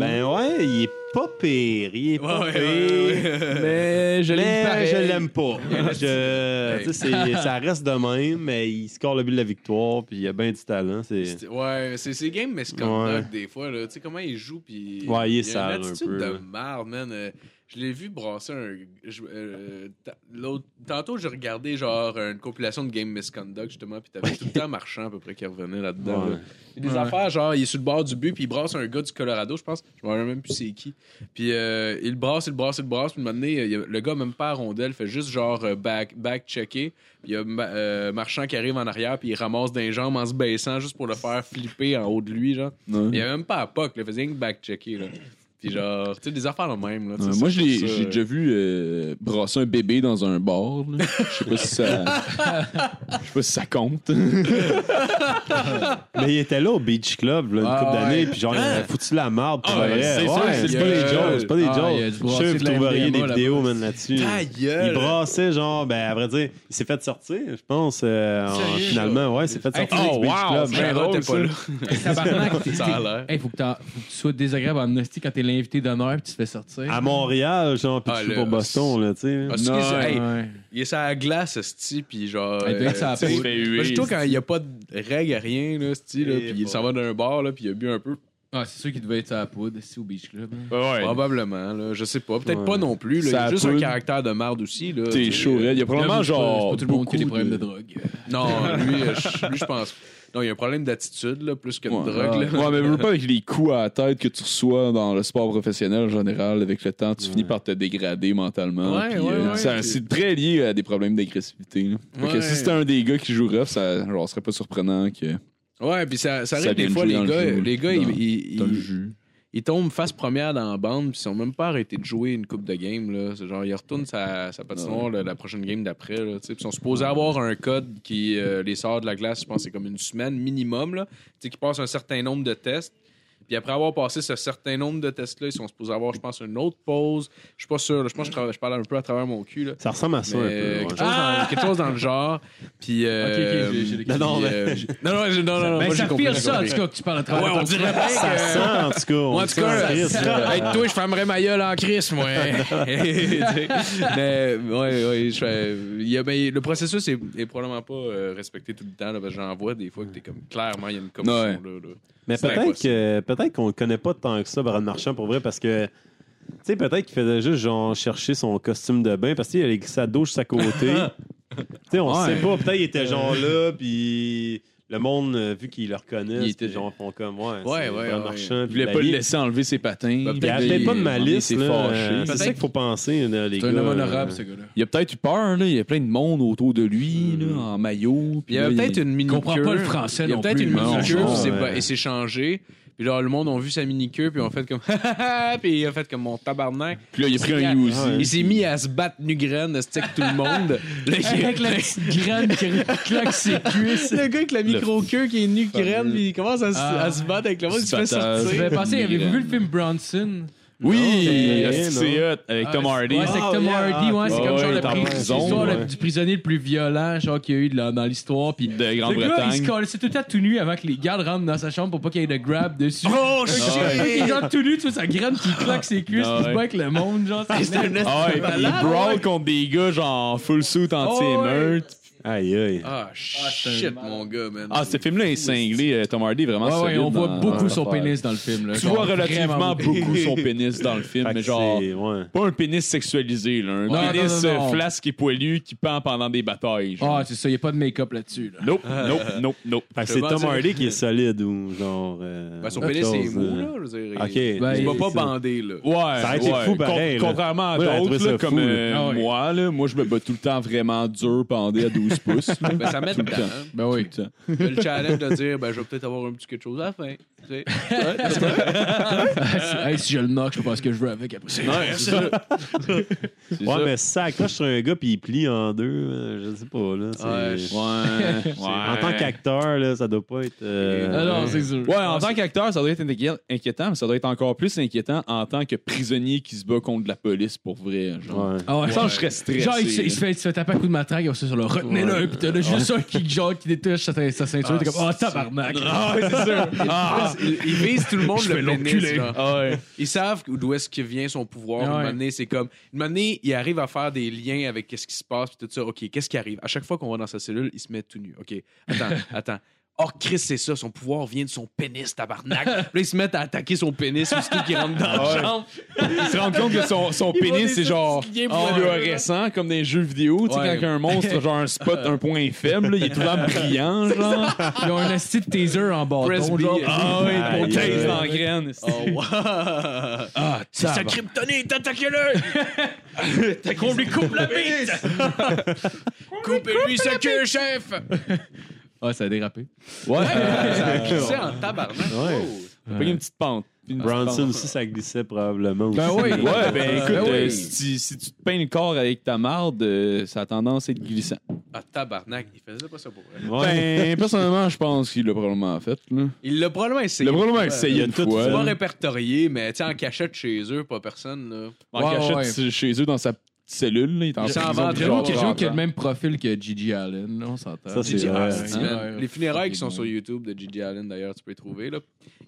G: ben ouais, il est pas pire. Il est pas
D: Ouais, ouais,
G: pire.
D: ouais, ouais.
C: Mais je l'aime
G: Mais
C: pareil.
G: je l'aime pas. Je-
D: Hey.
G: tu sais, c'est- ça reste de même, mais il score le but de la victoire, puis il a bien du talent. C'est...
D: C'était- Ouais, c'est ces games misconduct des fois. là. Tu sais comment il joue, puis.
G: Ouais, il est
D: y a
G: sale
D: Une
G: un
D: attitude
G: peu,
D: de
G: là.
D: marde, man. Euh, je l'ai vu brasser un. je- euh, ta- l'autre- Tantôt, j'ai regardé genre une compilation de games misconduct, justement, puis t'avais tout le temps marchand à peu près qui revenait là-dedans.
G: Ouais.
D: là. Puis des affaires, genre, il est sur le bord du but, puis il brasse un gars du Colorado, je pense. Je me rappelle même plus c'est qui. Puis euh, il le brasse, il le brasse, il le brasse, puis un moment donné, il y a- le gars, même pas à rondelle, fait juste genre euh, back, back checker. Puis il y a Ma- euh, Marchand qui arrive en arrière, puis il ramasse d'un jambe en se baissant juste pour le faire flipper en haut de lui, genre. Il y avait même pas à POC, là, il faisait rien que back checker, là. Puis genre, tu sais, des affaires de même, là. tu sais,
E: Ouais,
D: ça,
E: moi,
D: je
E: je l'ai-
D: trouve ça,
E: j'ai
D: euh,
E: déjà vu euh, brasser un bébé dans un bar. là. Je sais pas si ça. Je sais pas si ça compte.
G: Mais il était là au Beach Club là, une
D: Ah,
G: couple
D: ouais.
G: d'années, puis genre, il avait foutu la marde. pour
E: Ah,
G: vrai.
E: c'est sûr,
G: Ouais,
E: c'est
G: c'est
E: le
G: pas
E: gars.
G: des jokes. C'est pas des
C: Ah, il y a
G: jokes.
C: du
G: Je suis sûr
C: brassé
G: que
C: de
G: vous
C: la
G: trouveriez des
C: MDMA
G: vidéos man, là-dessus.
D: Ta
G: Il
D: gueule!
G: brassait, genre, ben, à vrai dire, il s'est fait sortir, je pense, euh, en-
D: Sérieux,
G: finalement. Ouais, il s'est fait
C: Hey,
G: sortir
E: oh,
G: du Beach
E: wow,
G: Club.
E: c'est bien
D: Charlotte
E: drôle,
D: était pas là.
C: Tabarnak, t'es-
D: Ça a l'air.
C: Hey, faut que, t'en- faut que tu sois désagréable en hostie quand t'es l'invité d'honneur et tu te fais sortir.
G: À Montréal, genre, puis
D: Ah,
G: tu joues
D: le-
G: pour Boston, là, tu sais.
D: Ah, excuse-
E: Non,
D: hey,
C: Ouais.
D: Il est sur la glace, ce style, puis genre. euh,
C: Il doit être sur la
D: tu sais,
C: peau.
E: Il fait huer,
D: moi, Surtout quand il n'y a pas de règles à rien, là, style, là,
G: Et
D: puis il
G: bon.
D: s'en va d'un bar, là, puis il a bu un peu.
C: Ah, c'est sûr qu'il devait être à la poudre, ici au Beach Club. hein.
E: Ouais,
D: Probablement, là, je sais pas. Peut-être
G: Ouais.
D: pas non plus. Là, il
E: Ça
D: y a juste
E: peut-
D: un caractère de marde aussi. Là,
E: T'es
D: tu sais.
E: chaud, Red. Il y a probablement
C: Là, c'est pas-
E: genre.
C: C'est pas tout le monde qui a des
E: beaucoup
C: problèmes de drogue.
D: Non, lui, euh, je- lui, je pense. Non, il y a un problème d'attitude, là, plus que de
E: Ouais.
D: drogue. là.
E: Ouais, mais veux pas avec les coups à la tête que tu reçois dans le sport professionnel en général, avec le temps, tu finis par te dégrader mentalement.
D: Ouais,
E: puis,
D: ouais,
E: euh,
D: ouais,
E: ça-
D: c'est-
E: c'est très lié à des problèmes d'agressivité. là. Fait que
D: Ouais.
E: si c'était un des gars qui joue rough, ça genre, serait pas surprenant que
D: Ouais, puis ça, ça arrive
E: Ça vient
D: des
E: de
D: fois,
E: jouer
D: les
E: dans le
D: gars,
E: jeu,
D: les gars,
E: dans-
D: ils, ils-
E: t'as le
D: ils-
E: jus.
D: ils tombent face première dans la bande, puis ils sont même pas arrêtés de jouer une coupe de game. Là. C'est genre, ils retournent sa, sa patinoire là, la prochaine game d'après. là, tu sais. Puis Ils sont supposés avoir un code qui euh, les sort de la glace, je pense que c'est comme une semaine minimum, là, Tu sais, qui passe un certain nombre de tests. Puis après avoir passé ce certain nombre de tests-là, ils sont supposés avoir, je pense, une autre pause. Je suis pas sûr, là. je pense que je, travaille- je parle un peu à travers mon cul. Là.
G: Ça ressemble à ça
D: Mais,
G: un
D: euh,
G: peu. ouais.
D: quelque, chose dans, quelque chose dans le genre. Puis. euh,
C: Ok, ok, j'ai- j'ai des
D: puis,
G: questions. Non, non, mais-
D: euh, non, non, j'ai- non, non, non,
C: Ben,
D: moi, j'ai
C: ça
D: compris,
C: pire
D: j'ai
C: ça, en
D: compris.
C: tout cas, que tu parles à travers
D: Ouais, on
C: ton-
D: dirait bien
G: Ça
D: que-
G: sent, en tout cas.
D: moi, en
G: on
D: tout
G: sent
D: cas,
G: la crise,
D: ça-
G: là.
D: hey, toi, je fermerais ma gueule en crise, moi. mais, ouais, ouais, je fais- il y a- ben, le processus est, est probablement pas euh, respecté tout le temps, là, parce que j'en vois des fois que t'es comme, clairement, il y a une commission,
E: Ouais.
D: là, là.
G: Mais
D: C'est
G: peut-être
D: impossible.
G: que peut-être qu'on le connaît pas tant que ça, Brad Marchand, pour vrai, parce que. Tu sais, peut-être qu'il faisait juste genre chercher son costume de bain parce qu'il y a les glissades d'eau juste à côté. tu sais, on
E: Ouais.
G: sait pas. Peut-être qu'il
D: Euh.
G: était genre là, puis le monde, euh, vu qu'il le reconnaît,
E: Il
G: les
E: était-
G: gens font comme ouais.
D: Ouais,
G: c'est
D: ouais,
G: Brad
D: ouais.
G: Marchand.
E: Il voulait
G: la
E: pas le
G: ligue.
E: laisser enlever ses patins.
D: Bah,
G: Il
D: peut-être
G: avait pas de malice.
E: Il s'est
G: là,
E: fâché.
G: euh, C'est ça qu'il faut penser, là, les
C: C'est
G: gars.
C: un homme
G: euh,
C: honorable, ce gars-là.
E: Il a peut-être eu peur, là. il y a plein de monde autour de lui,
C: Mm-hmm.
E: là, en maillot.
D: Il y avait peut-être une mini
C: comprend pas le français
D: Il y a
C: non
D: peut-être
C: plus,
D: une
C: mais non,
D: mini queue,
E: non,
G: ouais.
D: et c'est changé. Puis là, le monde a vu sa mini queue, puis on fait comme, puis il a fait comme mon tabarnak.
E: Puis là, il a pris un
D: Il
E: Uzi.
C: Ah,
D: s'est- Il s'est mis à se battre nu graine, à stick tout le monde. Là, il-
C: Avec la petite graine qui claque ses cuisses.
D: le gars avec la micro-queue qui est nu graine, puis il commence à, se-
C: Ah.
D: à se battre avec le monde, il se fait
E: Battage.
D: sortir.
C: Je vais passer, avez-vous vu le film Bronson?
E: Oui,
G: Non, c'est-
E: c'est hot, avec Tom
C: Ah,
E: Hardy.
C: Ouais, c'est avec
G: Oh,
C: Tom
G: yeah,
C: Hardy,
G: ah,
C: ouais, c'est
E: ouais,
C: comme genre
E: il
C: le
E: est en
C: pri-
E: prison,
C: l'histoire
E: ouais.
C: le- du prisonnier le plus violent genre qu'il y a eu dans, dans l'histoire puis
E: De
C: le gars, il se
E: Grande-Bretagne.
C: colle, c'est tout le temps tout nu avant que les gardes rentrent dans sa chambre pour pas qu'il y ait de grab dessus.
D: Oh
C: Il est genre tout nu, tu vois sa graine qui claque ses cuisses,
E: Ah,
C: qui se
E: ouais.
C: bat avec le monde, genre. c'est Ah,
D: un esti-
E: Ah ouais, puis il brawl contre des gars genre full suit anti-émeute.
G: Aïe, aïe.
D: Ah, shit, mon gars, man.
E: Ah, ce film-là est cinglé. euh, Tom Hardy est vraiment
C: Ouais, ouais,
E: solide
C: on voit
E: dans-
C: beaucoup
E: dans
C: son
E: l'affaire.
C: pénis dans le film. Là.
E: Tu vois relativement
C: Vraiment
E: beaucoup son pénis dans le film,
G: Fait que
E: mais genre
G: c'est- ouais.
E: pas un pénis sexualisé, là. Un
C: Non,
E: pénis
C: non, non, non.
E: euh, flasque et poilu qui pend pendant des batailles. genre.
C: Ah, c'est ça, il n'y a pas de make-up là-dessus. Là.
E: Nope, nope, nope, nope.
G: Euh, Fait que
D: Je
G: c'est
D: vais
G: Tom
D: dire-
G: Hardy qui est solide ou genre. euh,
D: Ben, son
G: autre
D: pénis, c'est
G: chose,
D: mou,
G: euh.
D: là, je veux dire.
G: Ok.
D: Il
C: Ben,
D: il va
G: c'est
D: pas
G: ça.
D: bander, là.
E: Ouais,
G: a été
E: ouais.
G: fou pareil,
E: Con-
G: là.
E: contrairement à
G: Moi, j'avais
E: d'autres,
G: trouvé ça
E: là,
G: fou,
E: comme
G: là.
E: euh,
C: Ah ouais.
E: moi, là, moi, je me bats tout le temps vraiment dur, pendé à 12 pouces. là.
D: Ben, ça met
E: Tout le
D: dedans.
E: temps.
D: hein.
C: Ben oui.
E: Tout le temps.
D: Il y a Le challenge de dire, ben, je vais peut-être avoir un petit quelque chose à la fin. tu sais.
C: hey, si je le knock, je sais pas ce que je veux avec après. ça.
E: C'est ça. C'est
G: Ouais,
E: ça.
G: mais ça accroche sur un gars puis il plie en deux, euh, je sais pas. Là, c'est-
D: Ouais, je-
G: c'est-
E: Ouais. ouais.
G: En tant qu'acteur, là, ça doit pas être. euh,
C: Ah non, c'est sûr.
E: Ouais, en tant qu'acteur, ça doit être inquié- inquiétant, mais ça doit être encore plus inquiétant en tant que prisonnier qui se bat contre la police pour vrai. Genre.
G: ouais.
C: Ah ouais.
E: Ça, je serais stressé.
C: Genre, il se, il se fait, il se fait taper à coup de matraque, comme ça, sur le retenez-le, pis t'as là, juste un qui, genre, qui détache sa, sa ceinture, t'es comme, oh, ah, tabarnak!
E: Ah, ouais, c'est sûr. Ah,
D: ils visent tout le monde
C: Je
D: le
C: vais l'enculer.
D: pénis. là.
E: Ah ouais.
D: Ils savent d'où est-ce que vient son pouvoir. Une
C: Ouais.
D: monnaie, c'est comme. Une monnaie, il arrive à faire des liens avec qu'est-ce qui se passe, puis tout ça. OK, qu'est-ce qui arrive? À chaque fois qu'on va dans sa cellule, il se met tout nu. OK, attends, attends. Oh, Chris, c'est ça, son pouvoir vient de son pénis, tabarnak. Puis là, ils se mettent à attaquer son pénis, ou ce qui rentre dans la
E: Ah ouais.
D: chambre.
E: Ils se rendent compte que son, son
D: Ils voient
E: pénis,
D: des
E: c'est genre
D: petits liens pour le-
E: fluorescent, comme dans les jeux vidéo. Tu sais,
D: Ouais.
E: quand il y a un monstre, genre un spot, un point faible, là, il est tout le temps brillant, genre.
C: Ils ont un asti de taser en bas.
D: Frisbee.
E: Ah ouais,
G: Aïe,
E: pour taser
G: aïe.
E: dans la graine.
D: Oh, wow.
C: Ah,
D: C'est sa
C: tabarnak.
D: kryptonite, attaquez-le! Qu'on lui coupe la bite! Coupez-lui sa queue, chef!
C: Ah, ça a dérapé.
E: Ouais.
D: Ah, C'est en tabarnak.
G: Ouais.
D: Oh.
E: Pas une petite pente. Puis une petite
G: Bronson
E: pente.
G: aussi, ça glissait probablement aussi.
C: Ben oui.
E: Ouais, ben écoute,
C: Ben oui.
E: euh, si, tu- si tu te peins le corps avec ta marde, euh, ça a tendance à être glissant.
D: Ah, tabarnak, il faisait pas ça pour vrai.
G: Ouais.
E: Ben, personnellement, je pense qu'il l'a probablement fait. Là.
D: Il l'a probablement
E: Il
D: essayé.
E: l'a probablement
D: Ouais.
E: essayé
G: Euh,
E: une
G: tout
E: fois.
D: C'est pas
E: là.
D: répertorié, mais tu sais, en cachette chez eux, pas personne. Là.
E: En
C: Ouais,
E: cachette
C: ouais.
E: chez- chez eux dans sa petite cellule. Là, il est en
D: Il s'en
E: prison
D: va en
E: depuis
C: J'avoue
D: prison,
E: genre
C: qu'il y a quelqu'un qui a le
E: 30 ans.
C: même profil que Gigi Allen, là, on s'entend.
G: Ça,
D: J'ai dit,
G: C'est
D: ah,
G: vrai,
D: c'est
C: hein.
D: man. Les funérailles qui sont
C: Ouais.
D: sur YouTube de Gigi Allen, d'ailleurs, tu peux les trouver. Là.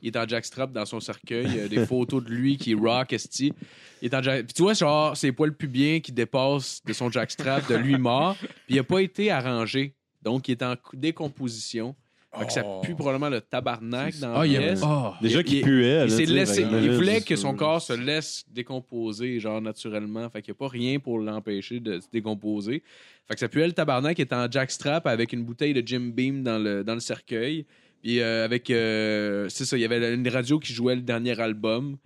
D: Il est en jackstrap dans son cercueil. Il y a des photos de lui qui rock esti. Il est en jack... Puis tu vois, genre, ses poils pubiens qui dépassent de son jackstrap, de lui mort. Puis il a pas été arrangé. Donc, il est en cou- décomposition. Fait que ça pue probablement le tabarnak dans
C: Ah,
D: la
C: il y a.
D: pièce.
C: Ah.
G: Déjà
D: Il-
G: qu'il
D: il-
G: puait.
D: Il,
G: là,
D: s'est
G: tu sais,
D: laissé-
G: ben,
D: il
G: là,
D: voulait
G: c'est
D: que
G: sûr.
D: son corps se laisse décomposer, genre naturellement. Fait qu'il n'y a pas rien pour l'empêcher de se décomposer. Fait que ça puait le tabarnak qui est en jackstrap avec une bouteille de Jim Beam dans le, dans le cercueil. Puis euh, avec. euh, c'est ça, il y avait une radio qui jouait le dernier album.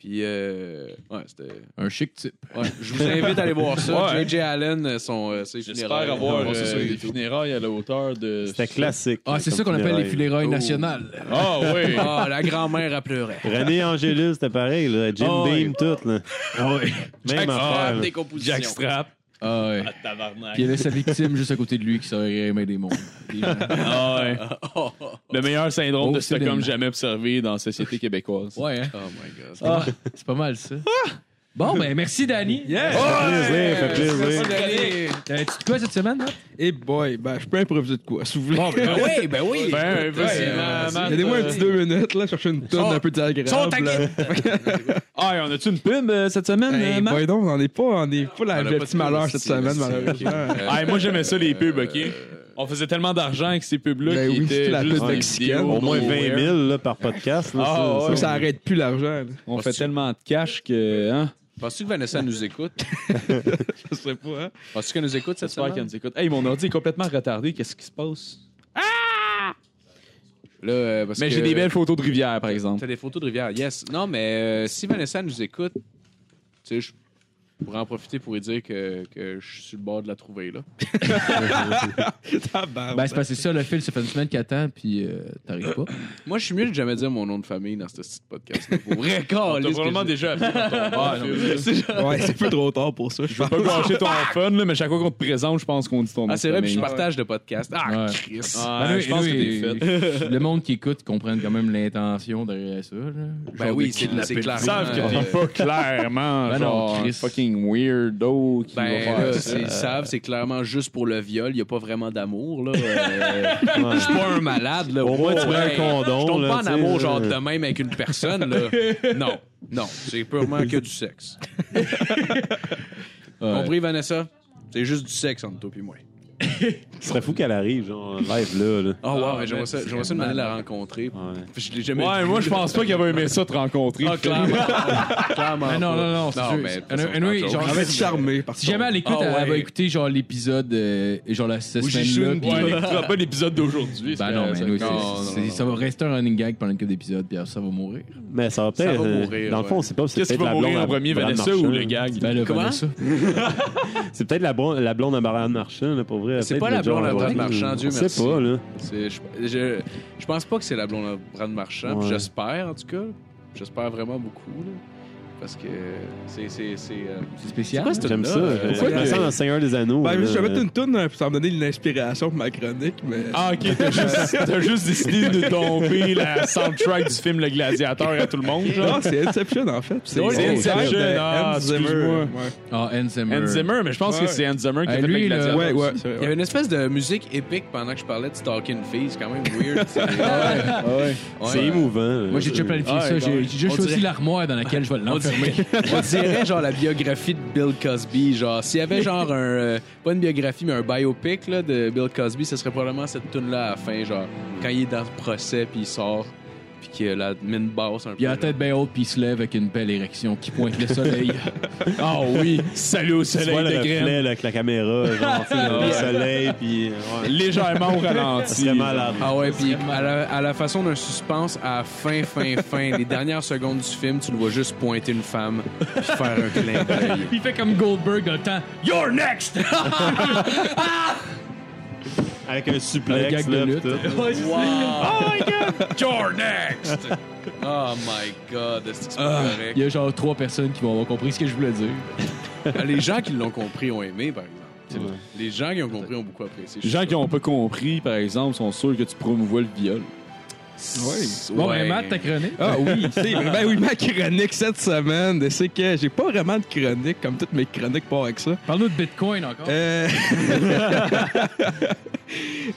D: Puis, euh, ouais, c'était.
C: Un chic type.
D: ouais, je vous invite à aller voir ça.
E: Ouais.
D: JJ Allen, son. euh, ses funérailles.
E: J'espère avoir
D: Ouais, c'est ça,
E: euh,
D: il
E: des
D: est tout.
E: funérailles à la hauteur de.
G: C'était classique.
C: Ah, c'est
G: comme
C: ça qu'on appelle les
G: funérailles.
C: funérailles
D: Oh.
C: nationales.
E: Ah oui!
D: Ah, la grand-mère a pleuré.
G: René Angélus, c'était pareil. Là. Jim
E: Ah ouais.
G: Beam, tout. Là. Même
D: Ah,
G: affaire. là.
D: décomposition.
E: Jackstrap.
C: Ah ouais.
E: Tabarnak.
C: Puis il y avait sa victime juste à côté de lui qui saurait aimer des mondes. Puis, euh,
E: Ah ouais.
D: Oh, oh,
E: Le meilleur syndrome
C: Oh,
E: de Stockholm
C: c'est
E: jamais observé dans la société québécoise.
C: ouais, hein.
D: oh my god.
C: Ah, c'est pas mal ça. Bon, ben merci, Danny.
D: Oh!
G: Fait plaisir, fait plaisir.
D: Merci d'aller.
C: Euh, tu te quoi cette semaine? Hein?
F: Et boy, ben, je peux improviser de quoi, si vous voulez.
D: Ben oui, ben oui.
E: Ben, vas-y,
D: Ouais, euh,
E: man,
D: vas-y.
E: man.
F: Aidez-moi un petit deux minutes, là, chercher une tonne
D: Sont-
F: un peu désagréable.
D: sont
E: Ben,
D: taqués.
E: Ah, on a-tu une pub euh, cette semaine, euh,
F: Hey,
E: Marc?
F: boy, donc, on n'est pas, on est pas la,
D: On a
F: le
D: pas
F: petit
D: de
F: malheur
D: pub,
F: cette
D: c'est-
F: semaine,
D: c'est-
F: malheureusement.
D: ok.
E: Ah, moi, j'aimais ça, les pubs, OK?
D: Euh,
E: On faisait tellement d'argent avec ces pubs-là
F: Ben
E: qui
F: oui,
E: étaient
F: c'était la
E: juste
F: pub
E: des
F: mexicaine.
E: vidéos
G: Au moins
E: nowhere.
G: 20 000 là, par podcast. là,
E: Ah,
G: ça,
E: ouais.
F: Ça,
G: ça,
F: ça arrête plus l'argent. là.
E: On fait tellement de cash que... Hein?
D: Penses-tu que Vanessa nous écoute?
F: Je sais pas. hein.
D: Penses-tu qu'elle nous écoute cette
E: J'espère qu'elle
D: semaine?
E: nous écoute. Hey, mon ordi est complètement retardé. Qu'est-ce qui se passe?
D: Là, euh, parce
E: Mais
D: que-
E: j'ai des belles photos de rivière, par exemple.
D: T'as des photos de rivière, yes. Non, mais euh, si Vanessa nous écoute, tu sais, je pourrais en profiter pour lui dire que, que je suis sur le bord de la trouver, là.
F: Tabarnak.
C: Ben, c'est passé ça, le fil, ça fait une semaine qu'il attend, puis euh, t'arrives pas.
D: Moi, je suis mieux de jamais dire mon nom de famille dans ce petit podcast. Pour vrai,
E: T'as
D: câlisse que
E: probablement
D: je-
E: déjà appris dans ton bar, là. Je
F: Ben, Ouais, c'est un peu trop tard pour ça, je
E: veux
F: pense.
E: pas gâcher ton fun, là, mais chaque fois qu'on te présente, je pense qu'on dit ton nom.
D: Ah, c'est vrai,
E: de
D: puis je
E: famille.
D: partage le podcast. Ah,
C: Ouais.
D: Chris!
E: Ah,
C: Ben,
E: je pense que
C: oui,
E: t'es
C: oui,
E: fait.
C: Le monde qui écoute comprenne quand même l'intention derrière ça. Là.
D: Ben
C: Genre
D: oui,
C: des
D: c'est
C: kidnappés
D: c'est
C: de
D: clair.
E: Ils savent que
D: Euh,
E: t'es pas clairement
C: Ben non,
E: genre un
C: Chris.
E: fucking weirdo qui va
D: Ben,
E: faire
D: là,
E: ça.
D: c'est- ils savent, c'est clairement juste pour le viol. Il n'y a pas vraiment d'amour, là. Euh, Je suis pas un malade, là.
G: Au moins, tu
D: Wow,
G: mets un
D: hey,
G: condom,
D: Je tombe
G: là,
D: pas en
G: tu sais,
D: amour,
G: là.
D: genre, de même avec une personne, là. Non, non. C'est purement que du sexe. Compris, Vanessa? C'est juste du sexe entre toi et moi.
G: Ce serait fou qu'elle arrive, genre, live là. là.
D: Oh, wow,
C: Ah,
D: mais j'aimerais
C: mais
D: ça,
C: c'est
D: j'aimerais ça demander de la rencontrer.
G: Ouais.
D: Je l'ai jamais
E: Ouais,
D: vu.
E: moi je pense pas qu'il avait aimé ça te rencontrer.
D: Ah, clairement. clairement.
C: Mais non,
D: pas.
C: non, non, c'est sûr.
D: mais de toute
C: Anyway,
D: façon,
C: anyway,
D: c'est un
C: genre,
D: joke.
F: Elle va être charmée par
C: Si jamais elle écoute,
D: Ah
C: elle- elle va
D: ouais.
C: écouter genre l'épisode, euh, genre la cette
D: Où j'ai
C: semaine-là.
D: chou-
C: puis-
E: Ouais, n'écoutera pas l'épisode d'aujourd'hui.
C: Ben non, mais
E: c'est-
C: nous,
E: c'est-
C: c'est-
D: non,
C: c'est-
D: non,
C: ça va rester un running gag pendant une couple d'épisodes, puis après, ça va mourir.
G: Mais ça va
D: Ça va
G: peut-être. euh,
D: mourir,
G: dans le fond,
D: ouais.
G: c'est pas. c'est
E: Qu'est-ce qui va
G: peut-être la
E: mourir
G: blonde
E: en
G: à
E: premier,
G: Brad
E: Vanessa ou
G: Marchand.
E: le gag?
C: Ben là,
D: Comment?
C: Vanessa.
G: C'est peut-être la, bro- la blonde à Brad Marchand, là, pour vrai.
D: C'est
G: Peut-être
D: pas la
G: le genre
D: blonde à Brad
G: blonde.
D: Marchand, Dieu
G: On
D: merci.
G: sait pas, là.
D: C'est- Je, je, je pense pas que c'est la blonde à Brad Marchand. puis
G: Ouais.
D: J'espère, en tout cas. J'espère vraiment beaucoup. là. Parce que c'est. C'est c'est, euh,
C: C'est spécial.
D: quoi, cette
G: J'aime
D: tune-là?
G: ça.
D: Euh,
G: Pourquoi
F: ouais.
G: que ça dans le Seigneur des Anneaux?
F: Ben,
G: là?
F: je vais mettre une toune euh, pour ça me donner l'inspiration pour ma chronique, mais.
E: Ah, ok, t'as juste, t'as juste décidé de tomber la soundtrack du film Le Gladiateur à tout le monde.
F: Non,
E: genre.
F: c'est Inception en fait.
E: drôle,
F: c'est
E: Inception,
F: de
E: ah,
F: Hans Zimmer.
E: excuse-moi.
F: Ouais.
C: Ah, Hans Zimmer.
E: Hans Zimmer, mais je pense
F: Ouais.
E: que c'est Hans Zimmer qui a
C: Hey,
E: fait
C: lui,
E: Le
C: là,
E: Gladiateur.
F: Ouais, ouais, c'est
D: Il y
F: vrai.
D: avait une espèce de musique épique pendant que je parlais de Stalking Fees, c'est quand même weird. C'est- Ouais.
G: euh, C'est émouvant. là.
C: Moi, j'ai déjà planifié
E: Ah,
C: ça.
E: ouais,
C: J'ai
E: ouais.
C: j'ai déjà
D: On
C: choisi
D: dirait-
C: l'armoire dans laquelle je vais
D: On
C: l'enfermer.
D: dirait, on dirait genre la biographie de Bill Cosby. Genre, s'il y avait genre un. euh, pas une biographie, mais un biopic là, de Bill Cosby, ce serait probablement cette tune-là à la fin. Genre, quand il est dans le procès, puis il sort, puis que la mine basse un peu.
C: Il a la
D: là.
C: tête bien haute puis il se lève avec une belle érection qui pointe le soleil.
E: Ah oui, salut au
G: Tu vois
E: soleil
G: le
E: de
G: reflet
E: Grême.
G: là, avec la caméra, genre, tu sais, le soleil, puis. Ouais.
E: Légèrement au
G: Ça
E: ralenti.
G: serait malade.
D: Ah ouais, puis à la, à la façon d'un suspense à la fin, fin, fin, les dernières secondes du film, tu le vois juste pointer une femme puis faire un clin d'œil.
C: il fait comme Goldberg dans le temps. You're next!
G: Avec un
C: Un
G: suplex,
C: gag de
G: là,
C: lutte.
G: pis tout.
D: Wow! Oh my god! You're next! Oh my god, est-ce que c'est pas correct?
C: Il y a genre trois personnes qui vont avoir compris ce que je voulais dire.
D: Ah, Les gens qui l'ont compris ont aimé, par exemple. C'est vrai. Les gens qui ont compris ont beaucoup apprécié.
E: Les gens qui n'ont pas compris, par exemple, sont sûrs que tu promouvois le viol.
D: Oui.
C: Bon, ben, Matt, ta chronique.
F: Ah oui, c'est vrai. Ben oui, ma chronique cette semaine, c'est que j'ai pas vraiment de chronique, comme toutes mes chroniques pas avec ça.
C: Parle-nous de Bitcoin encore.
F: Euh...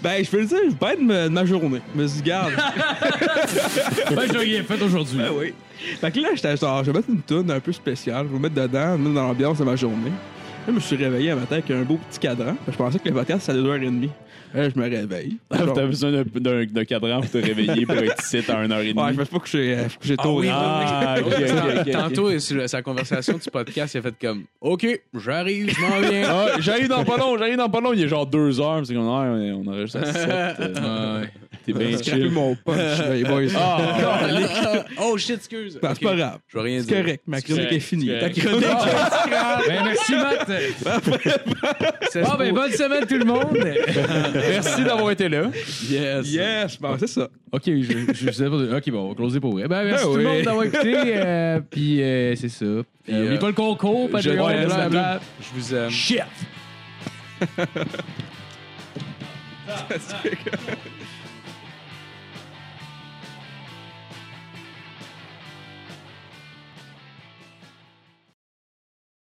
F: ben, je peux le dire, je bête de ma- de ma journée. Je me suis dit, garde.
C: Ben, je l'ai fait aujourd'hui.
F: Ben oui. Fait que là, j'étais genre, je vais mettre une toune un peu spéciale, je vais mettre dedans, même dans l'ambiance de ma journée. Là, je me suis réveillé un matin avec un beau petit cadran. Je pensais que le podcast, ça allait durer une demie. Là, je me réveille.
D: Ah,
F: Genre,
E: Ah, T'as besoin d'un- d'un d'un cadran pour te réveiller pour être ici à 1h30.
F: ouais, je me suis pas couché, euh, je me suis couché
D: Ah
F: tôt.
D: oui,
F: là.
E: Ah, ok, ok, ok.
D: Tantôt, sur le- sa conversation du podcast, il a fait comme OK, j'arrive, je m'en viens.
E: Ah, j'arrive dans pas long, j'arrive dans pas long. Il est genre 2 heures. C'est comme, ah, on, on aurait juste à 7.
C: Ouais.
E: T'es
F: J'ai
E: bien
F: scrappé
E: chill.
F: mon punch, là, les boys.
E: Ah,
D: oh shit, excuse.
F: Ben,
D: Ok,
F: c'est pas grave.
D: Je vais rien
F: C'est
D: dire.
F: correct, ma chronique
E: correct,
F: est finie.
E: c'est
F: Ta
E: correct.
F: chronique,
C: Ben, merci, Matt.
D: C'est
C: Bon, ben,
D: beau.
C: bonne semaine, tout le monde.
E: merci d'avoir été là.
D: Yes.
F: yes, bon, c'est ça.
C: OK, je, je sais pas. OK, bon, on va closer pour vrai. Ben, merci
F: Ben
C: tout le
F: oui.
C: monde d'avoir écouté. euh, Puis, euh, c'est ça. Puis,
D: euh,
C: n'oublie pas le concours,
D: je-
C: Patreon,
D: ouais,
C: blablabla.
D: blablabla. Je vous aime.
C: Shit!